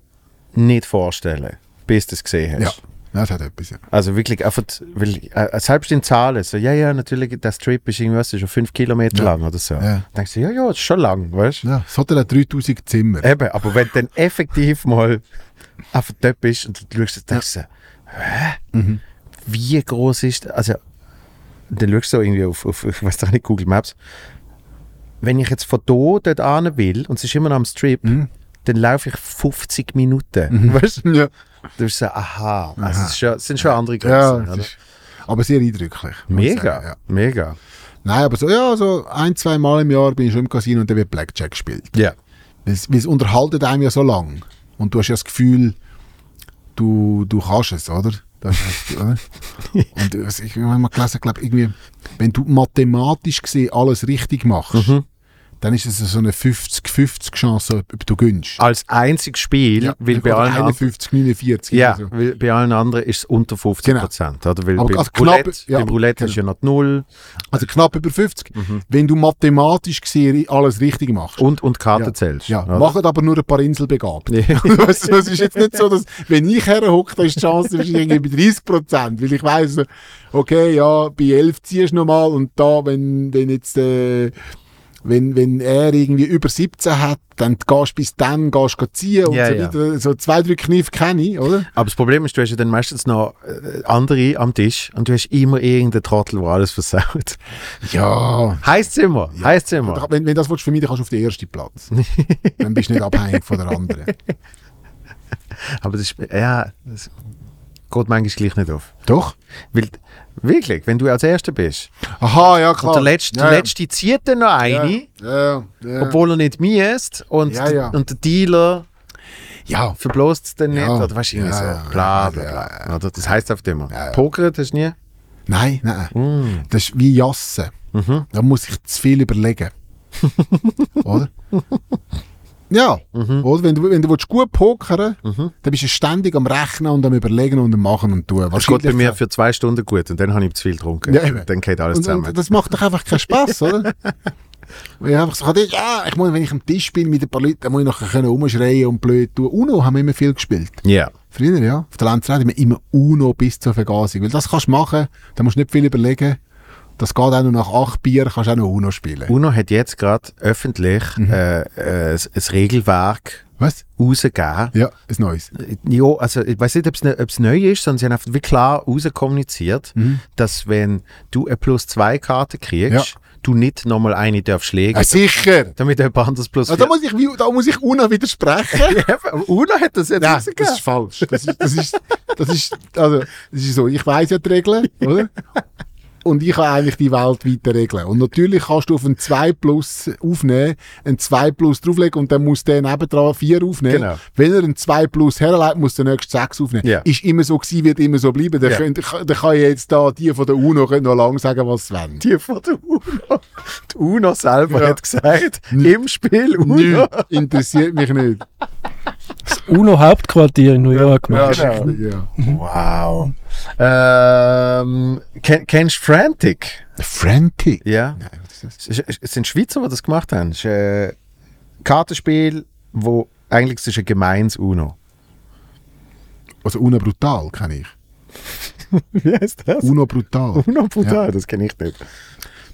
[SPEAKER 1] nicht vorstellen, bis du es gesehen hast.
[SPEAKER 2] Ja, Ja, das hat etwas, ja.
[SPEAKER 1] Also wirklich einfach, weil, äh, selbst in Zahlen, so, ja, ja, natürlich, der Strip ist irgendwas, ist schon 5 Kilometer
[SPEAKER 2] Ja.
[SPEAKER 1] lang oder so.
[SPEAKER 2] Ja.
[SPEAKER 1] Denkst du, ja, ja, ist schon lang, weißt du?
[SPEAKER 2] ja das Hotel hat 3000 Zimmer.
[SPEAKER 1] Eben, aber wenn du dann effektiv mal einfach dort bist und du schaust, denkst du, hä?
[SPEAKER 2] Mhm.
[SPEAKER 1] Wie groß ist das? Also, dann schaust du so irgendwie auf, auf ich weiß doch nicht, Google Maps. Wenn ich jetzt von hier dort an will und es ist immer noch am Strip,
[SPEAKER 2] Mhm.
[SPEAKER 1] dann laufe ich 50 Minuten. Weißt du?
[SPEAKER 2] Ja,
[SPEAKER 1] Du bist so, aha. Also, es, ist schon, es sind schon andere
[SPEAKER 2] ja
[SPEAKER 1] Grenzen.
[SPEAKER 2] das
[SPEAKER 1] oder?
[SPEAKER 2] ist, aber sehr eindrücklich. muss ich
[SPEAKER 1] mega,
[SPEAKER 2] sagen, ja.
[SPEAKER 1] mega.
[SPEAKER 2] Nein, aber so, ja, so ein, zwei Mal im Jahr bin ich schon im Casino und dann wird Blackjack gespielt.
[SPEAKER 1] Ja.
[SPEAKER 2] Weil es- weil es unterhaltet einem ja so lang. Und du hast ja das Gefühl, du du kannst es, oder? Das heißt, oder? Und äh, was ich habe mal gelesen, glaube irgendwie, wenn du mathematisch gesehen alles richtig machst,
[SPEAKER 1] Mhm.
[SPEAKER 2] dann ist es so eine 50-50 Chance, ob, ob du gönnst.
[SPEAKER 1] Als einziges Spiel, Ah, weil, bei
[SPEAKER 2] oder
[SPEAKER 1] allen anderen,
[SPEAKER 2] 51, 49.
[SPEAKER 1] ja,
[SPEAKER 2] oder so.
[SPEAKER 1] weil bei allen anderen ist es unter 50 Prozent. Oder? Weil
[SPEAKER 2] Genau. Aber
[SPEAKER 1] beim,
[SPEAKER 2] also knapp-
[SPEAKER 1] Roulette,
[SPEAKER 2] ja,
[SPEAKER 1] beim Roulette ist ja noch die Null
[SPEAKER 2] Also knapp über 50.
[SPEAKER 1] Mhm.
[SPEAKER 2] Wenn du mathematisch gesehen alles richtig machst.
[SPEAKER 1] und, und Karten
[SPEAKER 2] Ja.
[SPEAKER 1] zählst.
[SPEAKER 2] Ja,
[SPEAKER 1] oder?
[SPEAKER 2] machen aber nur ein paar Inselbegabte.
[SPEAKER 1] Ja.
[SPEAKER 2] weißt du, es ist jetzt nicht so, dass, wenn ich herhocke, dann ist die Chance wahrscheinlich irgendwie bei 30 Prozent. Weil ich weiss, okay, ja, bei 11 ziehst du nochmal und da, wenn, wenn jetzt, äh, wenn, wenn er irgendwie über 17 hat, dann gehst du bis dann gehst du ziehen und
[SPEAKER 1] Ja,
[SPEAKER 2] so
[SPEAKER 1] ja.
[SPEAKER 2] weiter. So zwei, drei Kniffe kenne ich, oder?
[SPEAKER 1] Aber das Problem ist, du hast ja dann meistens noch äh, andere am Tisch und du hast immer irgendeinen Trottel, der alles versaut.
[SPEAKER 2] Ja.
[SPEAKER 1] Heißt immer, ja. heißt immer.
[SPEAKER 2] Wenn, wenn das willst, für mich, dann kannst du auf den ersten Platz. dann bist du nicht abhängig von der anderen.
[SPEAKER 1] Aber das, ist, ja, das geht manchmal gleich nicht auf.
[SPEAKER 2] Doch?
[SPEAKER 1] Weil, wirklich, wenn du als Erster bist
[SPEAKER 2] Aha, ja, klar.
[SPEAKER 1] und der Letzte,
[SPEAKER 2] ja,
[SPEAKER 1] der Letzte zieht dann noch
[SPEAKER 2] ja,
[SPEAKER 1] eine,
[SPEAKER 2] ja, ja.
[SPEAKER 1] obwohl er nicht miest und,
[SPEAKER 2] Ja, ja.
[SPEAKER 1] und der Dealer
[SPEAKER 2] ja,
[SPEAKER 1] verbloßt es dann nicht.
[SPEAKER 2] Ja.
[SPEAKER 1] Oder weißt du, irgendwie
[SPEAKER 2] Ja, ja,
[SPEAKER 1] so. Bla, bla, bla. Oder? Das heißt auf dem.
[SPEAKER 2] Ja, ja.
[SPEAKER 1] Poker, das ist nie.
[SPEAKER 2] Nein, nein.
[SPEAKER 1] Mm.
[SPEAKER 2] Das ist wie Jassen.
[SPEAKER 1] Mhm.
[SPEAKER 2] Da muss ich zu viel überlegen. oder? Ja,
[SPEAKER 1] Mhm.
[SPEAKER 2] oder? Wenn du, wenn du willst gut pokern dann bist du ständig am Rechnen und am Überlegen und am Machen und Tun.
[SPEAKER 1] Das geht bei mir für zwei Stunden gut und dann habe ich zu viel getrunken.
[SPEAKER 2] Ja, eben.
[SPEAKER 1] dann geht alles
[SPEAKER 2] und,
[SPEAKER 1] zusammen.
[SPEAKER 2] und das macht doch einfach keinen Spass, oder? Weil ich einfach so, kann, ja, ich muss, wenn ich am Tisch bin mit ein paar Leuten, dann muss ich nachher können rumschreien und blöd tun. UNO haben wir immer viel gespielt.
[SPEAKER 1] Ja.
[SPEAKER 2] Früher, ja. Auf der Lenzrad haben wir immer UNO bis zur Vergasung. Weil das kannst du machen, da musst du nicht viel überlegen. Das geht auch nur nach acht Bier, kannst du auch noch UNO spielen.
[SPEAKER 1] UNO hat jetzt gerade öffentlich
[SPEAKER 2] Mhm.
[SPEAKER 1] äh, äh, ein- ein Regelwerk
[SPEAKER 2] Was?
[SPEAKER 1] rausgegeben.
[SPEAKER 2] Ja, ist Neues.
[SPEAKER 1] Ja, also ich weiß nicht, ob es neu ist, sondern sie haben einfach wie klar rauskommuniziert, dass wenn du eine plus zwei Karte kriegst,
[SPEAKER 2] Mhm. Ja.
[SPEAKER 1] du nicht nochmal eine darfst legen,
[SPEAKER 2] Ja, sicher!
[SPEAKER 1] damit jemand anderes plus
[SPEAKER 2] Also, da,
[SPEAKER 1] vier...
[SPEAKER 2] muss ich, wie- da muss ich UNO widersprechen.
[SPEAKER 1] Aber UNO hat das jetzt
[SPEAKER 2] Nein, das ist falsch. Das ist, das ist, das ist, also, das ist so, ich weiss ja die Regeln, oder? Und ich habe eigentlich die weltweiten Regeln. Und natürlich kannst du auf ein 2 Plus aufnehmen, ein 2 Plus drauflegen und dann muss der nebendran 4 aufnehmen.
[SPEAKER 1] Genau.
[SPEAKER 2] Wenn er ein 2 Plus herleitet, muss der nächste 6 aufnehmen.
[SPEAKER 1] Ja.
[SPEAKER 2] Ist immer so gewesen, wird immer so bleiben. Dann,
[SPEAKER 1] Ja.
[SPEAKER 2] könnt, dann kann ich jetzt da die von der UNO können noch lang sagen, was sie wollen.
[SPEAKER 1] Die von der UNO. Die UNO selber
[SPEAKER 2] Ja.
[SPEAKER 1] hat gesagt, im Spiel UNO.
[SPEAKER 2] Nicht, interessiert mich nicht.
[SPEAKER 3] UNO-Hauptquartier in New York.
[SPEAKER 2] Ja,
[SPEAKER 3] Mann.
[SPEAKER 1] genau.
[SPEAKER 2] ja.
[SPEAKER 1] Wow. Ähm, ken, kennst du Frantic?
[SPEAKER 2] Frantic.
[SPEAKER 1] Ja.
[SPEAKER 2] Nein, was ist das?
[SPEAKER 1] Es ist- es sind Schweizer, die das gemacht haben. Es ist ein Kartenspiel, wo eigentlich es ist ein gemeins UNO.
[SPEAKER 2] Also UNO brutal kenne ich.
[SPEAKER 1] Wie heißt das?
[SPEAKER 2] UNO brutal.
[SPEAKER 1] UNO brutal, das kenne ich nicht.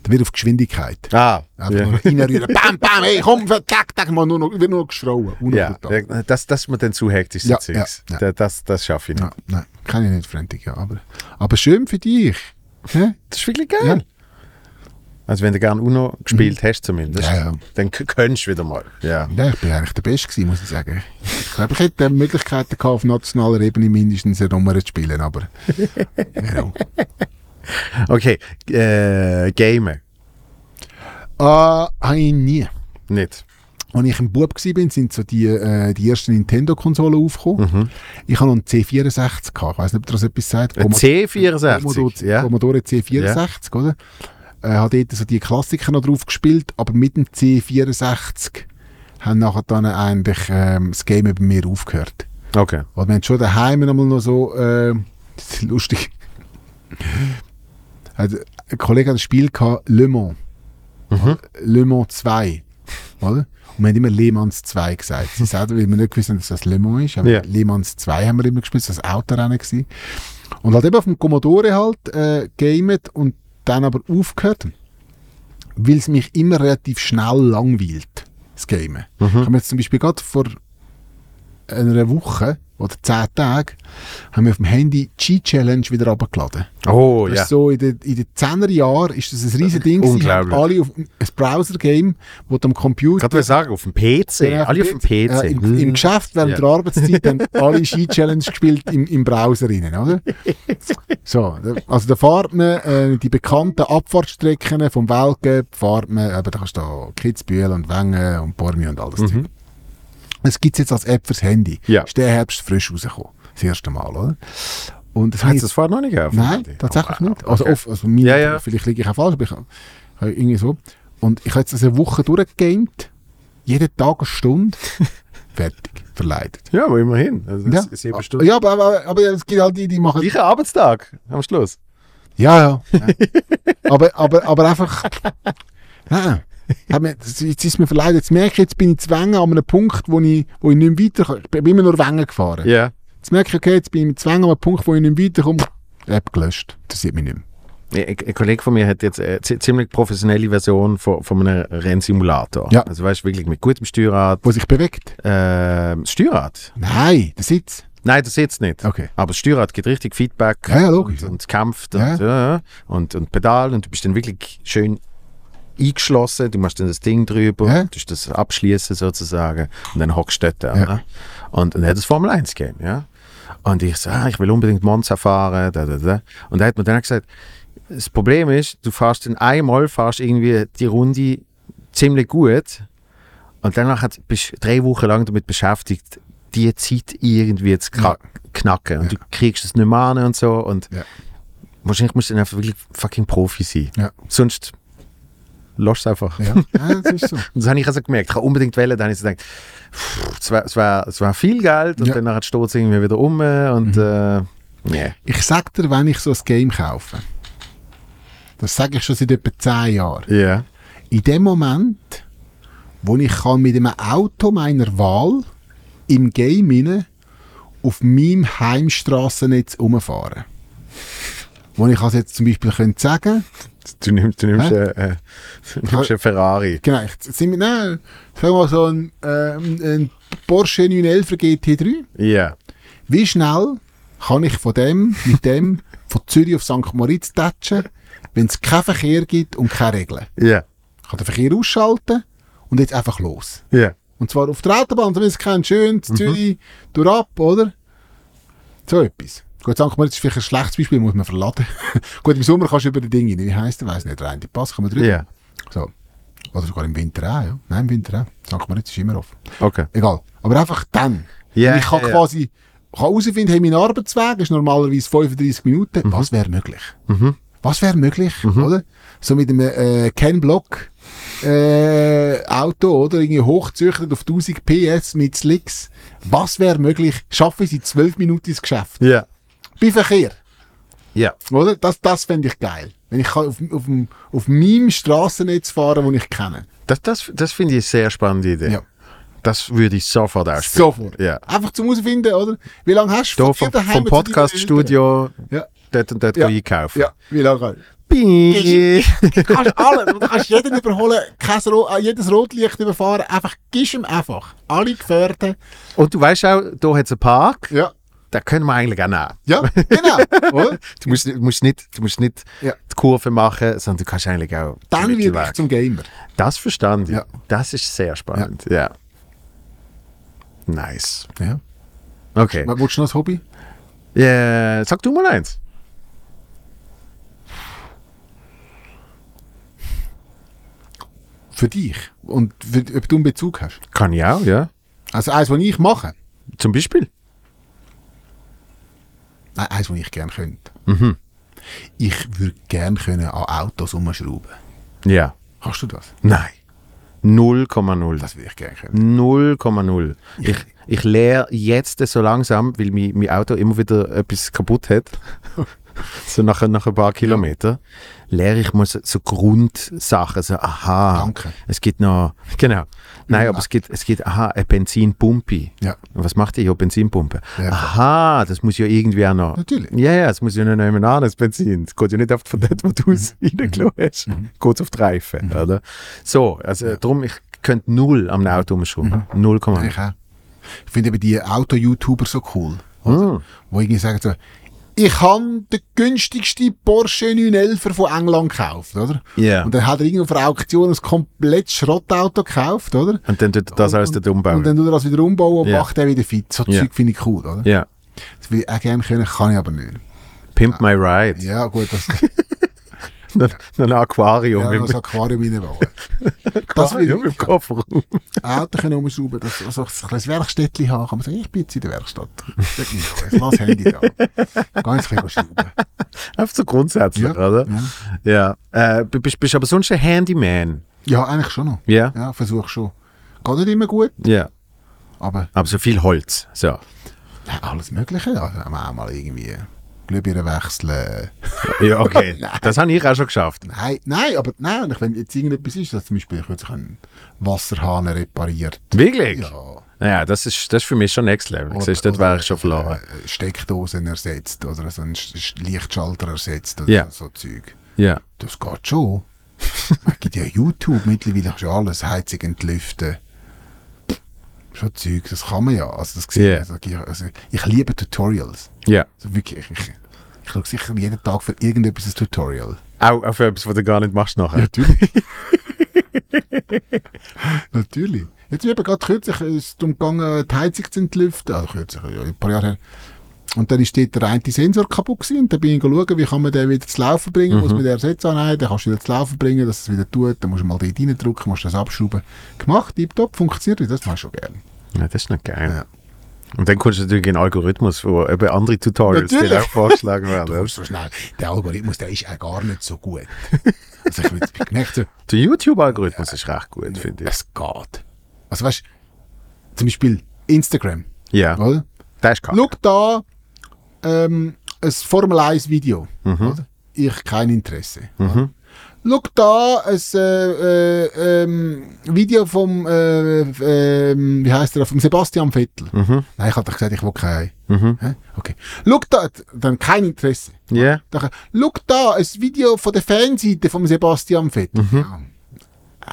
[SPEAKER 2] Da wird auf Geschwindigkeit.
[SPEAKER 1] Ah,
[SPEAKER 2] Einfach nur reinrühren. Bam, bam, hey, komm, zack, zack, man, nur noch, wird nur noch geschrauen.
[SPEAKER 1] ja.
[SPEAKER 2] Unaufgetan.
[SPEAKER 1] ja, das, das ist mir dann zu hektisch. so
[SPEAKER 2] Ja,
[SPEAKER 1] Zeugs.
[SPEAKER 2] ja, ja.
[SPEAKER 1] Da- Das, das schaffe ich nicht.
[SPEAKER 2] ja. nou, Nein, kenne ich nicht, Frantic, ja. Aber, aber schön für dich. Hä?
[SPEAKER 1] Das ist wirklich geil. Also wenn du gerne UNO gespielt hast zumindest,
[SPEAKER 2] Ja, ja.
[SPEAKER 1] dann k- könntest du wieder mal. Ja.
[SPEAKER 2] Ja, ich bin eigentlich der Beste gewesen, muss ich sagen. Ich glaube, ich hätte Möglichkeiten gehabt, auf nationaler Ebene mindestens eine Nummer zu spielen, aber... ja.
[SPEAKER 1] Okay, äh, Gamen.
[SPEAKER 2] Ah, habe ich nie.
[SPEAKER 1] Nicht.
[SPEAKER 2] Als ich ein Bub war, sind so die, äh, die ersten Nintendo-Konsolen aufgekommen. Ich hatte noch einen C64. Gehabt. Ich weiß nicht, ob das etwas sagt.
[SPEAKER 1] Mhm. Ein
[SPEAKER 2] Komm-
[SPEAKER 1] C64.
[SPEAKER 2] Commodore,
[SPEAKER 1] Ja.
[SPEAKER 2] Commodore C64, oder? Äh, hat dort so die Klassiker noch drauf gespielt, aber mit dem C64 haben nachher dann eigentlich ähm, das Game bei mir aufgehört.
[SPEAKER 1] Okay.
[SPEAKER 2] Weil wir haben schon daheim noch mal noch so, äh, das ist lustig. Also, ein Kollege hat ein Spiel gehabt, Le Mans. Le Mans 2. Oder? Und wir haben immer Le Mans 2 gesagt. Sie sagten, weil wir nicht gewusst haben, dass das Le Mans ist. Aber
[SPEAKER 1] Ja.
[SPEAKER 2] Le Mans 2 haben wir immer gespielt, das war das Autorennen. Gewesen. Und hat eben auf dem Commodore halt äh, gamet und dann aber aufgehört, weil es mich immer relativ schnell langweilt, das Gamen. Ich habe mir jetzt zum Beispiel gerade vor einer Woche oder zehn Tagen haben wir auf dem Handy die G-Challenge wieder runtergeladen.
[SPEAKER 1] Oh,
[SPEAKER 2] Das
[SPEAKER 1] ja.
[SPEAKER 2] ist so in den, in den 10er Jahren ist das ein riesen Ding. gewesen.
[SPEAKER 1] Unglaublich.
[SPEAKER 2] Alle auf ein Browser-Game, wo du am Computer...
[SPEAKER 1] Gerade will ich sagen, auf dem PC. Alle auf dem PC.
[SPEAKER 2] Äh, im, Im
[SPEAKER 1] Mhm.
[SPEAKER 2] Geschäft während
[SPEAKER 1] Ja.
[SPEAKER 2] der Arbeitszeit haben alle Ski-Challenge gespielt im, im Browser rein, oder? So, also da fährt man äh, die bekannten Abfahrtsstrecken vom Weltcup, fährt man, aber da kannst du da Kitzbühel und Wengen und Bormi und all das Zeug. Das gibt es jetzt als App fürs Handy.
[SPEAKER 1] Mhm. Ja.
[SPEAKER 2] Ist der Herbst frisch rausgekommen. Das erste Mal, oder? Und das
[SPEAKER 1] Hat
[SPEAKER 2] habe
[SPEAKER 1] es das vorher noch nicht gegeben?
[SPEAKER 2] Nein, tatsächlich nicht. Also,
[SPEAKER 1] okay.
[SPEAKER 2] oft, also mir,
[SPEAKER 1] Ja, ja.
[SPEAKER 2] vielleicht liege ich auch falsch, aber ich habe ich habe irgendwie so. Und ich habe jetzt das eine Woche durchgegamed, jeden Tag eine Stunde, fertig, verleitet.
[SPEAKER 1] Ja, aber immerhin. Also
[SPEAKER 2] Ja, Ah,
[SPEAKER 1] ja. Sieben Stunden.
[SPEAKER 2] ja aber, aber, aber es gibt halt die, die machen...
[SPEAKER 1] Gleicher Arbeitstag am Schluss.
[SPEAKER 2] Ja, ja. ja. aber, aber, aber einfach... Nein. Hat mir, das- jetzt ist mir verleidet. Jetzt merke ich, jetzt bin ich zu Wengen an einem Punkt, wo ich, wo ich nicht mehr weiter kann. Ich bin immer nur Wengen gefahren.
[SPEAKER 1] Ja.
[SPEAKER 2] Jetzt merke ich, okay, jetzt bin ich zu Wengen an einem Punkt, wo ich nicht mehr weiterkomme. App gelöscht. Das sieht mich nicht mehr.
[SPEAKER 1] Ein ein Kollege von mir hat jetzt eine zi- ziemlich professionelle Version von, von einem Rennsimulator.
[SPEAKER 2] Ja.
[SPEAKER 1] Also weißt du, wirklich mit gutem Steuerrad.
[SPEAKER 2] Wo sich bewegt.
[SPEAKER 1] Ähm, das Steuerrad?
[SPEAKER 2] Nein, der Sitz.
[SPEAKER 1] Nein, das jetzt nicht.
[SPEAKER 2] Okay.
[SPEAKER 1] Aber das Steuerrad gibt richtig Feedback.
[SPEAKER 2] Ja, ja, logisch.
[SPEAKER 1] Und, und kämpft
[SPEAKER 2] Ja.
[SPEAKER 1] und, ja, und, und Pedal und du bist dann wirklich schön eingeschlossen. Du machst dann das Ding drüber,
[SPEAKER 2] Ja.
[SPEAKER 1] du tust das abschließen sozusagen und dann hockst du dort.
[SPEAKER 2] Ja.
[SPEAKER 1] Ja. Und, und er hat das Formel 1 Game, ja. Und ich so, ah, ich will unbedingt Monza fahren. Da, da, da. Und er hat mir dann gesagt, das Problem ist, du fährst dann einmal fährst irgendwie die Runde ziemlich gut und danach hat, bist du drei Wochen lang damit beschäftigt, die Zeit irgendwie zu kra- knacken. Und du kriegst es nicht mehr an und so. Und
[SPEAKER 2] Ja.
[SPEAKER 1] wahrscheinlich musst du dann einfach wirklich fucking Profi sein.
[SPEAKER 2] Ja.
[SPEAKER 1] Sonst lässt es einfach.
[SPEAKER 2] äh, Ja, ja das ist so.
[SPEAKER 1] Und das habe ich also gemerkt. Ich habe unbedingt wählen. Dann habe ich so gedacht, pff, es war, es, war, es war viel Geld und
[SPEAKER 2] Ja. Mhm.
[SPEAKER 1] danach steht es irgendwie wieder um. Und äh, nee.
[SPEAKER 2] Ich sag dir, wenn ich so ein Game kaufe, das sage ich schon seit etwa 10 Jahren,
[SPEAKER 1] Ja.
[SPEAKER 2] in dem Moment, wo ich kann mit einem Auto meiner Wahl im Game inne auf meinem Heimstrassennetz umfahren Wo ich also jetzt zum Beispiel könnte sagen
[SPEAKER 1] Du nimmst, du nimmst,
[SPEAKER 2] Hä?
[SPEAKER 1] äh, äh, du nimmst einen Ferrari.
[SPEAKER 2] genau, ich sind wir, nein, sagen wir mal so ein, ähm, ein Porsche 911 GT3,
[SPEAKER 1] Ja.
[SPEAKER 2] Wie schnell kann ich von dem mit dem von Zürich auf St. Moritz tätschen, wenn es keinen Verkehr gibt und keine Regeln?
[SPEAKER 1] Ja.
[SPEAKER 2] Ich kann den Verkehr ausschalten und jetzt einfach los.
[SPEAKER 1] Ja.
[SPEAKER 2] Und zwar auf der Autobahn, zumindest kein schön, zu Zürich, durch ab, oder? So etwas. Gut, St. Moritz ist vielleicht ein schlechtes Beispiel, muss man verladen. Gut, im Sommer kannst du über die Dinge rein. Wie heisst der? Weiss nicht, rein. Die Pass kann man drüber.
[SPEAKER 1] Ja.
[SPEAKER 2] So. Oder sogar im Winter auch, ja. Nein, im Winter auch. St. Moritz ist immer offen.
[SPEAKER 1] Okay.
[SPEAKER 2] Egal. Aber einfach dann.
[SPEAKER 1] Ja,
[SPEAKER 2] Und ich kann
[SPEAKER 1] ja, ja.
[SPEAKER 2] quasi kann herausfinden, hey, mein Arbeitsweg ist normalerweise 35 Minuten.
[SPEAKER 1] Mhm.
[SPEAKER 2] Was wäre möglich? Was wäre möglich, oder? So mit einem äh, Ken Block äh, Auto, oder? Irgendwie hochzüchtet auf 1000 PS mit Slicks. Was wäre möglich? Schaffe ich es in 12 Minuten ins Geschäft?
[SPEAKER 1] Ja.
[SPEAKER 2] Bei Verkehr,
[SPEAKER 1] Ja.
[SPEAKER 2] oder? Das, das fände ich geil. Wenn ich kann auf, auf, dem- auf meinem Strassennetz fahren kann, das ich kenne.
[SPEAKER 1] Das, das, das finde ich eine sehr spannende Idee.
[SPEAKER 2] Ja.
[SPEAKER 1] Das würde ich sofort ausspielen.
[SPEAKER 2] Sofort.
[SPEAKER 1] Ja.
[SPEAKER 2] Einfach zum herausfinden, oder? Wie lange hast du
[SPEAKER 1] Hier
[SPEAKER 2] von
[SPEAKER 1] vom,
[SPEAKER 2] dir daheim
[SPEAKER 1] vom
[SPEAKER 2] zu deinen
[SPEAKER 1] Podcast-Studio
[SPEAKER 2] Ja.
[SPEAKER 1] dort und dort
[SPEAKER 2] Ja.
[SPEAKER 1] einkaufen.
[SPEAKER 2] Ja, wie lange?
[SPEAKER 1] Bing.
[SPEAKER 2] kannst alle, du kannst jeden überholen, kein Ro äh, jedes Rotlicht überfahren, einfach gibst ihm einfach. Alle Gefährten.
[SPEAKER 1] Und du weißt auch, hier hat es einen Park,
[SPEAKER 2] Ja.
[SPEAKER 1] da können wir eigentlich auch nehmen.
[SPEAKER 2] Ja, genau. oder?
[SPEAKER 1] Du musst, du musst nicht, du musst nicht
[SPEAKER 2] Ja.
[SPEAKER 1] die Kurve machen, sondern du kannst eigentlich auch
[SPEAKER 2] Dann
[SPEAKER 1] den
[SPEAKER 2] wird ich
[SPEAKER 1] Mittelweg.
[SPEAKER 2] zum Gamer.
[SPEAKER 1] Das verstand ich.
[SPEAKER 2] Ja.
[SPEAKER 1] Das ist sehr spannend. Ja. Nice.
[SPEAKER 2] Ja.
[SPEAKER 1] Okay.
[SPEAKER 2] Was willst du noch als Hobby?
[SPEAKER 1] Äh, sag du mal eins.
[SPEAKER 2] Für dich. Und für, ob du einen Bezug hast.
[SPEAKER 1] Kann ich auch, ja.
[SPEAKER 2] Also eins, was ich mache.
[SPEAKER 1] Zum Beispiel.
[SPEAKER 2] Nein, eins, was ich gerne könnte. Ich würde gerne können an Autos umschrauben.
[SPEAKER 1] Ja.
[SPEAKER 2] Hast du das?
[SPEAKER 1] Nein. 0,0.
[SPEAKER 2] Das würde ich gerne können.
[SPEAKER 1] 0,0. Ich, ich lehre jetzt so langsam, weil mein, mein Auto immer wieder etwas kaputt hat. so nach, nach ein paar Kilometern. Lehre ich mal so, so Grundsachen. So, aha.
[SPEAKER 2] Danke.
[SPEAKER 1] Es gibt noch. Genau. Nein, aber es gibt, es gibt, aha, eine Benzinpumpe.
[SPEAKER 2] Ja.
[SPEAKER 1] Und Was macht die? Ja, Benzinpumpe.
[SPEAKER 2] Ja.
[SPEAKER 1] Aha, das muss ja irgendwie auch noch.
[SPEAKER 2] Natürlich.
[SPEAKER 1] Ja, ja, das muss ja noch nehmen an, das Benzin. Das geht ja nicht auf von dort, wo
[SPEAKER 2] Mhm.
[SPEAKER 1] du es reingelassen hast. Geht auf die Reifen, oder? So, also darum, ich könnte null am Auto umschrauben.
[SPEAKER 2] Mhm.
[SPEAKER 1] Null Komma.
[SPEAKER 2] Ich auch. Ich finde eben die Auto-YouTuber so cool.
[SPEAKER 1] Hm.
[SPEAKER 2] Wo irgendwie sagen so, ich habe den günstigsten Porsche 911 von England gekauft, oder?
[SPEAKER 1] Ja.
[SPEAKER 2] Und dann hat er irgendwo auf einer Auktion ein komplett Schrottauto gekauft, oder?
[SPEAKER 1] Und dann tut er das alles dort umbauen.
[SPEAKER 2] Und dann tut er das wieder umbauen und
[SPEAKER 1] Ja.
[SPEAKER 2] macht er wieder fit. So
[SPEAKER 1] Ja.
[SPEAKER 2] Zeug finde ich cool, oder?
[SPEAKER 1] ja.
[SPEAKER 2] Das will ich auch gerne können, kann ich aber nicht.
[SPEAKER 1] Pimp my ride.
[SPEAKER 2] Ja, gut, das,
[SPEAKER 1] Noch ein Aquarium.
[SPEAKER 2] Ah. ja, also,
[SPEAKER 1] mit-
[SPEAKER 2] das Aquarium reinbauen. Das will ich.
[SPEAKER 1] im Kofferraum.
[SPEAKER 2] Auto können umschrauben, dass also ein kleines Werkstättchen haben kann. Man sagt, ich bin jetzt in der Werkstatt. Sag mir, doch, ich lasse das Handy da. Ganz ein bisschen schrauben.
[SPEAKER 1] Einfach so grundsätzlich,
[SPEAKER 2] Ja,
[SPEAKER 1] oder? Ja. Äh, b- bist, bist aber sonst ein Handyman.
[SPEAKER 2] Ja, eigentlich schon noch.
[SPEAKER 1] Ja.
[SPEAKER 2] Ja, versuche schon. Geht nicht immer gut,
[SPEAKER 1] Ja.
[SPEAKER 2] aber
[SPEAKER 1] Aber so viel Holz. So.
[SPEAKER 2] ja, alles Mögliche. Ja, wenn man auch mal irgendwie Glühbirne wechseln. äh,
[SPEAKER 1] Ja, okay. das habe ich auch schon geschafft.
[SPEAKER 2] Nein, nein, aber nein, wenn jetzt irgendetwas ist, dass zum Beispiel ich jetzt einen Wasserhahn repariert.
[SPEAKER 1] Wirklich? Ja,
[SPEAKER 2] Ja.
[SPEAKER 1] das, ist, das ist für mich schon Next Level.
[SPEAKER 2] Oder-
[SPEAKER 1] Siehst, du, dort
[SPEAKER 2] oder,
[SPEAKER 1] wäre ich schon verloren.
[SPEAKER 2] äh, Steckdosen ersetzt oder so einen Sch- Sch- Lichtschalter ersetzt oder
[SPEAKER 1] Ja.
[SPEAKER 2] so Zeug.
[SPEAKER 1] Ja.
[SPEAKER 2] Das geht schon. Es gibt ja YouTube mittlerweile schon alles, Heizung entlüften. Schon Zeug, das kann man ja. Also das sieht
[SPEAKER 1] Ja.
[SPEAKER 2] man. also, ich- also, ich liebe Tutorials.
[SPEAKER 1] Ja.
[SPEAKER 2] Also wirklich, ich, ich, ich schaue sicher jeden Tag für irgendetwas ein Tutorial.
[SPEAKER 1] Auch auf etwas, was du gar nicht machst nachher.
[SPEAKER 2] Natürlich. Natürlich. Jetzt ist eben gerade kürzlich äh, ist es darum gegangen, die Heizung zu entlüften. Also kürzlich, ja, ein paar Jahre her. Und dann ist dort der eine Sensor kaputt gewesen. Und dann bin ich schauen, wie kann man den wieder zu laufen bringen. Muss man den ersetzen? Ah, Nein, dann kannst du wieder zu laufen bringen, dass es wieder tut. Dann musst du mal dort reindrücken, musst das abschrauben. Gemacht, tipptopp, funktioniert. Das machst du schon gerne.
[SPEAKER 1] Ja, das ist noch geil.
[SPEAKER 2] Ja.
[SPEAKER 1] Und dann kommst du natürlich in den Algorithmus, wo eben andere Tutorials dir
[SPEAKER 2] Natürlich.
[SPEAKER 1] auch vorgeschlagen
[SPEAKER 2] Du
[SPEAKER 1] werden.
[SPEAKER 2] musst so schnell. Der Algorithmus, der ist auch gar nicht so gut. Also ich habe jetzt gemerkt, so,
[SPEAKER 1] Der YouTube-Algorithmus ist recht gut, finde ich.
[SPEAKER 2] es geht. Also weißt du, zum Beispiel Instagram.
[SPEAKER 1] Ja,
[SPEAKER 2] Oder?
[SPEAKER 1] das ist kacke.
[SPEAKER 2] Schau da ähm, ein Formel 1 Video.
[SPEAKER 1] Mhm.
[SPEAKER 2] Oder? Ich kein Interesse. Mhm. Schau da ein äh, äh, ähm, Video vom, äh, ähm, wie heißt er, vom Sebastian Vettel.
[SPEAKER 1] Mhm.
[SPEAKER 2] Nein, ich habe doch gesagt, ich will keinen. Hä? Okay. Schau da, dann kein Interesse.
[SPEAKER 1] Ja,
[SPEAKER 2] Dann, schau da, ein Video von der Fanseite von Sebastian Vettel.
[SPEAKER 1] Mhm.
[SPEAKER 2] Ja.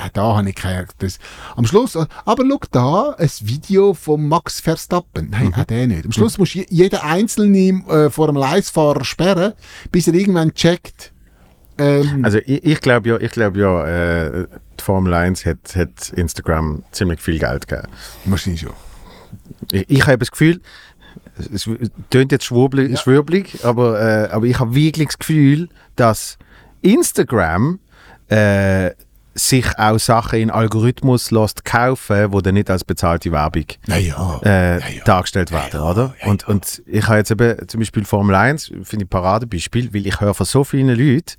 [SPEAKER 2] Äh, Da habe ich kein das. Am Schluss, äh, aber schau da, ein Video von Max Verstappen. Nein,
[SPEAKER 1] Mhm.
[SPEAKER 2] auch der nicht. Am Schluss musst du je- jeden einzelnen äh, Formel 1-Fahrer sperren, bis er irgendwann checkt. Ähm,
[SPEAKER 1] also ich, ich glaube ja, ich glaub ja äh, die Formel 1 hat, hat Instagram ziemlich viel Geld gegeben.
[SPEAKER 2] wahrscheinlich schon.
[SPEAKER 1] Ich, ich habe das Gefühl, es es tönt jetzt schwurbli,
[SPEAKER 2] Ja.
[SPEAKER 1] schwürblig, aber, äh, aber ich habe wirklich das Gefühl, dass Instagram äh, sich auch Sachen in Algorithmus lässt kaufen, die dann nicht als bezahlte Werbung
[SPEAKER 2] Naja.
[SPEAKER 1] äh,
[SPEAKER 2] Ja, ja.
[SPEAKER 1] dargestellt werden, oder?
[SPEAKER 2] ja,
[SPEAKER 1] und, und ich habe jetzt eben zum Beispiel Formel 1, finde ich Paradebeispiel, weil ich höre von so vielen Leuten,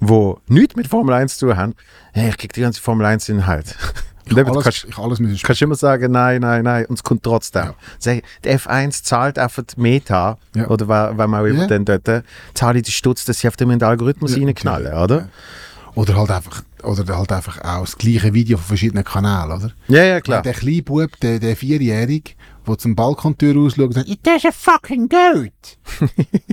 [SPEAKER 1] die nichts mit Formel 1 zu tun haben, hey, ich kriege die ganze Formel 1 Inhalt.
[SPEAKER 2] Ich
[SPEAKER 1] Eben,
[SPEAKER 2] habe
[SPEAKER 1] du
[SPEAKER 2] alles,
[SPEAKER 1] kannst,
[SPEAKER 2] ich hab alles müssen
[SPEAKER 1] kannst immer sagen, nein, nein, nein, und es kommt trotzdem. Sag, der F1 zahlt einfach die Meta,
[SPEAKER 2] Ja.
[SPEAKER 1] oder wer, wer man auch immer
[SPEAKER 2] Ja.
[SPEAKER 1] dann dort, zahlt die Stutz, dass sie auf den Algorithmus
[SPEAKER 2] Ja,
[SPEAKER 1] reinknallen, oder?
[SPEAKER 2] Oder halt einfach, oder halt einfach auch das gleiche Video von verschiedenen Kanälen, oder?
[SPEAKER 1] Ja, ja, klar.
[SPEAKER 2] Der kleine Bub, der, der Vierjährige, der zum Balkontür rausschaut und sagt, «It is a fucking goat!»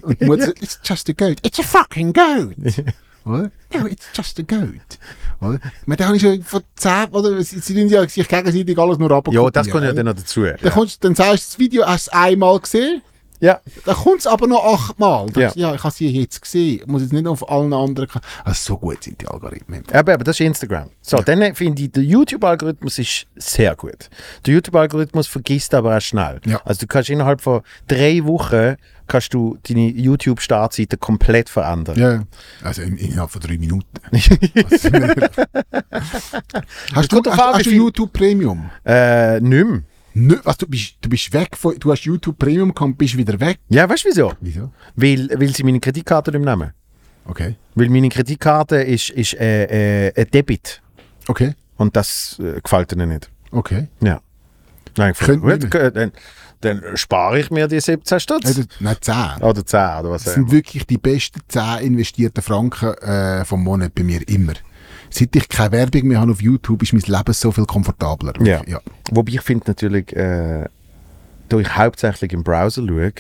[SPEAKER 2] Und die Mutter sagt, «It's just a goat. It's a fucking goat!» Oder? «No, it's just a goat!» Oder? Ich meine, da habe ich schon von zehn, oder? Sie sie tun ja sich gegenseitig alles nur runter.
[SPEAKER 1] Ja, das kommt ja dann noch dazu.
[SPEAKER 2] Dann, kommst, dann sagst du, das Video hast du einmal gesehen,
[SPEAKER 1] Ja.
[SPEAKER 2] dann kommt es aber noch achtmal. Dann
[SPEAKER 1] Ja.
[SPEAKER 2] sagst du, ja, ich habe sie jetzt gesehen. Ich muss jetzt nicht noch auf allen anderen... Kan- Also so gut sind die Algorithmen.
[SPEAKER 1] Aber, aber das ist Instagram. So, dann finde ich, der YouTube-Algorithmus ist sehr gut. Der YouTube-Algorithmus vergisst aber auch schnell.
[SPEAKER 2] Ja.
[SPEAKER 1] Also du kannst innerhalb von drei Wochen kannst du deine YouTube-Startseite komplett verändern.
[SPEAKER 2] Ja, also in, innerhalb von drei Minuten. Also, hast du,
[SPEAKER 1] kommt
[SPEAKER 2] hast,
[SPEAKER 1] drauf an, wie
[SPEAKER 2] hast du
[SPEAKER 1] viel-
[SPEAKER 2] YouTube Premium?
[SPEAKER 1] Äh, nimm.
[SPEAKER 2] Nö, was, du, bist, du bist weg von, du hast YouTube Premium gehabt, bist wieder weg.
[SPEAKER 1] Ja, weißt du wieso?
[SPEAKER 2] Wieso?
[SPEAKER 1] Weil, weil sie meine Kreditkarte nicht mehr nehmen.
[SPEAKER 2] Okay.
[SPEAKER 1] Weil meine Kreditkarte ist, ist äh, äh, ein Debit.
[SPEAKER 2] Okay.
[SPEAKER 1] Und das äh, gefällt ihnen nicht.
[SPEAKER 2] Okay.
[SPEAKER 1] Ja. Nein, ich
[SPEAKER 2] Könnt
[SPEAKER 1] finde,
[SPEAKER 2] nicht
[SPEAKER 1] gut, äh, dann, dann spare ich mir die 17 Stutz.
[SPEAKER 2] Also, nein, 10.
[SPEAKER 1] Oder 10 oder was
[SPEAKER 2] Das
[SPEAKER 1] auch immer.
[SPEAKER 2] sind wirklich die besten 10 investierten Franken äh, vom Monat bei mir immer. Seit ich keine Werbung mehr habe auf YouTube, ist mein Leben so viel komfortabler.
[SPEAKER 1] Ja.
[SPEAKER 2] ja.
[SPEAKER 1] Wobei ich finde natürlich, äh, da ich hauptsächlich im Browser schaue,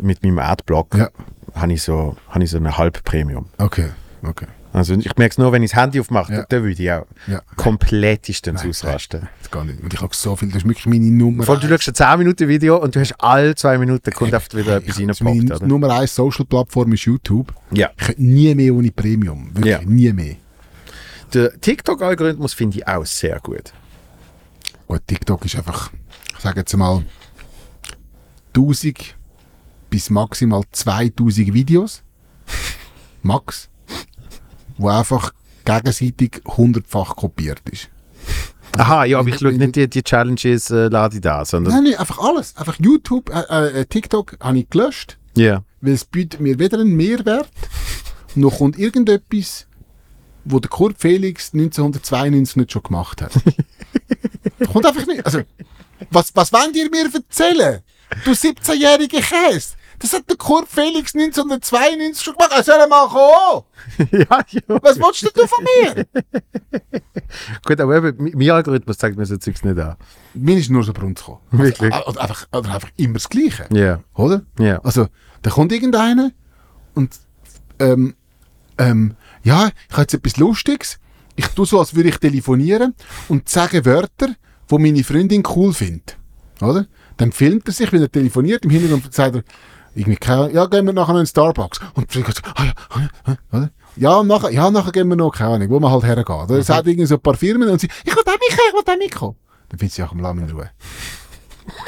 [SPEAKER 1] mit meinem Adblock,
[SPEAKER 2] Ja.
[SPEAKER 1] habe ich, so, hab ich so eine Halbpremium.
[SPEAKER 2] Okay. Okay.
[SPEAKER 1] Also ich merke es nur, wenn ich das Handy aufmache,
[SPEAKER 2] Ja.
[SPEAKER 1] dann- dann würde ich auch
[SPEAKER 2] Ja.
[SPEAKER 1] komplettestens ausrasten.
[SPEAKER 2] Das geht nicht. Und ich habe so viel, das ist wirklich meine Nummer.
[SPEAKER 1] Vor allem, du schaust ein 10-Minuten-Video und du hast alle zwei Minuten kommt oft wieder etwas
[SPEAKER 2] Also meine
[SPEAKER 1] reingepoppt, oder?
[SPEAKER 2] Nummer 1 Social-Plattform ist YouTube.
[SPEAKER 1] Ja.
[SPEAKER 2] Ich könnte nie mehr ohne Premium. Wirklich,
[SPEAKER 1] Ja.
[SPEAKER 2] nie mehr.
[SPEAKER 1] Der TikTok-Algorithmus finde ich auch sehr gut.
[SPEAKER 2] Gut, TikTok ist einfach, ich sage jetzt mal, 1000 bis maximal 2000 Videos. Max. Wo einfach gegenseitig hundertfach kopiert ist.
[SPEAKER 1] Aha, ja, aber ich schaue nicht die, die Challenges, äh, lade ich da, sondern.
[SPEAKER 2] Nein, nein, einfach alles. Einfach YouTube, äh, äh, TikTok habe ich gelöscht,
[SPEAKER 1] Ja.
[SPEAKER 2] weil es bietet mir weder einen Mehrwert, noch kommt irgendetwas, wo der Kurt Felix 1992 nicht schon gemacht hat. kommt einfach nicht. Also, was, was wollt ihr mir erzählen? Du 17-jährige Käse! Das hat der Kurt Felix 1992 schon gemacht. Also, Er soll mal kommen!
[SPEAKER 1] Ja, ja.
[SPEAKER 2] Was willst denn du von mir?
[SPEAKER 1] Gut, aber eben, mi- mein Algorithmus zeigt mir so Zeugs nicht an.
[SPEAKER 2] mir ist nur so Brunz gekommen.
[SPEAKER 1] Wirklich?
[SPEAKER 2] Also, oder, einfach, oder einfach immer das Gleiche.
[SPEAKER 1] Ja.
[SPEAKER 2] Oder?
[SPEAKER 1] Ja.
[SPEAKER 2] Also, da kommt irgendeiner und ähm, ähm, ja, ich habe jetzt etwas Lustiges. Ich tue so, als würde ich telefonieren und sage Wörter, die meine Freundin cool findet. Oder? Dann filmt er sich, wenn er telefoniert, im Hintergrund sagt er, irgendwie, keine Ahnung, ja, gehen wir nachher noch in den Starbucks. Und die Freundin sagt, ah, ja, ah, ja, ah, oder? Ja, und nachher, ja, nachher gehen wir noch, keine Ahnung, wo man halt hergeht. Oder? Er sagt irgendwie so ein paar Firmen und sie, ich will da mitkommen, ich will da mitkommen. Dann findet sie auch am Lamm in Ruhe.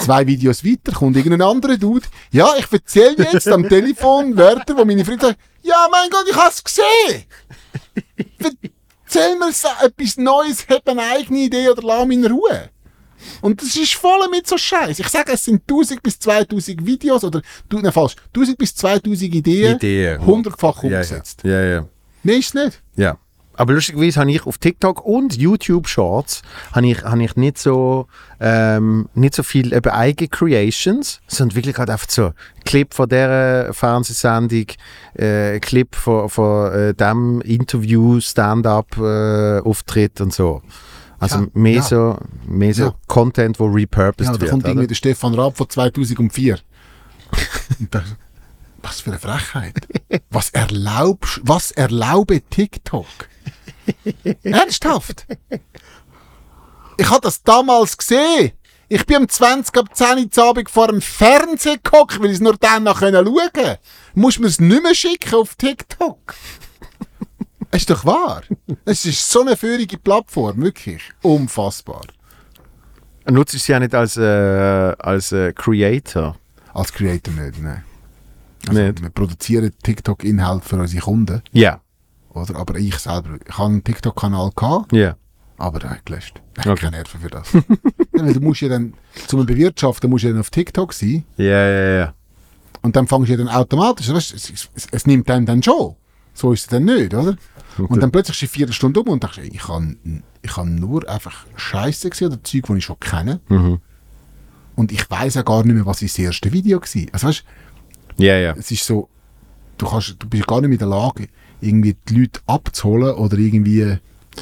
[SPEAKER 2] Zwei Videos weiter kommt irgendein anderer Dude. Ja, ich erzähle jetzt am Telefon Wörter, wo meine Freunde sagen, ja, mein Gott, ich hab's gesehen. Erzähl mir so etwas Neues, hab eine eigene Idee oder lass mich in Ruhe. Und das ist voll mit so Scheiß. Ich sage, es sind 1000 bis 2000 Videos oder, du, nein, falsch, 1000 bis 2000 Ideen,
[SPEAKER 1] Ideen.
[SPEAKER 2] hundertfach
[SPEAKER 1] Ja,
[SPEAKER 2] umgesetzt.
[SPEAKER 1] Ja, ja.
[SPEAKER 2] Mehr ist nicht.
[SPEAKER 1] ja. Aber lustigerweise habe ich auf TikTok und YouTube Shorts habe ich, habe ich nicht so ähm, nicht so viel eben eigene Creations, sondern wirklich halt einfach so Clip von dieser Fernsehsendung, äh, Clip von, von äh, dem Interview, Stand-up äh, Auftritt und so. Also
[SPEAKER 2] Ja,
[SPEAKER 1] mehr
[SPEAKER 2] ja.
[SPEAKER 1] so mehr so
[SPEAKER 2] Ja.
[SPEAKER 1] Content, wo repurposed
[SPEAKER 2] Ja, da
[SPEAKER 1] wird.
[SPEAKER 2] kommt
[SPEAKER 1] oder?
[SPEAKER 2] irgendwie der Stefan Raab von 2004. Und das, was für eine Frechheit. Was erlaubst, was erlaube TikTok? Ernsthaft? Ich habe das damals gesehen. Ich bin um 20 ab 10 Uhr Abend vor dem Fernsehen gehockt, weil ich es nur dann noch schauen konnte. Muss mir es nicht mehr schicken auf TikTok. Es ist doch wahr. Es ist so eine feurige Plattform, wirklich. Unfassbar.
[SPEAKER 1] Nutzt du sie ja nicht als, äh, als äh, Creator.
[SPEAKER 2] Als Creator nicht, nein. Also,
[SPEAKER 1] nicht?
[SPEAKER 2] Wir produzieren TikTok-Inhalt für unsere Kunden,
[SPEAKER 1] Ja,
[SPEAKER 2] oder? Aber ich selber, ich habe einen TikTok-Kanal gehabt,
[SPEAKER 1] ja.
[SPEAKER 2] aber den habe ich gelöscht. Ich habe
[SPEAKER 1] Okay.
[SPEAKER 2] keine Nerven für das. Nein, weil du musst ja dann, zum Bewirtschaften musst du ja dann auf TikTok sein
[SPEAKER 1] Ja, ja, ja.
[SPEAKER 2] und dann fängst du ja dann automatisch, weißt, du, es, es, es, es nimmt einem dann schon. So ist es dann nicht, oder? Und dann plötzlich ist die vierte Stunde um und denkst, ey, ich kann, ich kann nur einfach Scheiße gesehen oder Zeug, die ich schon kenne.
[SPEAKER 1] Mhm.
[SPEAKER 2] Und ich weiß ja gar nicht mehr, was das erste Video war. Also weißt,
[SPEAKER 1] Ja, ja.
[SPEAKER 2] es ist so, du, kannst, du bist gar nicht mehr in der Lage, irgendwie die Leute abzuholen oder irgendwie. äh,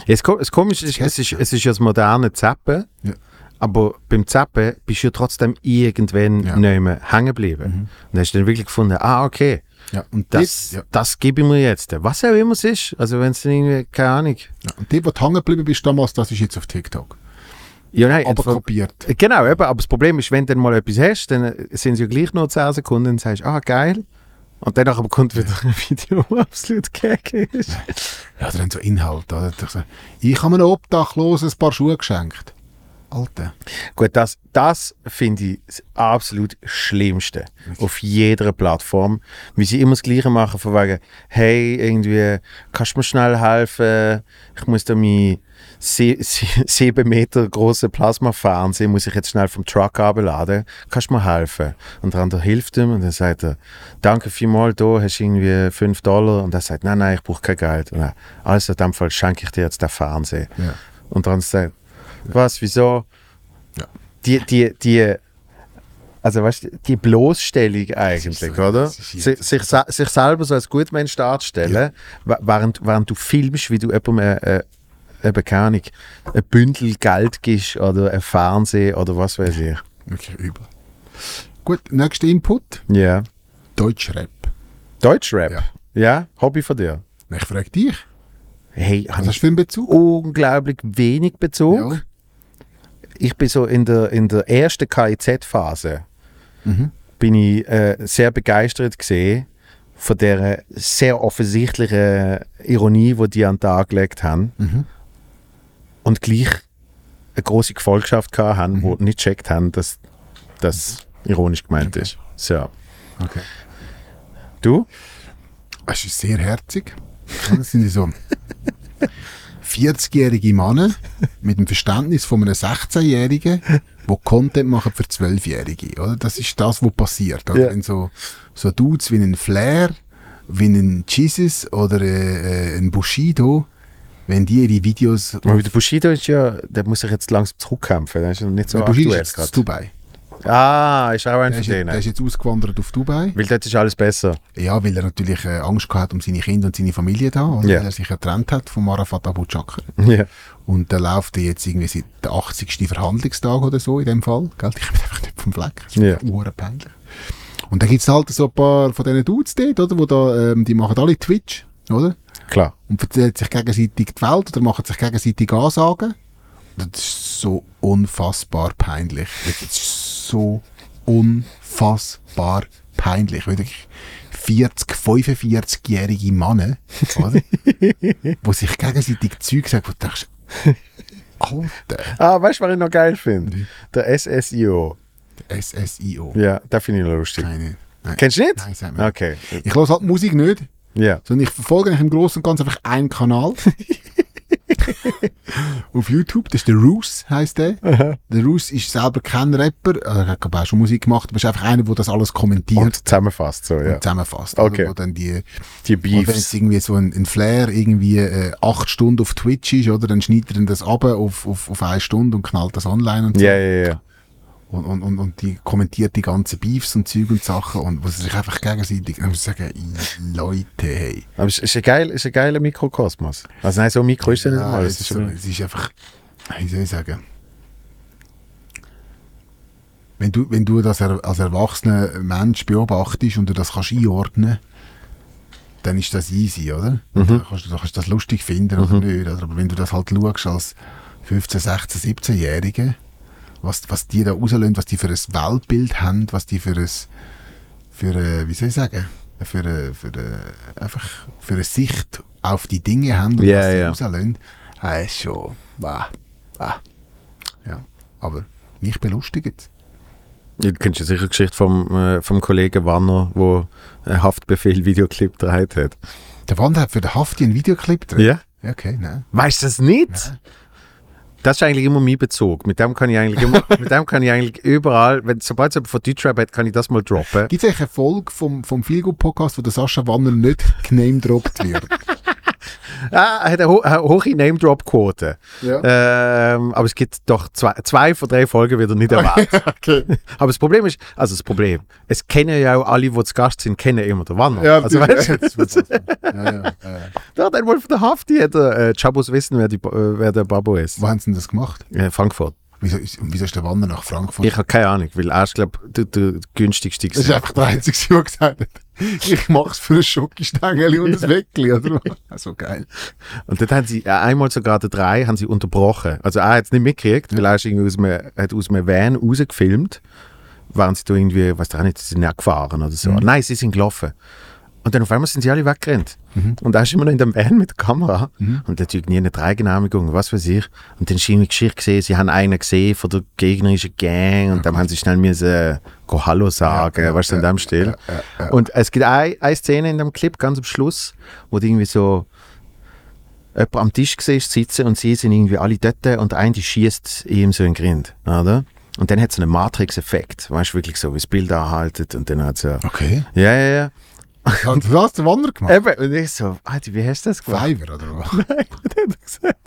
[SPEAKER 1] Es, ko- es komisch ist, es ist, es ist ja das moderne Zappen,
[SPEAKER 2] Ja.
[SPEAKER 1] aber beim Zappen bist du ja trotzdem irgendwann
[SPEAKER 2] Ja. Mhm.
[SPEAKER 1] nicht mehr hängen geblieben. Und dann hast du dann wirklich gefunden, ah, okay,
[SPEAKER 2] Ja, und
[SPEAKER 1] das,
[SPEAKER 2] das, dort,
[SPEAKER 1] das gebe ich mir jetzt. Was auch immer es ist. Also wenn es dann irgendwie, keine Ahnung.
[SPEAKER 2] ja, und dort, wo du hängen geblieben bist damals, das ist jetzt auf TikTok.
[SPEAKER 1] Ja, nein,
[SPEAKER 2] Aber
[SPEAKER 1] etwa-
[SPEAKER 2] kopiert.
[SPEAKER 1] Genau, eben, aber das Problem ist, wenn du dann mal etwas hast, dann äh, sind es ja gleich nur 10 Sekunden und sagst, ah, geil. Und danach aber kommt wieder ein Video, wo absolut gag ist.
[SPEAKER 2] Ja, oder dann so Inhalt. Oder? Ich so, Ich habe einem Obdachlosen ein paar Schuhe geschenkt. Alter.
[SPEAKER 1] Gut, das, das finde ich das absolut Schlimmste auf jeder Plattform. Wie sie immer das Gleiche machen, von wegen, hey, irgendwie, kannst du mir schnell helfen? Ich muss da mein sie- sie- sieben Meter große Plasmafernseher, muss ich jetzt schnell vom Truck abladen. Kannst du mir helfen? Und der andere hilft ihm und dann sagt er, danke vielmals, da hast du irgendwie 5 Dollar. Und er sagt, nein, nein, ich brauche kein Geld. Und er, also in dem Fall schenke ich dir jetzt den Fernseher.
[SPEAKER 2] Ja.
[SPEAKER 1] Und dann sagt, was, wieso?
[SPEAKER 2] Ja.
[SPEAKER 1] Die, die, die, also weißt du, die Bloßstellung eigentlich,
[SPEAKER 2] so-
[SPEAKER 1] oder?
[SPEAKER 2] das ist
[SPEAKER 1] Sich, sich, se- sich selber so als Gutmensch darzustellen, wa- während, während du filmst, wie du jemandem äh, äh, eben keine Ahnung, ein Bündel Geld gibst oder ein Fernsehen oder was weiß ich.
[SPEAKER 2] Wirklich übel. Gut, nächster Input:
[SPEAKER 1] Ja.
[SPEAKER 2] Deutschrap.
[SPEAKER 1] Deutschrap. Ja.
[SPEAKER 2] Ja.
[SPEAKER 1] Hobby von dir.
[SPEAKER 2] Na, Ich frage dich,
[SPEAKER 1] Hey,
[SPEAKER 2] was
[SPEAKER 1] habe
[SPEAKER 2] hast du
[SPEAKER 1] ich
[SPEAKER 2] für einen Bezug?
[SPEAKER 1] unglaublich wenig Bezug.
[SPEAKER 2] Also Ja.
[SPEAKER 1] ich bin so in der, in der ersten KIZ-Phase
[SPEAKER 2] Mhm.
[SPEAKER 1] bin ich äh, sehr begeistert gesehen von der sehr offensichtlichen Ironie, die die an den Tag gelegt haben
[SPEAKER 2] Mhm.
[SPEAKER 1] und gleich eine große Gefolgschaft gehabt haben,
[SPEAKER 2] Mhm.
[SPEAKER 1] die nicht checkt haben, dass das ironisch gemeint ist. So,
[SPEAKER 2] Okay.
[SPEAKER 1] du?
[SPEAKER 2] Es ist sehr herzig. Das sind so 40-jährige Mann mit dem Verständnis von einem 16-Jährigen, wo Content machen für 12-Jährige. Oder? Das ist das, was passiert. Oder?
[SPEAKER 1] Ja.
[SPEAKER 2] Wenn so, so Dudes wie ein Flair, wie ein Jesus oder äh, äh, ein Bushido, wenn die ihre Videos...
[SPEAKER 1] Aber der Bushido ist ja, der muss sich jetzt langsam zurückkämpfen. Der ist noch nicht so
[SPEAKER 2] Der Bushido ist
[SPEAKER 1] aktuell
[SPEAKER 2] jetzt in
[SPEAKER 1] gerade.
[SPEAKER 2] Dubai.
[SPEAKER 1] Ah, ist auch ein von
[SPEAKER 2] Der ist, jetzt- der
[SPEAKER 1] denen.
[SPEAKER 2] ist jetzt ausgewandert auf Dubai.
[SPEAKER 1] Weil dort ist alles besser.
[SPEAKER 2] Ja, weil er natürlich äh, Angst gehabt um seine Kinder und seine Familie da, oder?
[SPEAKER 1] Ja.
[SPEAKER 2] weil er sich getrennt hat von Arafat Abu Chakr.
[SPEAKER 1] Ja.
[SPEAKER 2] Und da läuft er jetzt irgendwie seit der 80. Verhandlungstag oder so in dem Fall. Gell? Ich komme einfach nicht vom Fleck. Das ist
[SPEAKER 1] Ja.
[SPEAKER 2] yeah. peinlich. Und dann gibt es halt so ein paar von diesen Dudes dort, oder? Wo da, ähm, die machen alle Twitch, oder?
[SPEAKER 1] Klar.
[SPEAKER 2] Und erzählen sich gegenseitig die Welt oder machen sich gegenseitig Ansagen. Das ist so unfassbar peinlich. Das ist so unfassbar peinlich. Wirklich 40, 45-jährige Männer, oder? wo sich gegenseitig Zeug sagen, wo du denkst, Alter,
[SPEAKER 1] Ah, weißt du, was ich noch geil finde? Der SSIO.
[SPEAKER 2] SSIO.
[SPEAKER 1] Ja, da finde ich noch lustig.
[SPEAKER 2] Keine. Nein.
[SPEAKER 1] Kennst du nicht?
[SPEAKER 2] Nein, sag mir.
[SPEAKER 1] Okay.
[SPEAKER 2] Ich höre halt Musik nicht,
[SPEAKER 1] Ja.
[SPEAKER 2] sondern ich verfolge eigentlich im Großen und Ganzen einfach einen Kanal. Auf YouTube, das ist der Roos, heisst der. Der Roos ist selber kein Rapper, also er hat glaub ich, auch schon Musik gemacht, aber ist einfach einer, der das alles kommentiert
[SPEAKER 1] Und
[SPEAKER 2] und,
[SPEAKER 1] zusammenfasst so, ja.
[SPEAKER 2] zusammenfasst.
[SPEAKER 1] Okay.
[SPEAKER 2] Oder, wo dann die,
[SPEAKER 1] Die
[SPEAKER 2] und wenn es
[SPEAKER 1] Beefs.
[SPEAKER 2] irgendwie so ein, ein Flair irgendwie äh, acht Stunden auf Twitch ist, oder, dann schneidet er dann das ab auf, auf, auf eine Stunde und knallt das online und so.
[SPEAKER 1] Ja, ja, ja.
[SPEAKER 2] Und, und, und, und die kommentiert die ganzen Beefs und Zeug und Sachen und was sich einfach gegenseitig, ich muss sagen, i- Leute, hey.
[SPEAKER 1] Aber es ist ein, geil, ist ein geiler Mikrokosmos. Also nein, so ein Mikro ist ja nicht
[SPEAKER 2] Ja,
[SPEAKER 1] mal.
[SPEAKER 2] es, Ah, ist so, es ist einfach, wie soll ich sagen, wenn du, wenn du das er, als erwachsener Mensch beobachtest und du das kannst einordnen dann ist das easy, oder?
[SPEAKER 1] Mhm.
[SPEAKER 2] Dann kannst du, du kannst das lustig finden oder nicht. Oder? Aber wenn du das halt schaust als 15, 16, 17-Jährige, was, was die da rauslösen, was die für ein Weltbild haben, was die für ein, für ein wie soll ich sagen, für, ein- für, ein- einfach für eine Sicht auf die Dinge haben und
[SPEAKER 1] Ja,
[SPEAKER 2] was die
[SPEAKER 1] ja.
[SPEAKER 2] rauslösen, das ist schon, ah, ah. Ja, aber mich belustigt
[SPEAKER 1] Du kennst ja sicher die Geschichte vom, äh, vom Kollegen Wanner, wo ein Haftbefehl-Videoclip gedreht hat.
[SPEAKER 2] Der Wander hat für den Hafti einen Videoclip drin.
[SPEAKER 1] Ja?
[SPEAKER 2] Ja, Okay, nein.
[SPEAKER 1] Weißt du das nicht? Das ist eigentlich immer mein Bezug. Mit dem kann ich eigentlich, immer, mit dem kann ich eigentlich überall, wenn, sobald es jemand von Deutschrap hat, kann ich das mal droppen.
[SPEAKER 2] Gibt es eigentlich eine Folge vom, vom Feelgood Podcast, wo der Sascha Wanner nicht genamedroppt wird?
[SPEAKER 1] Ah, er hat eine, ho eine hohe Name-Drop-Quote.
[SPEAKER 2] Ja.
[SPEAKER 1] Ähm, aber es gibt doch zwei, zwei von drei Folgen wieder nicht erwähnt.
[SPEAKER 2] okay.
[SPEAKER 1] Aber das Problem ist, also das Problem, es kennen ja auch alle, die zu Gast sind, kennen immer den Wanner.
[SPEAKER 2] Ja,
[SPEAKER 1] also
[SPEAKER 2] die-
[SPEAKER 1] weißt du,
[SPEAKER 2] ja, ja, ja.
[SPEAKER 1] da hat einmal von der Hafti, hat der äh, Chabos wissen, wer, die, Ba- äh, wer der Babo ist.
[SPEAKER 2] Wo haben sie denn das gemacht?
[SPEAKER 1] Äh, Frankfurt.
[SPEAKER 2] Wieso ist, und wieso ist der Wander nach Frankfurt?
[SPEAKER 1] Ich habe keine Ahnung, weil er ist, glaube der, der günstigste.
[SPEAKER 2] das
[SPEAKER 1] gewesen.
[SPEAKER 2] ist einfach der einzige, der gesagt hat, ich mach's für ein Schokostängeli und ein Weckli, oder? was? So geil.
[SPEAKER 1] Und dort haben sie äh, einmal sogar die drei haben sie unterbrochen. Also er hat es nicht mitgekriegt, weil er ist irgendwie aus einem, hat aus einem Van rausgefilmt. Waren sie da irgendwie, weiß ich auch nicht, sie sind ja gefahren oder so. Nein, sie sind gelaufen. Und dann auf einmal sind sie alle weggerannt. Und er ist immer noch in dem Van mit der Kamera. Und natürlich nie eine Dreigenehmigung, was weiß ich. Und dann schien ich Geschichte gesehen, sie haben einen gesehen von der gegnerischen Gang. Und dann haben sie schnell müssen äh, go Hallo sagen, weißt du, in dem Stil. Und es gibt eine, eine Szene in dem Clip, ganz am Schluss, wo die irgendwie so jemand am Tisch gesehen sitzen und sie sind irgendwie alle dort und einer schießt ihm so einen Grind, oder? Und dann hat es einen Matrix-Effekt, weißt du, wirklich so, wie das Bild anhaltet und dann hat es ja...
[SPEAKER 2] Okay.
[SPEAKER 1] Ja, ja, ja.
[SPEAKER 2] Hat das der Wander gemacht?
[SPEAKER 1] Eben, und ich so, Alter, wie hast du das gemacht?
[SPEAKER 2] Fiverr, oder was?
[SPEAKER 1] Und dann hat er gesagt,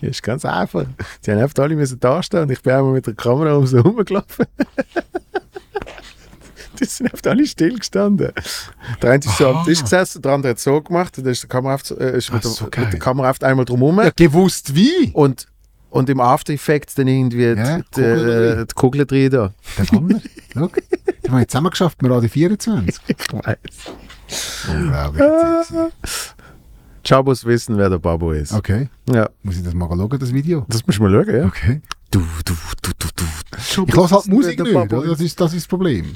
[SPEAKER 1] ja, ist ganz einfach. Sie haben einfach alle müssen da stehen und ich bin einmal mit der Kamera um sie rumgelaufen. Die sind einfach alle still gestanden. Der eine ist so am Tisch gesessen, der andere hat so gemacht und dann ist, der Kamera auf, äh, ist mit,
[SPEAKER 2] Ah, so
[SPEAKER 1] der, mit
[SPEAKER 2] geil.
[SPEAKER 1] der Kamera auf einmal drum herum.
[SPEAKER 2] Gewusst wie?
[SPEAKER 1] Und, und im After Effects dann irgendwie
[SPEAKER 2] Ja,
[SPEAKER 1] die, die, äh, die Kugeln drin da.
[SPEAKER 2] Der Wander, schau. Den haben wir zusammen geschafft, wir Radio 24.
[SPEAKER 1] Ich weiß.
[SPEAKER 2] Unglaublich. jetzt jetzt.
[SPEAKER 1] Chabos wissen, wer der Babo ist.
[SPEAKER 2] Okay.
[SPEAKER 1] Ja.
[SPEAKER 2] Muss ich das mal schauen, das Video?
[SPEAKER 1] Das musst du mal schauen, ja.
[SPEAKER 2] Okay.
[SPEAKER 1] Du, du, du, du, du.
[SPEAKER 2] Ich lasse halt
[SPEAKER 1] wissen,
[SPEAKER 2] Musik
[SPEAKER 1] wer
[SPEAKER 2] nicht,
[SPEAKER 1] der Babo
[SPEAKER 2] oder?
[SPEAKER 1] ist.
[SPEAKER 2] Das ist, das ist das Problem.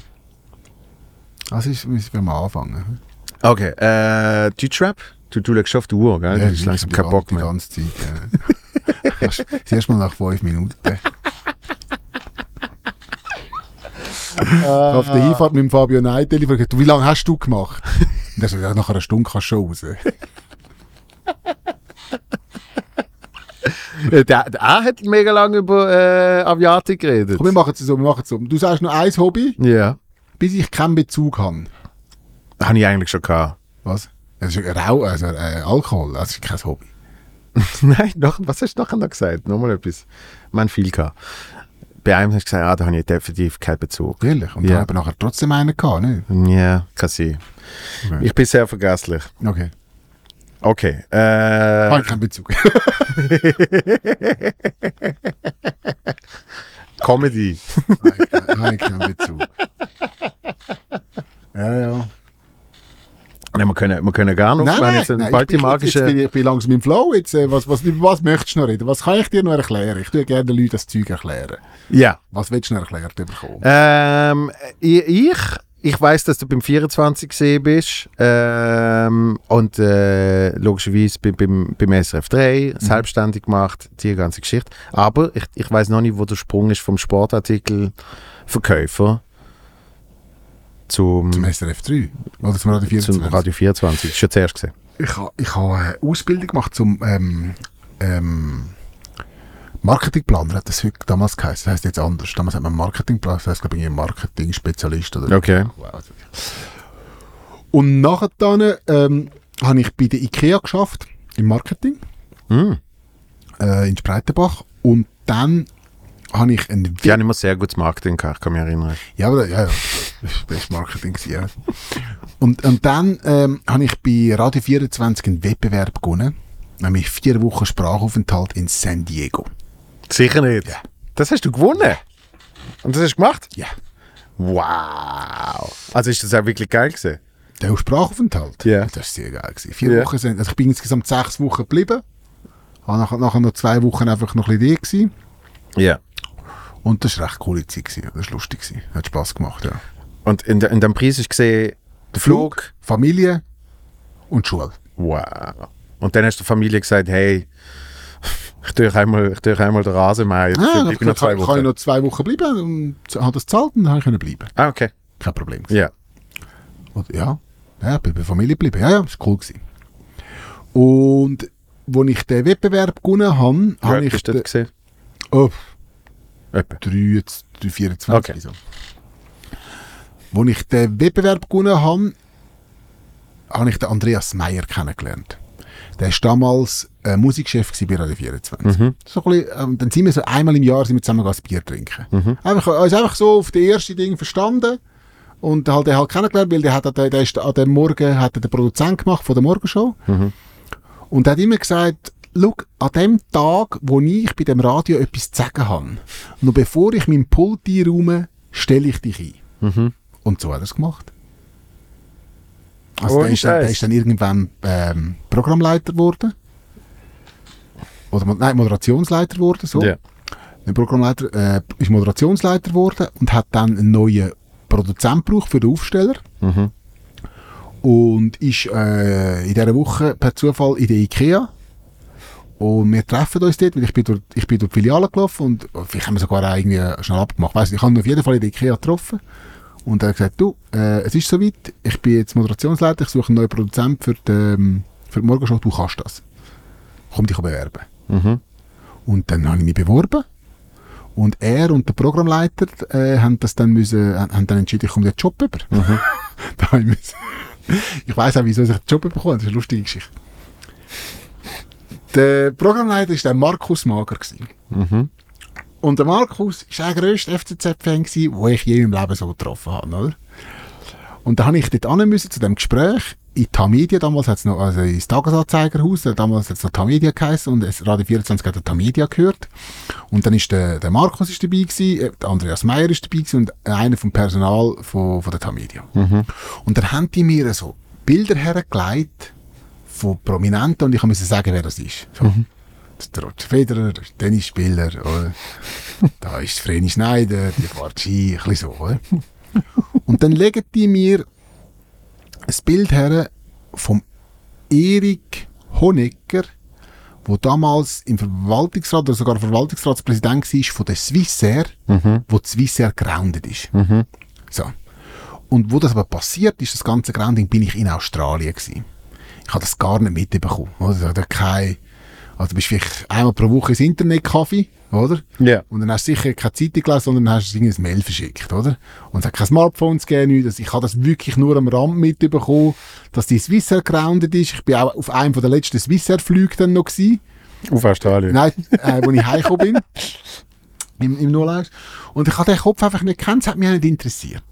[SPEAKER 2] Also ist, müssen wir mal anfangen.
[SPEAKER 1] Okay, äh, Deutschrap? Du, du legst auf die Uhr, gell? du hast
[SPEAKER 2] ich
[SPEAKER 1] langsam
[SPEAKER 2] hab die
[SPEAKER 1] keinen
[SPEAKER 2] ganze-
[SPEAKER 1] Bock
[SPEAKER 2] die
[SPEAKER 1] mehr.
[SPEAKER 2] ganze Zeit, ja. Erst- Das erste Mal nach fünf Minuten. Auf der Hinfahrt mit dem Fabio Neideli fragt, er, wie lange hast du gemacht? Und er sagt, ja, nach einer Stunde kannst du schon raus.
[SPEAKER 1] Der, Äh, der, er hat mega lange über äh, Aviatik geredet.
[SPEAKER 2] Komm, wir machen es so, wir machen es so. Du sagst noch ein Hobby,
[SPEAKER 1] Ja.
[SPEAKER 2] bis ich keinen Bezug habe.
[SPEAKER 1] Habe ich eigentlich schon gehabt.
[SPEAKER 2] Was? Das ist Rau, also äh, Alkohol, das ist kein Hobby.
[SPEAKER 1] Nein, noch, was hast du nachher noch gesagt? Nochmal etwas. Man viel gehabt. Bei einem hast du gesagt, ah, da habe ich definitiv keinen Bezug.
[SPEAKER 2] Ehrlich? Und
[SPEAKER 1] Ja.
[SPEAKER 2] da haben wir nachher trotzdem einen gehabt, ne?
[SPEAKER 1] Ja, kann sein.
[SPEAKER 2] Okay.
[SPEAKER 1] Ich bin sehr vergesslich.
[SPEAKER 2] Okay.
[SPEAKER 1] Okay. Äh,
[SPEAKER 2] Habe ich keinen Bezug.
[SPEAKER 1] Comedy.
[SPEAKER 2] Habe ich keinen Bezug. Ja, ja.
[SPEAKER 1] Nein, wir können, wir können gar noch. wir
[SPEAKER 2] Nein,
[SPEAKER 1] haben
[SPEAKER 2] nein,
[SPEAKER 1] jetzt einen
[SPEAKER 2] nein,
[SPEAKER 1] bald die
[SPEAKER 2] ich, bin, jetzt, jetzt
[SPEAKER 1] magische.
[SPEAKER 2] bin ich, ich bin langsam im Flow. Jetzt, äh, was, was, über was möchtest du noch reden? Was kann ich dir noch erklären? Ich tue gerne den Leuten das Zeug erklären.
[SPEAKER 1] Ja.
[SPEAKER 2] Was willst du noch erklärt bekommen?
[SPEAKER 1] Ähm, ich, ich, ich weiß, dass du beim 24 gesehen bist. Ähm, und äh, logischerweise beim, beim, beim SRF
[SPEAKER 2] Mhm.
[SPEAKER 1] 3 selbstständig gemacht, die ganze Geschichte. Aber ich, ich weiß noch nicht, wo der Sprung ist vom Sportartikelverkäufer zum,
[SPEAKER 2] Zum SRF 3? Oder zum Radio
[SPEAKER 1] zum
[SPEAKER 2] 24?
[SPEAKER 1] Radio 24. Schon zuerst gesehen.
[SPEAKER 2] Ich habe ich ha eine Ausbildung gemacht zum ähm, ähm, Marketingplaner, hat das heute damals geheißen. Das heisst jetzt anders. Damals hat man Marketingplaner, das heisst, glaube ich, Marketing-Spezialist oder
[SPEAKER 1] Okay.
[SPEAKER 2] Wow. also. Und nachher dann, ähm, habe ich bei der IKEA geschafft im Marketing
[SPEAKER 1] Mm.
[SPEAKER 2] äh, in Spreitenbach und dann habe ich einen
[SPEAKER 1] Die haben immer sehr gutes Marketing gehabt, ich kann mich erinnern.
[SPEAKER 2] Ja, aber, ja, ja. Das war Marketing. gewesen, Ja. Und, und dann ähm, habe ich bei Radio 24 einen Wettbewerb gewonnen. Nämlich vier Wochen Sprachaufenthalt in San Diego.
[SPEAKER 1] Sicher nicht.
[SPEAKER 2] Ja.
[SPEAKER 1] Das hast du gewonnen. Und das hast du gemacht?
[SPEAKER 2] Ja.
[SPEAKER 1] Wow. Also ist das auch wirklich geil gewesen?
[SPEAKER 2] Der Sprachaufenthalt?
[SPEAKER 1] Ja.
[SPEAKER 2] Das war sehr geil. Gewesen. Vier
[SPEAKER 1] Ja.
[SPEAKER 2] Wochen sind, also ich bin insgesamt sechs Wochen geblieben. Habe nachher, nachher noch zwei Wochen einfach noch ein bisschen da gewesen.
[SPEAKER 1] Ja.
[SPEAKER 2] Und das war eine recht coole Zeit. Gewesen. Das war lustig. Gewesen. Hat Spass gemacht, ja.
[SPEAKER 1] Und in, de, in dem Preis ist gesehen, der Flug.
[SPEAKER 2] Familie und Schule.
[SPEAKER 1] Wow. Und dann hast du der Familie gesagt, hey, ich tue euch einmal, ich tue euch einmal den Rasen mähen. Jetzt
[SPEAKER 2] Ah,
[SPEAKER 1] bleib
[SPEAKER 2] ich
[SPEAKER 1] ich noch zwei
[SPEAKER 2] Kann ich
[SPEAKER 1] Wochen.
[SPEAKER 2] noch zwei Wochen bleiben und habe das gezahlt und dann konnte ich bleiben.
[SPEAKER 1] Ah, okay.
[SPEAKER 2] Kein Problem. gewesen.
[SPEAKER 1] Ja.
[SPEAKER 2] Und ja, ja, ich bin bei der Familie geblieben. Ja, ja, das war cool. Gewesen. Und als ich den Wettbewerb gewonnen habe,
[SPEAKER 1] Wie alt
[SPEAKER 2] habe ich
[SPEAKER 1] bist du
[SPEAKER 2] den,
[SPEAKER 1] dort gesehen?
[SPEAKER 2] oh,
[SPEAKER 1] Etwa.
[SPEAKER 2] 3, 3, 24.
[SPEAKER 1] Okay.
[SPEAKER 2] So. Als ich den Wettbewerb gewonnen habe, habe ich den Andreas Meyer kennengelernt. Der war damals äh, Musikchef gewesen bei Radio 24. So ein bisschen, ähm, dann sind wir so einmal im Jahr sind wir zusammen gegangen, ein Bier trinken. Einfach, uns einfach so auf das erste Ding verstanden und halt den halt kennengelernt, weil der, hat, an der, der ist an dem Morgen hat er den Produzent gemacht von der Morgenshow. Und er hat immer gesagt, schau, an dem Tag, wo ich bei dem Radio etwas zu sagen habe, noch bevor ich meinen Pult einraume, stelle ich dich ein. Und so hat er es gemacht. Also
[SPEAKER 1] Ohne
[SPEAKER 2] der, ist dann, der
[SPEAKER 1] Scheiß.
[SPEAKER 2] ist dann irgendwann ähm, Programmleiter geworden. Oder, mo- nein, Moderationsleiter geworden, so.
[SPEAKER 1] Ja.
[SPEAKER 2] Der Programmleiter äh, ist Moderationsleiter geworden und hat dann einen neuen Produzent gebraucht für den Aufsteller.
[SPEAKER 1] Mhm.
[SPEAKER 2] Und ist äh, in dieser Woche per Zufall in der IKEA. Und wir treffen uns dort, weil ich bin durch, ich bin durch die Filiale gelaufen und oh, vielleicht haben wir sogar auch irgendwie schnell abgemacht. Weiss, nicht, ich habe ihn auf jeden Fall in der IKEA getroffen. Und er hat gesagt, du, äh, es ist soweit, ich bin jetzt Moderationsleiter, ich suche einen neuen Produzenten für die, ähm, für die Morgenshow, du kannst das. Komm dich bewerben.
[SPEAKER 1] Mhm.
[SPEAKER 2] Und dann habe ich mich beworben. Und er und der Programmleiter äh, haben das dann müssen, haben haben dann entschieden, ich komme den Job über. da habe ich müssen. ich weiss auch, wieso ich den Job bekommen habe. Das ist eine lustige Geschichte. Der Programmleiter war der Markus Mager. Gewesen. Und der Markus war der grösste FCZ-Fan, gewesen, den ich je im Leben so getroffen habe. Oder? Und da habe ich dort hin müssen zu dem Gespräch. In Tamedia, damals hat es noch, also ins Tagesanzeigerhaus, äh, damals hat es noch Tamedia geheißen und es, Radio 24 hat Tamedia gehört. Und dann ist der, der Markus ist dabei gewesen, äh, der Andreas Meyer ist dabei gewesen und einer vom Personal von, von der Tamedia. Und dann haben die mir so Bilder hergelegt von Prominenten und ich musste sagen, wer das ist. So. Das ist der Roger Federer, das ist der Tennisspieler, oder? da ist Vreni Schneider, die fährt Ski, ein bisschen so, oder? Und dann legen die mir ein Bild her vom Erik Honecker, der damals im Verwaltungsrat oder sogar Verwaltungsratspräsident war von der Swissair, wo die Swissair grounded ist. So. Und wo das aber passiert ist, das ganze Grounding, bin ich in Australien gewesen. Ich habe das gar nicht mitbekommen. Oder? Ich hatte keine Also du bist vielleicht einmal pro Woche ins Internetcafé, oder?
[SPEAKER 1] Ja.
[SPEAKER 2] Und dann hast du sicher keine Zeitung gelesen, sondern hast irgendein Mail verschickt, oder? Und es hat kein Smartphone gegeben, nichts. Also ich habe das wirklich nur am Rand mitbekommen, dass die Swissair grounded ist. Ich bin auch auf einem von der letzten Swissair-Flüge dann noch gewesen.
[SPEAKER 1] Auf Australien.
[SPEAKER 2] Nein, äh, wo ich heimgekommen bin. Im, im Nullaus. Und ich habe den Kopf einfach nicht gekannt, es hat mich auch nicht interessiert.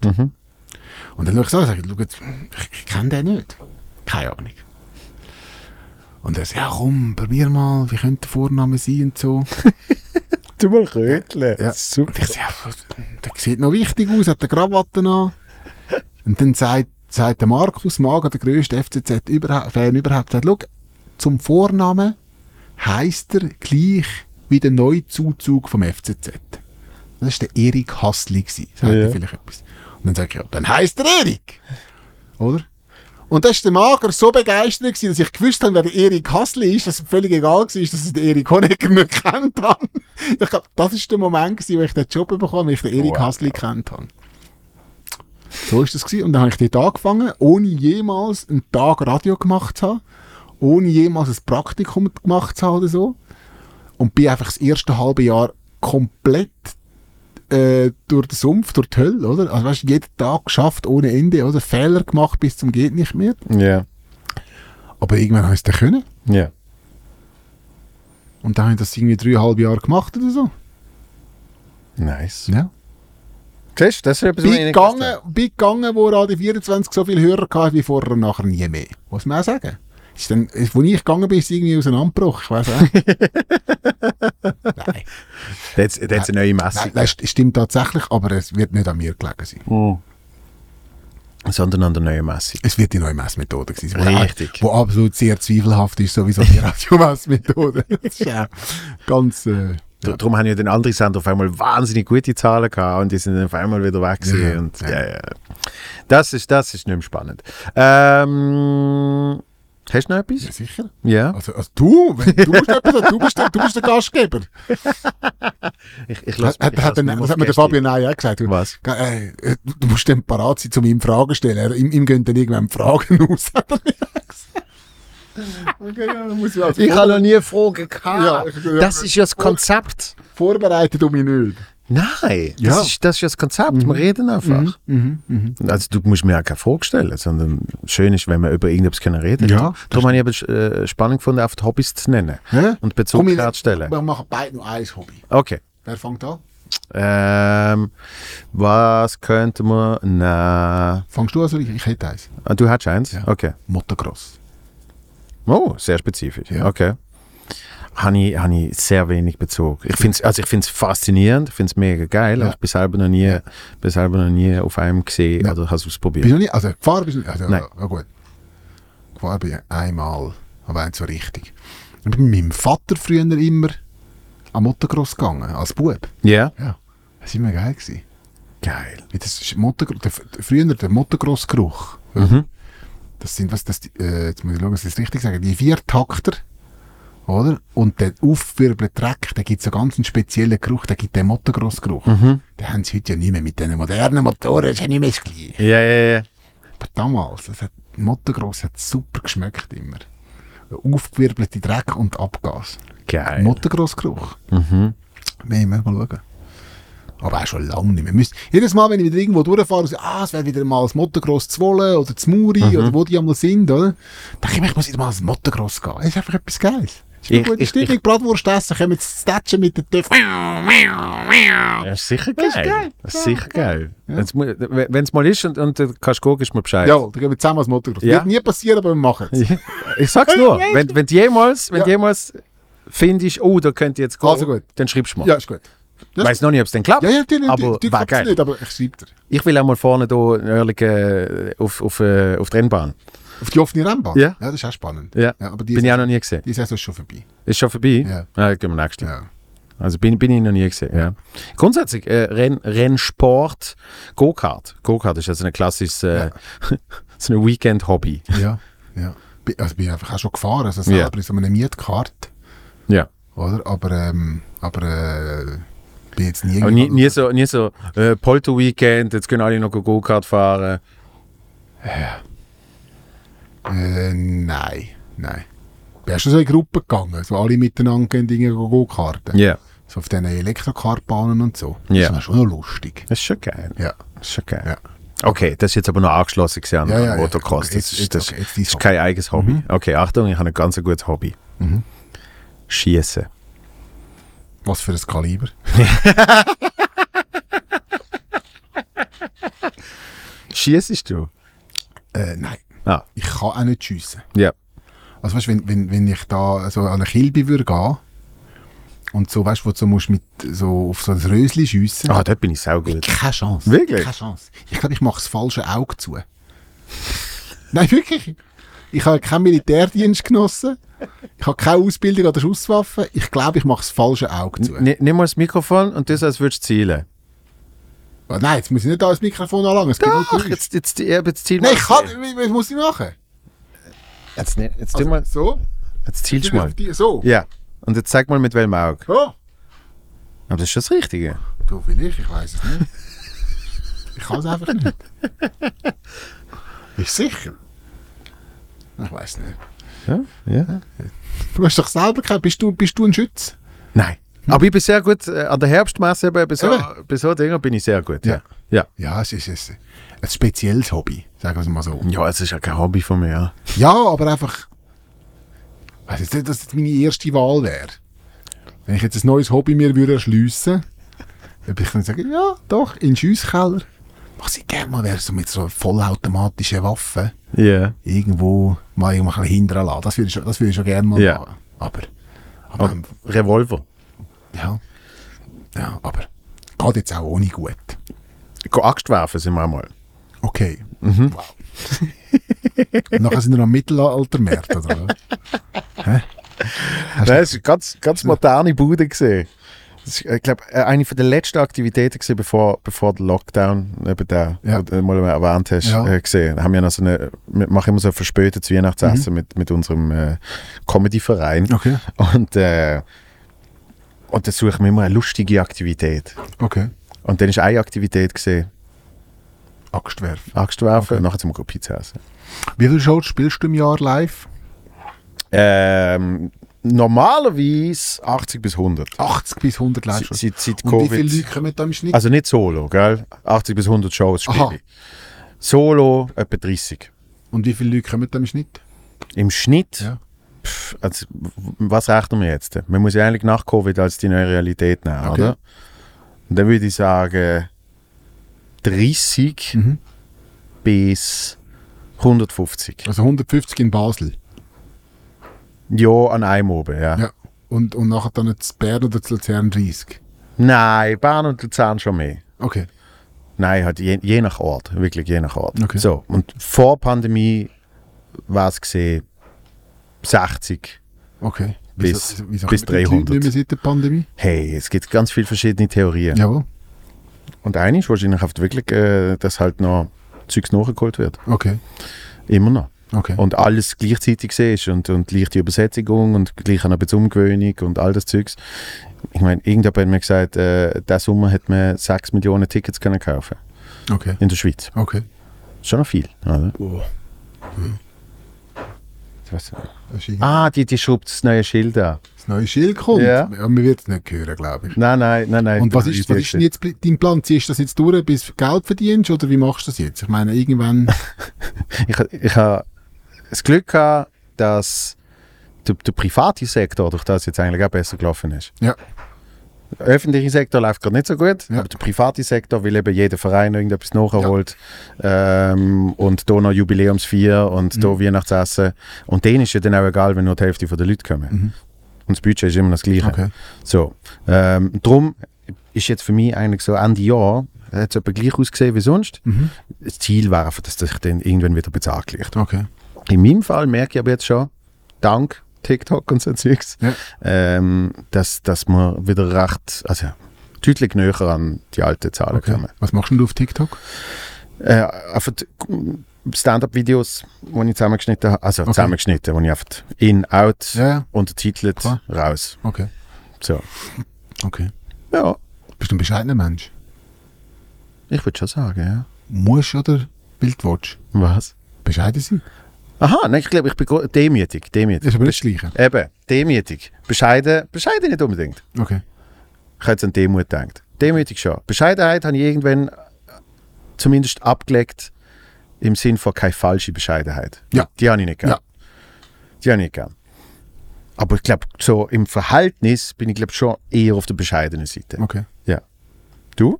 [SPEAKER 2] Und dann schaue ich so und sage, schau, jetzt, ich, ich kenne den nicht. Keine Ahnung. Und er sagt, ja komm, probier mal, wie könnte der Vorname sein und so.
[SPEAKER 1] Du mal Krötle.
[SPEAKER 2] Ja.
[SPEAKER 1] Super.
[SPEAKER 2] Und ich sage, ja, der sieht noch wichtig aus, hat eine Krawatte an. Und dann sagt, sagt der Markus Mager, der grösste FCZ-Fan überhaupt, Fan überhaupt, sagt, schau, zum Vornamen heisst er gleich wie der neue Zuzug vom FCZ. Das war der Erik Hassli, gewesen, sagt
[SPEAKER 1] Ja.
[SPEAKER 2] er vielleicht etwas. Und dann sage ich, ja, dann heisst er Erik. Oder? Und das war der Mager so begeistert, gewesen, dass ich gewusst habe, wer der Erik Hassli ist, dass es völlig egal war, dass ich den Erik Honecker nicht gekannt habe. Ich glaube, das war der Moment, gewesen, wo ich den Job bekommen habe, weil ich den Erik
[SPEAKER 1] Wow.
[SPEAKER 2] Hassli gekannt habe. So ist das gewesen. Und dann habe ich dort angefangen, ohne jemals einen Tag Radio gemacht zu haben, ohne jemals ein Praktikum gemacht zu haben oder so. Und bin einfach das erste halbe Jahr komplett äh, durch den Sumpf, durch die Hölle, oder? Also weißt du, jeden Tag geschafft ohne Ende, oder? Fehler gemacht bis zum geht nicht mehr.
[SPEAKER 1] Ja.
[SPEAKER 2] Aber irgendwann habe ich es dann können.
[SPEAKER 1] Ja.
[SPEAKER 2] Und dann habe ich das irgendwie dreieinhalb Jahre gemacht oder so.
[SPEAKER 1] Nice.
[SPEAKER 2] Ja.
[SPEAKER 1] Siehst du, das ist etwas, was ich
[SPEAKER 2] Bin
[SPEAKER 1] nicht
[SPEAKER 2] gegangen,
[SPEAKER 1] gewusst
[SPEAKER 2] bin gegangen, wo Radio 24 so viel Hörer hatte wie vorher und nachher nie mehr. Muss man auch sagen. Ist dann, ist, wo ich gegangen bin, ist es irgendwie auseinanderbruch. Ich weiß auch. nicht. Nein.
[SPEAKER 1] habe. Jetzt, jetzt eine neue Messung.
[SPEAKER 2] Nein, das Nou, stimmt tatsächlich, aber es wird nicht an mir gelegen sein.
[SPEAKER 1] Sondern an der neuen Messung.
[SPEAKER 2] Es wird die neue Messmethode gewesen sein.
[SPEAKER 1] Richtig.
[SPEAKER 2] Wo, wo absolut sehr zweifelhaft ist, sowieso die Radiomessmethode. Das ist ja ganz, äh,
[SPEAKER 1] Dr- Darum haben ja den anderen Sender auf einmal wahnsinnig gute Zahlen gehabt und die sind dann auf einmal wieder weg gewesen.
[SPEAKER 2] Ja,
[SPEAKER 1] und,
[SPEAKER 2] ja.
[SPEAKER 1] ja, ja. Das, ist, das ist nicht mehr spannend. Ähm, hast du noch etwas?
[SPEAKER 2] ja, sicher.
[SPEAKER 1] Ja.
[SPEAKER 2] Also, also du, wenn du, musst etwas, du, bist, der- du bist der Gastgeber.
[SPEAKER 1] Ich, ich
[SPEAKER 2] Hat, hat, hat, dann- das hat mir der Fabian Ney auch gesagt. Du,
[SPEAKER 1] Was?
[SPEAKER 2] Äh, äh, du musst dann parat sein, um ihm Fragen zu stellen. Er, ihm, ihm gehen dann irgendwann Fragen aus. hat er mir gesagt. okay, ja, dann muss ich also
[SPEAKER 1] Ich habe noch nie Fragen
[SPEAKER 2] Ja,
[SPEAKER 1] gehabt.
[SPEAKER 2] ich- ja,
[SPEAKER 1] das ist ja das Konzept.
[SPEAKER 2] vorbereitet um mich nicht.
[SPEAKER 1] Nein,
[SPEAKER 2] Ja. Mhm.
[SPEAKER 1] das, ist, das ist ja das Konzept. Wir reden einfach. Also du musst mir ja keine Frage stellen, sondern schön ist, wenn wir über irgendetwas können reden
[SPEAKER 2] Ja,
[SPEAKER 1] Darum- Darum habe ich aber äh, spannend gefunden, auf die Hobbys zu nennen
[SPEAKER 2] Hä?
[SPEAKER 1] und Bezug
[SPEAKER 2] Komm, ich-
[SPEAKER 1] herzustellen.
[SPEAKER 2] Um Wir machen beide noch ein Hobby.
[SPEAKER 1] Okay.
[SPEAKER 2] Wer fängt an?
[SPEAKER 1] Ähm, was könnte man... Na,
[SPEAKER 2] Fangst du an? Also ich, ich hätte eins.
[SPEAKER 1] ah, du hast eins?
[SPEAKER 2] Ja.
[SPEAKER 1] Okay.
[SPEAKER 2] Motocross.
[SPEAKER 1] Oh, sehr spezifisch.
[SPEAKER 2] Ja.
[SPEAKER 1] Okay. Habe ich, habe ich sehr wenig Bezug. Ich finde es also ich find's faszinierend, ich finde es mega geil,
[SPEAKER 2] Ja.
[SPEAKER 1] aber ich bin selber noch nie, bin selber noch nie auf einem gesehen oder habe es ausprobiert.
[SPEAKER 2] Bist du noch nie? Also gefahren bist du nicht? Also,
[SPEAKER 1] Nein.
[SPEAKER 2] Ja, gut. Gefahren bin ich einmal, aber eins so richtig. Ich bin mit meinem Vater früher immer am Motocross gegangen, als Bub.
[SPEAKER 1] Ja?
[SPEAKER 2] Ja. Das war immer geil. Gewesen.
[SPEAKER 1] Geil.
[SPEAKER 2] Wie Das ist Motocross, der, der, früher der Motocross-Geruch. Ja. Das sind, was, das, äh, jetzt muss ich schauen, dass ich das richtig sage, die vier Takter, oder? Und der aufwirbelnde Dreck, der gibt so ganz einen speziellen Geruch, der gibt den Motocross-Geruch. Den haben sie heute ja nicht mehr mit diesen modernen Motoren, das ist ja nicht mehr das Gleiche.
[SPEAKER 1] Ja, ja, ja.
[SPEAKER 2] Aber damals, das hat, Motocross hat super geschmeckt immer. Aufgewirbelte Dreck und Abgas.
[SPEAKER 1] Geil.
[SPEAKER 2] Motocross-Geruch. Nein, müssen wir Mhm. mal schauen. Aber auch schon lange nicht mehr. Müsst, jedes Mal, wenn ich wieder irgendwo durchfahre und sage, ah, es wäre wieder mal das Motocross zu Wolle oder zu Muri
[SPEAKER 1] Mhm.
[SPEAKER 2] oder wo die einmal sind, oder? Denke ich mir, ich muss wieder mal ins Motocross gehen. Das ist einfach etwas Geiles. Das ist eine
[SPEAKER 1] Ich-
[SPEAKER 2] gute
[SPEAKER 1] ich-
[SPEAKER 2] Stimmung. Bratwurst essen, kommen jetzt zu Tätschen mit den Töpfen.
[SPEAKER 1] Das ist sicher
[SPEAKER 2] Das ist
[SPEAKER 1] geil.
[SPEAKER 2] geil.
[SPEAKER 1] Das ist sicher geil. Wenn es mal ist und, und du kannst gucken, ist mir Bescheid.
[SPEAKER 2] Jawohl, dann gehen wir zusammen ins Motocross.
[SPEAKER 1] Ja.
[SPEAKER 2] Wird nie passieren, aber wir machen es.
[SPEAKER 1] Ich sag's nur, wenn, wenn du jemals, wenn
[SPEAKER 2] Ja.
[SPEAKER 1] du jemals findest, oh, da könnte ich jetzt gehen,
[SPEAKER 2] Also gut.
[SPEAKER 1] dann schreibst du mal.
[SPEAKER 2] Ja, ist gut.
[SPEAKER 1] Ich weiß noch nicht, ob es denn klappt.
[SPEAKER 2] Ja, ja, natürlich.
[SPEAKER 1] aber
[SPEAKER 2] natürlich
[SPEAKER 1] war
[SPEAKER 2] klappt's
[SPEAKER 1] geil.
[SPEAKER 2] nicht, aber ich schreibe dir.
[SPEAKER 1] Ich will auch mal vorne da einen Oerlikon auf, auf, äh, auf die Rennbahn.
[SPEAKER 2] Auf die offene Rennbahn?
[SPEAKER 1] Ja.
[SPEAKER 2] Ja, das ist auch spannend.
[SPEAKER 1] Ja.
[SPEAKER 2] aber die,
[SPEAKER 1] Bin ich auch noch nie gesehen.
[SPEAKER 2] die Saison ist schon vorbei.
[SPEAKER 1] Ist schon vorbei?
[SPEAKER 2] Ja.
[SPEAKER 1] Ah, gehen wir nächstes Jahr.
[SPEAKER 2] Ja.
[SPEAKER 1] Also bin, bin ich noch nie gesehen. Ja. Grundsätzlich, äh, Renn, Rennsport, Go-Kart. Go-Kart ist also ein klassisches äh, so ein Weekend-Hobby.
[SPEAKER 2] Ja, ja. Bi- Also bin ich einfach auch schon gefahren, also
[SPEAKER 1] Ja.
[SPEAKER 2] selber in so einer Mietkarte,
[SPEAKER 1] Ja.
[SPEAKER 2] oder? Aber, ähm, aber äh, bin jetzt nie...
[SPEAKER 1] Aber nie, nie so, nie so äh, Polto-Weekend, jetzt können alle noch Go-Kart fahren.
[SPEAKER 2] Äh, nein, nein. Bist schon so in Gruppen gegangen, so alle miteinander gehen Dinge go-karten.
[SPEAKER 1] Ja.
[SPEAKER 2] So auf diesen Elektrokartbahnen und so.
[SPEAKER 1] Ja.
[SPEAKER 2] Das war schon noch lustig.
[SPEAKER 1] Das ist schon geil.
[SPEAKER 2] Ja.
[SPEAKER 1] Das ist schon geil. Okay, das ist jetzt aber noch angeschlossen gewesen an
[SPEAKER 2] Ja, ja,
[SPEAKER 1] an
[SPEAKER 2] ja.
[SPEAKER 1] Motocross. Das
[SPEAKER 2] Jetzt-
[SPEAKER 1] ist,
[SPEAKER 2] jetzt-
[SPEAKER 1] das
[SPEAKER 2] okay, jetzt
[SPEAKER 1] das
[SPEAKER 2] dein
[SPEAKER 1] ist Mhm. kein eigenes Hobby. Okay, Achtung, ich habe ein ganz gutes Hobby. Schießen.
[SPEAKER 2] Was für ein Kaliber.
[SPEAKER 1] Schießest du?
[SPEAKER 2] Äh, nein,
[SPEAKER 1] Ah,
[SPEAKER 2] ich kann auch nicht schiessen.
[SPEAKER 1] ja.
[SPEAKER 2] Also weißt, wenn, wenn, wenn ich da so an eine Kilbe würde gehen und so, weißt du, wo du so musst mit so auf so ein Rösli schiessen.
[SPEAKER 1] Ah, dort bin ich sehr gut.
[SPEAKER 2] Keine Chance.
[SPEAKER 1] Wirklich?
[SPEAKER 2] Keine Chance. Ich glaube, ich mache das falsche Auge zu. Nein, wirklich. Ich habe keinen Militärdienst genossen. Ich habe keine Ausbildung an der Schusswaffe. Ich glaube, ich mache das falsche Auge zu.
[SPEAKER 1] N nimm mal das Mikrofon und das als würdest du zielen.
[SPEAKER 2] Ah, Nein, jetzt muss ich nicht alles Mikrofon anlangen. Es gibt nur
[SPEAKER 1] Doch,
[SPEAKER 2] Geräusche.
[SPEAKER 1] jetzt, jetzt, jetzt, jetzt ziel
[SPEAKER 2] Nein, ich kann, was muss ich machen?
[SPEAKER 1] Jetzt, ne- jetzt, tu
[SPEAKER 2] Also,
[SPEAKER 1] mal,
[SPEAKER 2] so?
[SPEAKER 1] jetzt zielst du mal.
[SPEAKER 2] Auf die- So?
[SPEAKER 1] Ja. Und jetzt zeig mal mit welchem Auge.
[SPEAKER 2] So?
[SPEAKER 1] Aber das ist schon das Richtige.
[SPEAKER 2] Du, vielleicht, ich weiß es nicht. Ich kann es einfach nicht. Bist du sicher? Ich weiß nicht.
[SPEAKER 1] Ja? ja.
[SPEAKER 2] Du hast doch selber keine. Bist du, bist du ein Schütz?
[SPEAKER 1] Nein. Aber ich bin sehr gut, äh, an der Herbstmesse eben, bei so,
[SPEAKER 2] Hm. Eben.
[SPEAKER 1] bei so Dingen bin ich sehr gut. Ja. Ja.
[SPEAKER 2] Ja, es ist, es ist ein spezielles Hobby, sagen wir es mal so.
[SPEAKER 1] Ja, es ist ja kein Hobby von mir. Ja.
[SPEAKER 2] Ja, aber einfach. Ich weiß jetzt nicht, dass das meine erste Wahl wäre. Wenn ich jetzt ein neues Hobby mir würde erschliessen würde, würde ich dann sagen, ja, doch, in den Schiesskeller. Was ich gerne mal wäre, so mit so einer vollautomatischen Waffe.
[SPEAKER 1] Ja.
[SPEAKER 2] irgendwo mal irgendwo ein bisschen hinterher lassen. Das würde ich, schon- das würde ich schon gerne mal
[SPEAKER 1] Ja.
[SPEAKER 2] machen. Aber, aber ähm,
[SPEAKER 1] Revolver.
[SPEAKER 2] ja. ja, aber geht jetzt auch ohne gut.
[SPEAKER 1] Go Axt werfen sind wir mal.
[SPEAKER 2] Okay. Wow. Und nachher sind wir am Mittelaltermarkt, oder? was?
[SPEAKER 1] Nein, es war ganz, ganz moderne Bude. Gewesen. Das ist, äh, ich glaube, eine der letzten Aktivitäten, gewesen, bevor, bevor der Lockdown, eben der,
[SPEAKER 2] Ja.
[SPEAKER 1] den du mal erwähnt hast,
[SPEAKER 2] Ja.
[SPEAKER 1] äh, gesehen. Da haben wir noch so eine, wir machen immer so ein verspätetes Weihnachtsessen
[SPEAKER 2] Mhm.
[SPEAKER 1] mit, mit unserem äh, Comedy-Verein.
[SPEAKER 2] Okay.
[SPEAKER 1] Und, äh, und dann suchen wir immer eine lustige Aktivität.
[SPEAKER 2] Okay.
[SPEAKER 1] Und dann war eine Aktivität, gewesen,
[SPEAKER 2] Axt werfen.
[SPEAKER 1] Axt werfen, und nachher sind wir go Pizza essen.
[SPEAKER 2] Wie viele Shows spielst du im Jahr live?
[SPEAKER 1] Ähm, normalerweise 80 bis 100.
[SPEAKER 2] 80 bis 100 live
[SPEAKER 1] Seit,
[SPEAKER 2] Shows.
[SPEAKER 1] seit, seit
[SPEAKER 2] Und wie
[SPEAKER 1] Covid.
[SPEAKER 2] viele Leute kommen da im Schnitt?
[SPEAKER 1] Also nicht solo, gell? 80 bis 100 Shows
[SPEAKER 2] Aha.
[SPEAKER 1] spiele ich. Solo etwa 30.
[SPEAKER 2] Und wie viele Leute kommen da im Schnitt?
[SPEAKER 1] Im Schnitt,
[SPEAKER 2] Ja.
[SPEAKER 1] pff, also, w- was rechnen wir jetzt? Man muss ja eigentlich nach Covid als die neue Realität nehmen,
[SPEAKER 2] Okay.
[SPEAKER 1] oder? Und dann würde ich sagen 30
[SPEAKER 2] Mhm.
[SPEAKER 1] bis 150.
[SPEAKER 2] Also 150 in Basel.
[SPEAKER 1] Ja, an einem oben, ja.
[SPEAKER 2] Ja. Und, und nachher dann zu Bern oder zu Luzern 30.
[SPEAKER 1] Nein, Bern und Luzern schon mehr.
[SPEAKER 2] Okay.
[SPEAKER 1] Nein, halt je, je nach Ort, wirklich je nach Ort.
[SPEAKER 2] Okay.
[SPEAKER 1] So, und vor Pandemie war es gesehen 60.
[SPEAKER 2] Okay.
[SPEAKER 1] Bis-
[SPEAKER 2] wieso, wieso
[SPEAKER 1] bis
[SPEAKER 2] kommen die Leute
[SPEAKER 1] 300.
[SPEAKER 2] Nicht mehr seit der Pandemie?
[SPEAKER 1] Hey, es gibt ganz viele verschiedene Theorien.
[SPEAKER 2] Jawohl.
[SPEAKER 1] Und eine ist wahrscheinlich halt wirklich, äh, dass halt noch Zeugs nachgeholt wird.
[SPEAKER 2] Okay.
[SPEAKER 1] Immer noch.
[SPEAKER 2] Okay.
[SPEAKER 1] Und alles gleichzeitig siehst und, und leichte Übersetzung und gleich eine Umgewöhnung und all das Zeugs. Ich meine, irgendjemand hat mir gesagt, äh, diesen Sommer hat man 6 Millionen Tickets können kaufen
[SPEAKER 2] Okay.
[SPEAKER 1] in der Schweiz.
[SPEAKER 2] Okay.
[SPEAKER 1] Schon noch viel, oder?
[SPEAKER 2] Oh.
[SPEAKER 1] Was?
[SPEAKER 2] Das, ist irgendwie-
[SPEAKER 1] Ah, die, die schubt das neue Schild an.
[SPEAKER 2] das neue Schild kommt.
[SPEAKER 1] Ja.
[SPEAKER 2] Ja, man wird es nicht hören, glaube ich.
[SPEAKER 1] Nein, nein, nein, nein.
[SPEAKER 2] Und was
[SPEAKER 1] das
[SPEAKER 2] ist, was ist denn
[SPEAKER 1] nicht?
[SPEAKER 2] jetzt pl- dein Plan? Ziehst du das jetzt durch, bis du Geld verdienst? Oder wie machst du das jetzt? Ich meine, irgendwann.
[SPEAKER 1] Ich, ich habe das Glück gehabt, dass der, der private Sektor durch das jetzt eigentlich auch besser gelaufen ist.
[SPEAKER 2] ja.
[SPEAKER 1] Der öffentliche Sektor läuft gerade nicht so gut,
[SPEAKER 2] Ja.
[SPEAKER 1] aber der private Sektor will eben jeder Verein irgendetwas nachholt. Ähm, und da noch Jubiläumsfeier und
[SPEAKER 2] Mhm.
[SPEAKER 1] da Weihnachtsessen. Und denen ist ja dann auch egal, wenn nur die Hälfte der Leute kommen.
[SPEAKER 2] Mhm.
[SPEAKER 1] Und das Budget ist immer das gleiche.
[SPEAKER 2] Okay.
[SPEAKER 1] So, ähm, drum ist jetzt für mich eigentlich so Ende Jahr, hat es etwa gleich ausgesehen wie sonst.
[SPEAKER 2] Mhm.
[SPEAKER 1] Das Ziel wäre einfach, dass das sich dann irgendwann wieder ein bisschen angleicht.
[SPEAKER 2] Okay.
[SPEAKER 1] In meinem Fall merke ich aber jetzt schon, dank TikTok und so Zeugs,
[SPEAKER 2] Ja.
[SPEAKER 1] ähm, dass, dass wir wieder recht, also deutlich näher an die alten Zahlen
[SPEAKER 2] okay.
[SPEAKER 1] kommen.
[SPEAKER 2] Was machst denn du auf TikTok?
[SPEAKER 1] Äh, einfach die Stand-up-Videos, die ich zusammengeschnitten habe, also zusammengeschnitten, die ich einfach in, out,
[SPEAKER 2] Ja, ja.
[SPEAKER 1] untertitelt,
[SPEAKER 2] Klar.
[SPEAKER 1] raus.
[SPEAKER 2] Okay.
[SPEAKER 1] So.
[SPEAKER 2] Okay.
[SPEAKER 1] Ja,
[SPEAKER 2] Bist du ein bescheidener Mensch?
[SPEAKER 1] ich würde schon sagen, ja.
[SPEAKER 2] Musst oder Bildwatch?
[SPEAKER 1] Was?
[SPEAKER 2] Bescheiden sein.
[SPEAKER 1] Aha, nein, ich glaube, ich bin go- demütig. demütig.
[SPEAKER 2] Ist aber nicht das Gleiche.
[SPEAKER 1] Eben, demütig. Bescheiden, bescheiden nicht unbedingt.
[SPEAKER 2] Okay.
[SPEAKER 1] Ich habe jetzt an Demut gedacht. Demütig schon. Bescheidenheit habe ich irgendwann äh, zumindest abgelegt im Sinn von keine falsche Bescheidenheit.
[SPEAKER 2] Ja.
[SPEAKER 1] Die habe ich nicht gern.
[SPEAKER 2] Ja.
[SPEAKER 1] Die habe ich nicht gern. Aber ich glaube, so im Verhältnis bin ich glaube schon eher auf der bescheidenen Seite.
[SPEAKER 2] Okay.
[SPEAKER 1] Du?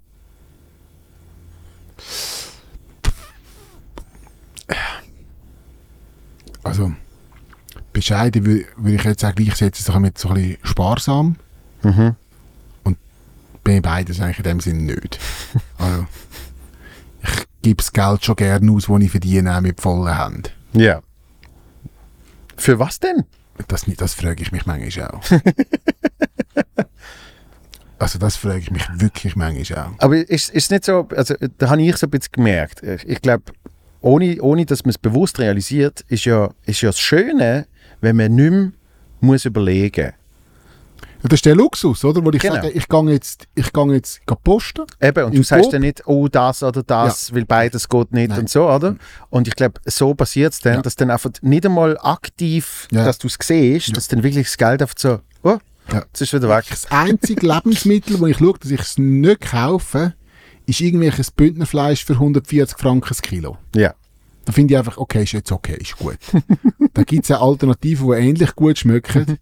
[SPEAKER 2] Also, bescheiden wür- würde ich jetzt sagen, ich setze es doch mit so ein bisschen sparsam.
[SPEAKER 1] Mhm.
[SPEAKER 2] Bin ich beides eigentlich in dem Sinn nicht. Also, ich gebe das Geld schon gerne aus, das ich verdiene, auch mit vollen Händen.
[SPEAKER 1] Ja. Für was denn?
[SPEAKER 2] Das, nicht- das frage ich mich manchmal auch. also das frage ich mich wirklich manchmal auch.
[SPEAKER 1] Aber ist ist nicht so, also äh, da habe ich so ein bisschen gemerkt. Ich, ich glaube, ohne, ohne dass man es bewusst realisiert, ist ja, ist ja das Schöne, wenn man nicht mehr muss überlegen muss.
[SPEAKER 2] Ja, Das ist der Luxus, oder? Wo ich
[SPEAKER 1] Genau.
[SPEAKER 2] sage, ich gehe jetzt, ich gehe jetzt geh posten.
[SPEAKER 1] Eben, und
[SPEAKER 2] Im
[SPEAKER 1] du sagst
[SPEAKER 2] Coop.
[SPEAKER 1] dann nicht, oh, das oder das, weil beides geht nicht
[SPEAKER 2] Nein.
[SPEAKER 1] und so, oder? Und ich glaube, so passiert es dann,
[SPEAKER 2] Ja.
[SPEAKER 1] dass dann einfach nicht einmal aktiv,
[SPEAKER 2] Ja.
[SPEAKER 1] dass du es siehst, dass dann wirklich das Geld einfach so, oh,
[SPEAKER 2] Ja.
[SPEAKER 1] jetzt ist wieder weg.
[SPEAKER 2] Das einzige Lebensmittel, wo ich schaue, dass ich es nicht kaufe, ist irgendwelches Bündnerfleisch für 140 Franken das Kilo.
[SPEAKER 1] Ja,
[SPEAKER 2] Da finde ich einfach, okay, ist jetzt okay, ist gut. da gibt es ja Alternativen, die ähnlich gut schmecken,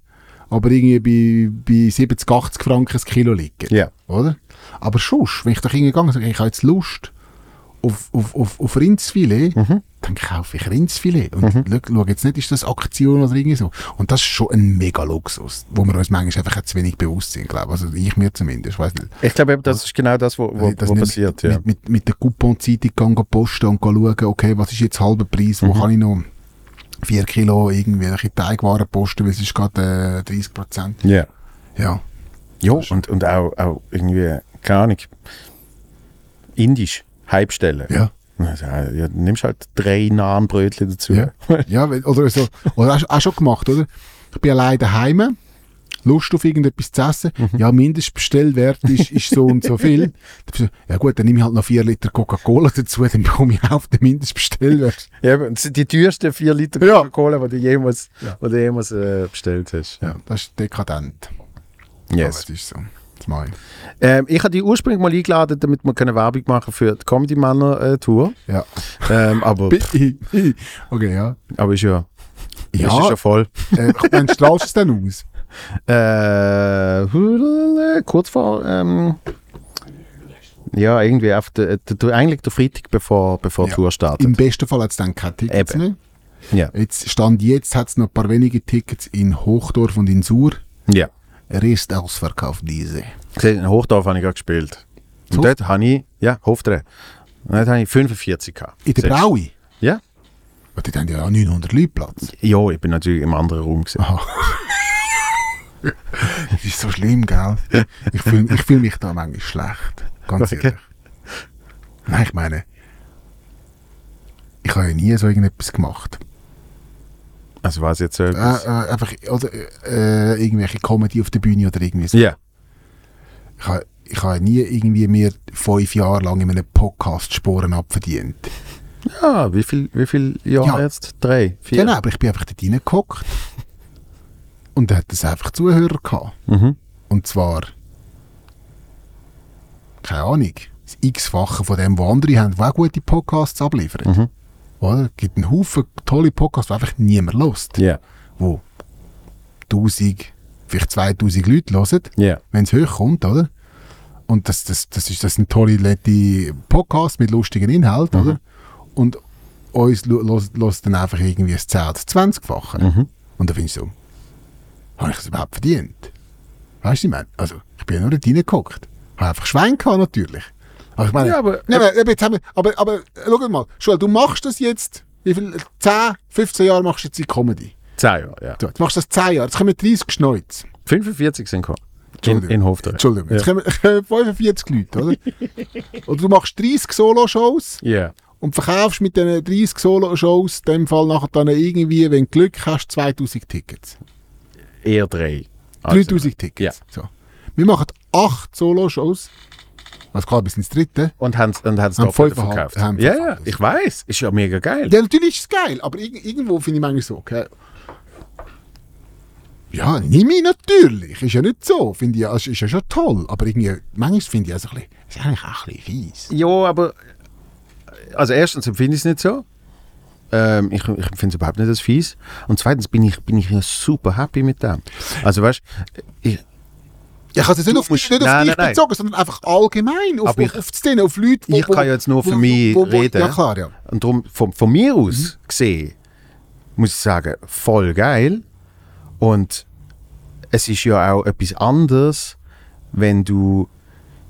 [SPEAKER 2] aber irgendwie bei, bei 70, 80 Franken das Kilo liegen.
[SPEAKER 1] ja,
[SPEAKER 2] Oder? Aber sonst, wenn ich da hingegangen sage, ich habe jetzt Lust auf, auf, auf, auf Rindsfilet, dann kaufe ich Rindsfilet. Und mhm. schau jetzt nicht, ist das Aktion oder irgendwie so. Und das ist schon ein mega Luxus, wo wir uns manchmal einfach auch zu wenig bewusst sind, glaube ich. Also ich mir zumindest, ich weiß nicht.
[SPEAKER 1] ich glaube, eben, das ist genau das, wo, wo,
[SPEAKER 2] Wenn ich das
[SPEAKER 1] wo
[SPEAKER 2] nicht
[SPEAKER 1] passiert.
[SPEAKER 2] mit,
[SPEAKER 1] Ja.
[SPEAKER 2] mit, mit, mit der Coupon-Zeitung gehen, gehen posten und gehen schauen, okay, was ist jetzt halber Preis,
[SPEAKER 1] Mhm.
[SPEAKER 2] wo kann ich noch 4 Kilo irgendwelche Teigwaren posten, weil es ist gerade äh, 30 Prozent.
[SPEAKER 1] Ja.
[SPEAKER 2] Ja.
[SPEAKER 1] ja, und, und auch, auch irgendwie, keine Ahnung, indisch, Halbstelle.
[SPEAKER 2] Ja.
[SPEAKER 1] Also, ja, nimmst halt drei Nahenbrötchen dazu.
[SPEAKER 2] Ja, ja weil- oder so. Oder auch, auch schon gemacht, oder? Ich bin allein daheim, Lust auf irgendetwas zu essen.
[SPEAKER 1] Mhm.
[SPEAKER 2] Ja, Mindestbestellwert ist, ist so und so viel. Dann bist du, Ja gut, dann nehme ich halt noch 4 Liter Coca-Cola dazu, dann bekomme ich auf den Mindestbestellwert.
[SPEAKER 1] Ja, eben, das sind die teuersten vier Liter Coca-Cola, die du jemals, die du jemals äh, bestellt hast.
[SPEAKER 2] Ja, das ist dekadent.
[SPEAKER 1] Yes.
[SPEAKER 2] Aber das ist so. Das mache ich.
[SPEAKER 1] Ähm, ich habe dich ursprünglich mal eingeladen, damit wir keine Werbung machen für die Comedy Männer äh, Tour.
[SPEAKER 2] Ja.
[SPEAKER 1] Ähm, aber,
[SPEAKER 2] okay, ja.
[SPEAKER 1] aber ist ja, ist ja
[SPEAKER 2] Ja,
[SPEAKER 1] schon voll.
[SPEAKER 2] äh, dann strahlst du es dann aus.
[SPEAKER 1] Äh, hudelele, kurz vor. Ähm, ja, irgendwie auf der, der, der, eigentlich der Freitag, bevor, bevor die
[SPEAKER 2] Ja.
[SPEAKER 1] Tour startet.
[SPEAKER 2] Im besten Fall hat es dann keine Tickets
[SPEAKER 1] Eben.
[SPEAKER 2] mehr.
[SPEAKER 1] Ja.
[SPEAKER 2] Jetzt, Stand jetzt hat es noch ein paar wenige Tickets in Hochdorf und in Sur.
[SPEAKER 1] ja.
[SPEAKER 2] Er ist ausverkauft, diese.
[SPEAKER 1] Gesehen, in Hochdorf habe ich gerade gespielt. Und
[SPEAKER 2] Hof-
[SPEAKER 1] dort habe ich, ja, Hofdreh. Und dort habe ich 45 gehabt.
[SPEAKER 2] In der
[SPEAKER 1] Siehst du?
[SPEAKER 2] Braui?
[SPEAKER 1] Ja.
[SPEAKER 2] Aber dort haben ja auch 900 Leute Platz.
[SPEAKER 1] Ja, ich bin natürlich im anderen Raum
[SPEAKER 2] Ah.
[SPEAKER 1] gewesen.
[SPEAKER 2] Das ist so schlimm, gell? Ich fühle ich fühl mich da manchmal schlecht. Ganz
[SPEAKER 1] Okay.
[SPEAKER 2] ehrlich. Nein, ich meine, ich habe ja nie so irgendetwas gemacht.
[SPEAKER 1] Also war es jetzt so
[SPEAKER 2] Äh,
[SPEAKER 1] etwas.
[SPEAKER 2] äh, einfach, oder äh, irgendwelche Comedy auf der Bühne oder irgendwie so.
[SPEAKER 1] Ja.
[SPEAKER 2] Ich habe ich habe nie irgendwie mir fünf Jahre lang in einem Podcast Sporen abverdient.
[SPEAKER 1] Ja, wie viel, wie viel Jahre
[SPEAKER 2] Ja.
[SPEAKER 1] jetzt? Drei, vier?
[SPEAKER 2] Genau, aber ich bin einfach dort reingehockt. Und da hat es einfach Zuhörer gehabt.
[SPEAKER 1] Mhm.
[SPEAKER 2] Und zwar, keine Ahnung, das x-fache von dem, was andere haben, die auch gute Podcasts abliefern.
[SPEAKER 1] Mhm.
[SPEAKER 2] Oder? Es gibt einen Haufen tolle Podcasts, die einfach niemand hört.
[SPEAKER 1] Ja,
[SPEAKER 2] Wo 1000, vielleicht 2000 Leute hören,
[SPEAKER 1] ja.
[SPEAKER 2] wenn es hochkommt, oder? Und das, das, das, ist, das sind tolle, nette Podcasts mit lustigen Inhalten,
[SPEAKER 1] Mhm.
[SPEAKER 2] oder? Und uns lässt dann einfach irgendwie das 10- oder 20-fache.
[SPEAKER 1] Mhm.
[SPEAKER 2] Und da finde ich so, habe ich das überhaupt verdient? Weißt du, ich meine, also ich bin ja nur dort reingeguckt. Habe einfach Schwein gehabt, natürlich. Aber ich meine,
[SPEAKER 1] Ja, aber- äh,
[SPEAKER 2] Nein, aber, jetzt haben wir, aber, aber äh, schau mal, Schul, du machst das jetzt, wie viel, 10, 15 Jahre machst du jetzt die Comedy.
[SPEAKER 1] Zehn Jahre, ja.
[SPEAKER 2] So, jetzt machst du das 10 Jahre, jetzt kommen 30 Schneuz.
[SPEAKER 1] 45 sind gekommen. In,
[SPEAKER 2] Entschuldigung.
[SPEAKER 1] in Hofdreh.
[SPEAKER 2] Entschuldigung, jetzt
[SPEAKER 1] Ja.
[SPEAKER 2] kommen, kommen 45 Leute, oder? oder du machst 30 Solo-Shows
[SPEAKER 1] Ja.
[SPEAKER 2] und verkaufst mit diesen 30 Solo-Shows in dem Fall nachher dann irgendwie, wenn du Glück hast, 2000 Tickets.
[SPEAKER 1] Eher drei. Also,
[SPEAKER 2] 3000 Tickets. So. Wir machen 8 Solo-Shows Was klar, bis ins dritte.
[SPEAKER 1] Und haben es und haben's
[SPEAKER 2] Haben voll
[SPEAKER 1] doppelt verkauft.
[SPEAKER 2] verhau- haben
[SPEAKER 1] ja, ja,
[SPEAKER 2] verkauft.
[SPEAKER 1] ich weiß. Ist ja mega geil.
[SPEAKER 2] Ja, natürlich ist es geil, aber irg irgendwo finde ich manchmal so, okay. Ja, nimm ich natürlich. Ist ja nicht so. Finde ich, ja- ist, ist ja schon toll. Aber irgendwie, manchmal finde ich es also ein bisschen, ist eigentlich auch ein bisschen fies.
[SPEAKER 1] Ja, aber. Also, erstens empfinde ich es nicht so. Ähm, ich ich empfinde es überhaupt nicht als fies. Und zweitens bin ich, bin ich ja super happy mit dem. Also, weißt ich,
[SPEAKER 2] Ich kann es jetzt nicht auf,
[SPEAKER 1] musst-
[SPEAKER 2] nicht auf
[SPEAKER 1] Nein,
[SPEAKER 2] dich
[SPEAKER 1] nein, nein.
[SPEAKER 2] bezogen, sondern einfach allgemein. Auf,
[SPEAKER 1] Aber ich-
[SPEAKER 2] auf, auf die Szene, auf Leute,
[SPEAKER 1] ich kann ja jetzt nur für mich reden.
[SPEAKER 2] Ja, klar, ja.
[SPEAKER 1] Und darum, von, von mir aus
[SPEAKER 2] Mhm.
[SPEAKER 1] gesehen, muss ich sagen, voll geil. Und es ist ja auch etwas anderes, wenn du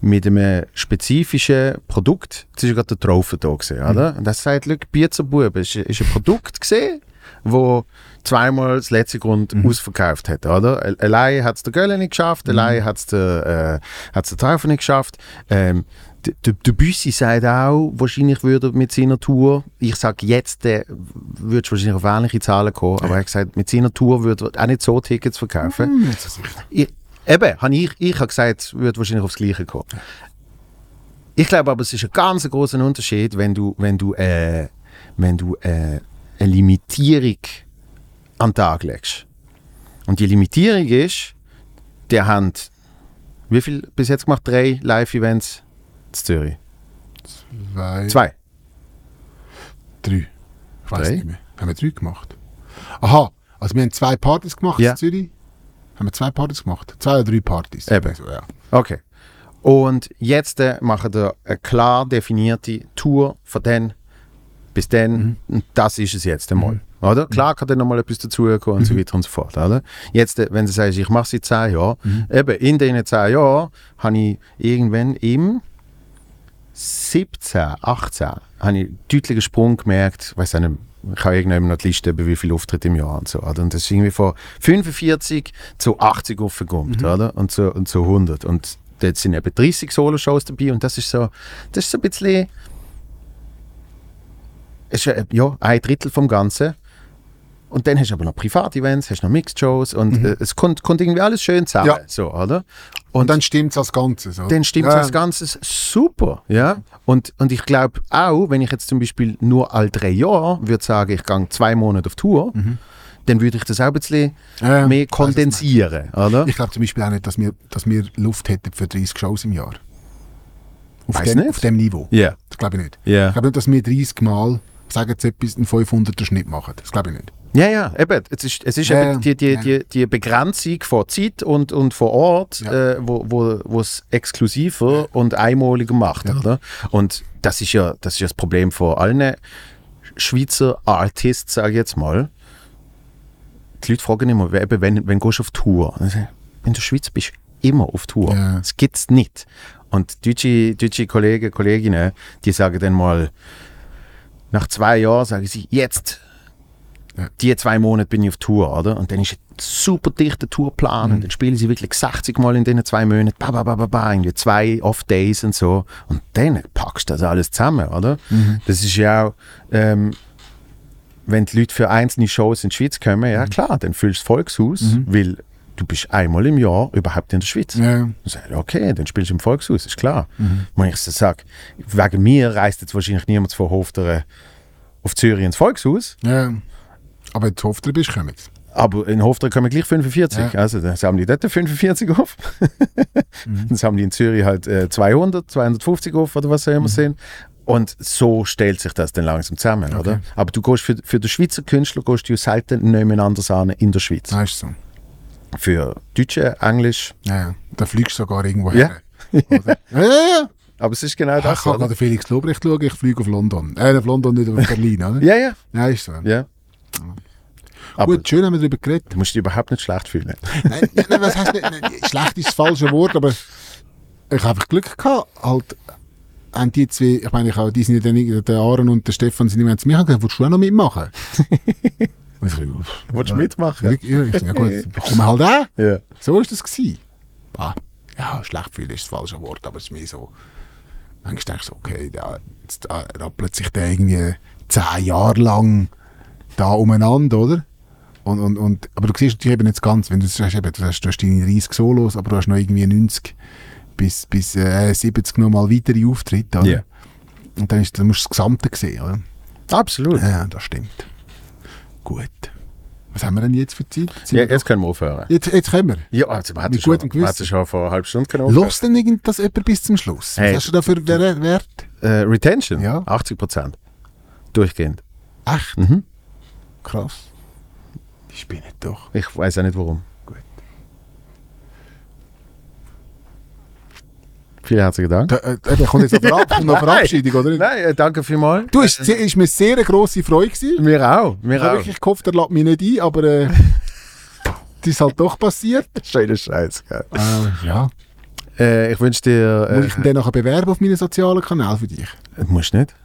[SPEAKER 1] mit einem spezifischen Produkt, jetzt ist ja gerade der Trophy da gesehen, oder? Und das sagt, look, Bierzerbuben, ist, ist ein Produkt gesehen, wo zweimal das letzte Grund ausverkauft hat, oder? Al- Allein hat es der Göller nicht geschafft, allein hat es der, äh, hat's der Taufer nicht geschafft. Ähm, d- der, der Büssi sagt auch, wahrscheinlich würde er mit seiner Tour, ich sage jetzt, der würde wahrscheinlich auf ähnliche Zahlen kommen, aber er hat gesagt, mit seiner Tour würde er auch nicht so Tickets verkaufen.
[SPEAKER 2] Hm, jetzt ist es-
[SPEAKER 1] Ich, eben, habe ich, ich habe gesagt, es würde wahrscheinlich aufs Gleiche kommen. Ich glaube aber, es ist ein ganz großer Unterschied, wenn du, wenn du, äh, wenn du äh, eine Limitierung an den Tag legst. Und die Limitierung ist, der haben wie viel bis jetzt gemacht? Drei Live-Events in Zürich.
[SPEAKER 2] Zwei,
[SPEAKER 1] Zwei.
[SPEAKER 2] drei. Ich weiß
[SPEAKER 1] Drei?
[SPEAKER 2] nicht mehr. Haben wir drei gemacht? Aha, also wir haben zwei Partys gemacht
[SPEAKER 1] Ja.
[SPEAKER 2] in Zürich. Haben wir zwei Partys gemacht? Zwei oder drei Partys.
[SPEAKER 1] Eben.
[SPEAKER 2] So, ja.
[SPEAKER 1] Okay. Und jetzt äh, machen wir eine klar definierte Tour von dann bis dann. Und Das ist es jetzt einmal. Oder? Klar kann dann nochmal etwas dazukommen und so weiter und so fort. Oder? Jetzt, äh, wenn du sagst, ich mache sie in 10 Jahren, eben in diesen 10 Jahren habe ich irgendwann im 17, 18 habe ich einen deutlichen Sprung gemerkt. Ich weiß nicht, ich habe irgendwann noch die Liste über wie viel Auftritte im Jahr und so. Oder? Und das ist irgendwie von 45 zu 80 aufgekommen, oder? Und so, und so 100. Und dort sind eben 30 Solo-Shows dabei und das ist so, das ist so ein bisschen, ist, ja, ja, ein Drittel vom Ganzen. Und dann hast du aber noch Privatevents, hast noch Mixed-Shows und äh, es kommt, kommt irgendwie alles schön zusammen,
[SPEAKER 2] Ja.
[SPEAKER 1] so, oder?
[SPEAKER 2] Und dann stimmt es als Ganzes. Oder?
[SPEAKER 1] dann stimmt
[SPEAKER 2] Ja.
[SPEAKER 1] das Ganze super. Ja? Und, und ich glaube auch, wenn ich jetzt zum Beispiel nur all drei Jahre würde sagen, ich gehe zwei Monate auf Tour, dann würde ich das auch ein bisschen
[SPEAKER 2] Mhm. Ja,
[SPEAKER 1] mehr
[SPEAKER 2] ich weiss, was du
[SPEAKER 1] kondensieren. Oder?
[SPEAKER 2] Ich glaube zum Beispiel auch nicht, dass wir, dass wir Luft hätten für 30 Shows im Jahr. Auf,
[SPEAKER 1] Weiss
[SPEAKER 2] dem,
[SPEAKER 1] nicht.
[SPEAKER 2] auf dem Niveau.
[SPEAKER 1] Ja.
[SPEAKER 2] Das glaube ich nicht.
[SPEAKER 1] Ja.
[SPEAKER 2] Ich glaube nicht, dass wir 30 Mal, sagen jetzt etwas, einen 500er Schnitt machen. Das glaube ich nicht.
[SPEAKER 1] Ja, ja, eben. Es ist, es ist
[SPEAKER 2] Ja,
[SPEAKER 1] eben die, die,
[SPEAKER 2] ja.
[SPEAKER 1] die, die Begrenzung von Zeit und, und von Ort,
[SPEAKER 2] Ja.
[SPEAKER 1] äh, wo, wo, wo es exklusiver und einmaliger macht. Oder? Und das ist, ja, das ist ja das Problem von allen Schweizer Artists, sage ich jetzt mal. Die Leute fragen immer, wer- eben, wenn, wenn gehst du auf Tour? Und ich sage, Wenn du Schweizer bist, immer auf Tour.
[SPEAKER 2] Ja.
[SPEAKER 1] Das gibt es nicht. Und deutsche, deutsche Kollegen, Kolleginnen, die sagen dann mal, nach zwei Jahren sagen sie, jetzt,
[SPEAKER 2] Ja.
[SPEAKER 1] die zwei Monate bin ich auf Tour, oder? Und dann ist ein super dichter Tourplan und dann spielen sie wirklich 60 Mal in diesen zwei Monaten, ba, ba, ba, ba, ba, irgendwie zwei Off-Days und so. Und dann packst du das alles zusammen, oder? Das ist ja auch, ähm, wenn die Leute für einzelne Shows in die Schweiz kommen, ja klar, dann füllst du das Volkshaus, weil du bist einmal im Jahr überhaupt in der Schweiz.
[SPEAKER 2] Ja.
[SPEAKER 1] Ich sage, okay, dann spielst du im Volkshaus, ist klar. Wenn ich so sage, wegen mir reist jetzt wahrscheinlich niemand von Hofteren auf Zürich ins Volkshaus,
[SPEAKER 2] Ja. Aber jetzt hofft ihr, bist kommen.
[SPEAKER 1] aber in Hofteren kommen gleich 45.
[SPEAKER 2] Ja.
[SPEAKER 1] Also dann haben die dort 45 auf.
[SPEAKER 2] Mhm.
[SPEAKER 1] Dann haben die in Zürich halt äh, 200, 250 auf oder was auch
[SPEAKER 2] Mhm.
[SPEAKER 1] immer sind. Und so stellt sich das dann langsam zusammen, oder? Aber du gehst für, für den Schweizer Künstler gehst du selten niemand anders an in der Schweiz.
[SPEAKER 2] Das ist so.
[SPEAKER 1] Für Deutsche, Englisch,
[SPEAKER 2] Ja, Ja. Da fliegst du sogar irgendwo
[SPEAKER 1] Ja.
[SPEAKER 2] her. Oder? ja, ja, ja.
[SPEAKER 1] aber es ist genau
[SPEAKER 2] Ich
[SPEAKER 1] das.
[SPEAKER 2] kann
[SPEAKER 1] oder?
[SPEAKER 2] gerade Felix Lobrecht schauen, ich fliege auf London. Äh, auf London, nicht auf Berlin, oder?
[SPEAKER 1] Ja, ja,
[SPEAKER 2] Nein, ist so.
[SPEAKER 1] ja. Aber
[SPEAKER 2] Mhm. Gut, schön haben wir darüber geredet.
[SPEAKER 1] Du musst dich überhaupt nicht schlecht fühlen.
[SPEAKER 2] nein, nein, was heißt nicht, nein, schlecht ist das falsche Wort, aber ich habe einfach Glück gehabt, halt, haben die zwei, ich meine, ich habe, die sind ja dann, irgendwie- der Aaron und der Stefan sind immer zu mir gekommen, willst du auch noch mitmachen? Und ich, uff,
[SPEAKER 1] Wolltest du mitmachen?
[SPEAKER 2] Glück, ja, ich, sag, ja gut, dann kommen wir halt auch.
[SPEAKER 1] Ja.
[SPEAKER 2] So ist das gewesen. Ah, ja, schlecht fühlen ist das falsche Wort, aber es ist mir so, manchmal denke ich so, okay, da, jetzt da rappelt sich der irgendwie zehn Jahre lang da umeinander, oder? Und, und, und, aber du siehst natürlich eben nicht ganz, wenn du sagst, eben, du hast, du hast deine 30 Solos, aber du hast noch irgendwie 90 bis, bis äh, 70 nochmal weitere Auftritte. Oder?
[SPEAKER 1] Ja.
[SPEAKER 2] Und dann, ist, dann musst du das Gesamte sehen. Oder?
[SPEAKER 1] Absolut.
[SPEAKER 2] Ja, das stimmt. Gut. Was haben wir denn jetzt für Zeit? Sind
[SPEAKER 1] Ja,
[SPEAKER 2] wir-
[SPEAKER 1] jetzt können wir aufhören.
[SPEAKER 2] Jetzt, jetzt können wir.
[SPEAKER 1] Ja, also, man hätte
[SPEAKER 2] Mit
[SPEAKER 1] schon,
[SPEAKER 2] gutem
[SPEAKER 1] man hätte
[SPEAKER 2] Gewissen.
[SPEAKER 1] schon vor einer halben Stunde können aufhören.
[SPEAKER 2] Los denn irgend das jemand bis zum Schluss?
[SPEAKER 1] Hey.
[SPEAKER 2] Was hast du da für Wer- Wert?
[SPEAKER 1] Äh, Retention?
[SPEAKER 2] Ja.
[SPEAKER 1] 80 Prozent. Durchgehend.
[SPEAKER 2] Echt?
[SPEAKER 1] Mhm.
[SPEAKER 2] Krass. Die spinnen doch.
[SPEAKER 1] Ich weiß auch nicht warum.
[SPEAKER 2] Gut.
[SPEAKER 1] Vielen herzlichen Dank.
[SPEAKER 2] Da, äh, da kommt jetzt noch, Verab kommt noch Verabschiedung, oder?
[SPEAKER 1] Nein, äh, danke vielmals.
[SPEAKER 2] Du, es war mir sehr eine grosse Freude. Gewesen.
[SPEAKER 1] Mir auch.
[SPEAKER 2] Ich
[SPEAKER 1] Mir
[SPEAKER 2] habe
[SPEAKER 1] auch.
[SPEAKER 2] wirklich gehofft, er lädt mich nicht ein, aber äh, das ist halt doch passiert.
[SPEAKER 1] Schöner Scheiß. gell.
[SPEAKER 2] Äh, ja.
[SPEAKER 1] Äh, ich wünsche dir. Äh,
[SPEAKER 2] Muss ich ihn dann nachher bewerben auf meinen sozialen Kanälen für dich?
[SPEAKER 1] musst nicht.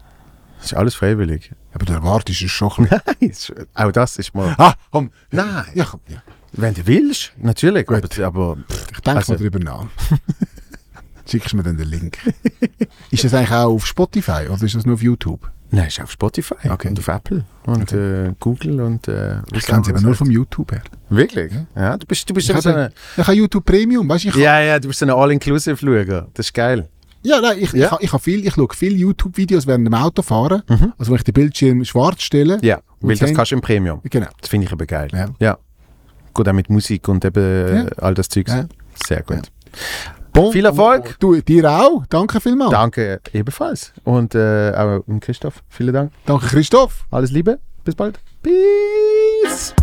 [SPEAKER 1] Das ist alles freiwillig.
[SPEAKER 2] Aber du erwartest es schon. ein bisschen.
[SPEAKER 1] Ist- auch das ist mal.
[SPEAKER 2] ah, komm.
[SPEAKER 1] Nein.
[SPEAKER 2] Ja, komm. Ja.
[SPEAKER 1] Wenn du willst, natürlich. Aber, aber pff,
[SPEAKER 2] Ich denke
[SPEAKER 1] Also-
[SPEAKER 2] mal drüber nach. Schickst mir dann den Link. ist das eigentlich auch auf Spotify oder ist das nur auf YouTube?
[SPEAKER 1] nein, ist auf Spotify
[SPEAKER 2] Okay.
[SPEAKER 1] und auf Apple und äh, Google und. Äh,
[SPEAKER 2] Ich kenne es eben nur vom YouTube her.
[SPEAKER 1] Wirklich? Ja, du bist, du bist
[SPEAKER 2] Ich
[SPEAKER 1] eben so
[SPEAKER 2] habe,
[SPEAKER 1] eine.
[SPEAKER 2] ich habe YouTube Premium, weißt du? Ich
[SPEAKER 1] Ja, ja, du bist so ein All-Inclusive-Schauer. Das ist geil.
[SPEAKER 2] Ja, nou, nein, ich,
[SPEAKER 1] Ja?
[SPEAKER 2] ich, ha- ich, ha viel, ich schaue viele YouTube-Videos während dem Autofahren. Also, wenn ich den Bildschirm schwarz stelle.
[SPEAKER 1] Ja, weil
[SPEAKER 2] Und
[SPEAKER 1] das
[SPEAKER 2] sein-
[SPEAKER 1] kannst du im Premium.
[SPEAKER 2] Genau.
[SPEAKER 1] Das finde ich eben geil.
[SPEAKER 2] Ja.
[SPEAKER 1] Gut, auch mit Musik und eben
[SPEAKER 2] Ja.
[SPEAKER 1] äh, all das Zeugs.
[SPEAKER 2] Ja.
[SPEAKER 1] Sehr gut.
[SPEAKER 2] Bon,
[SPEAKER 1] Viel Erfolg.
[SPEAKER 2] Du, dir auch. Danke vielmals.
[SPEAKER 1] Danke ebenfalls. Und äh, auch dem Christoph, vielen Dank.
[SPEAKER 2] Danke, Christoph.
[SPEAKER 1] Alles Liebe. Bis bald. Peace.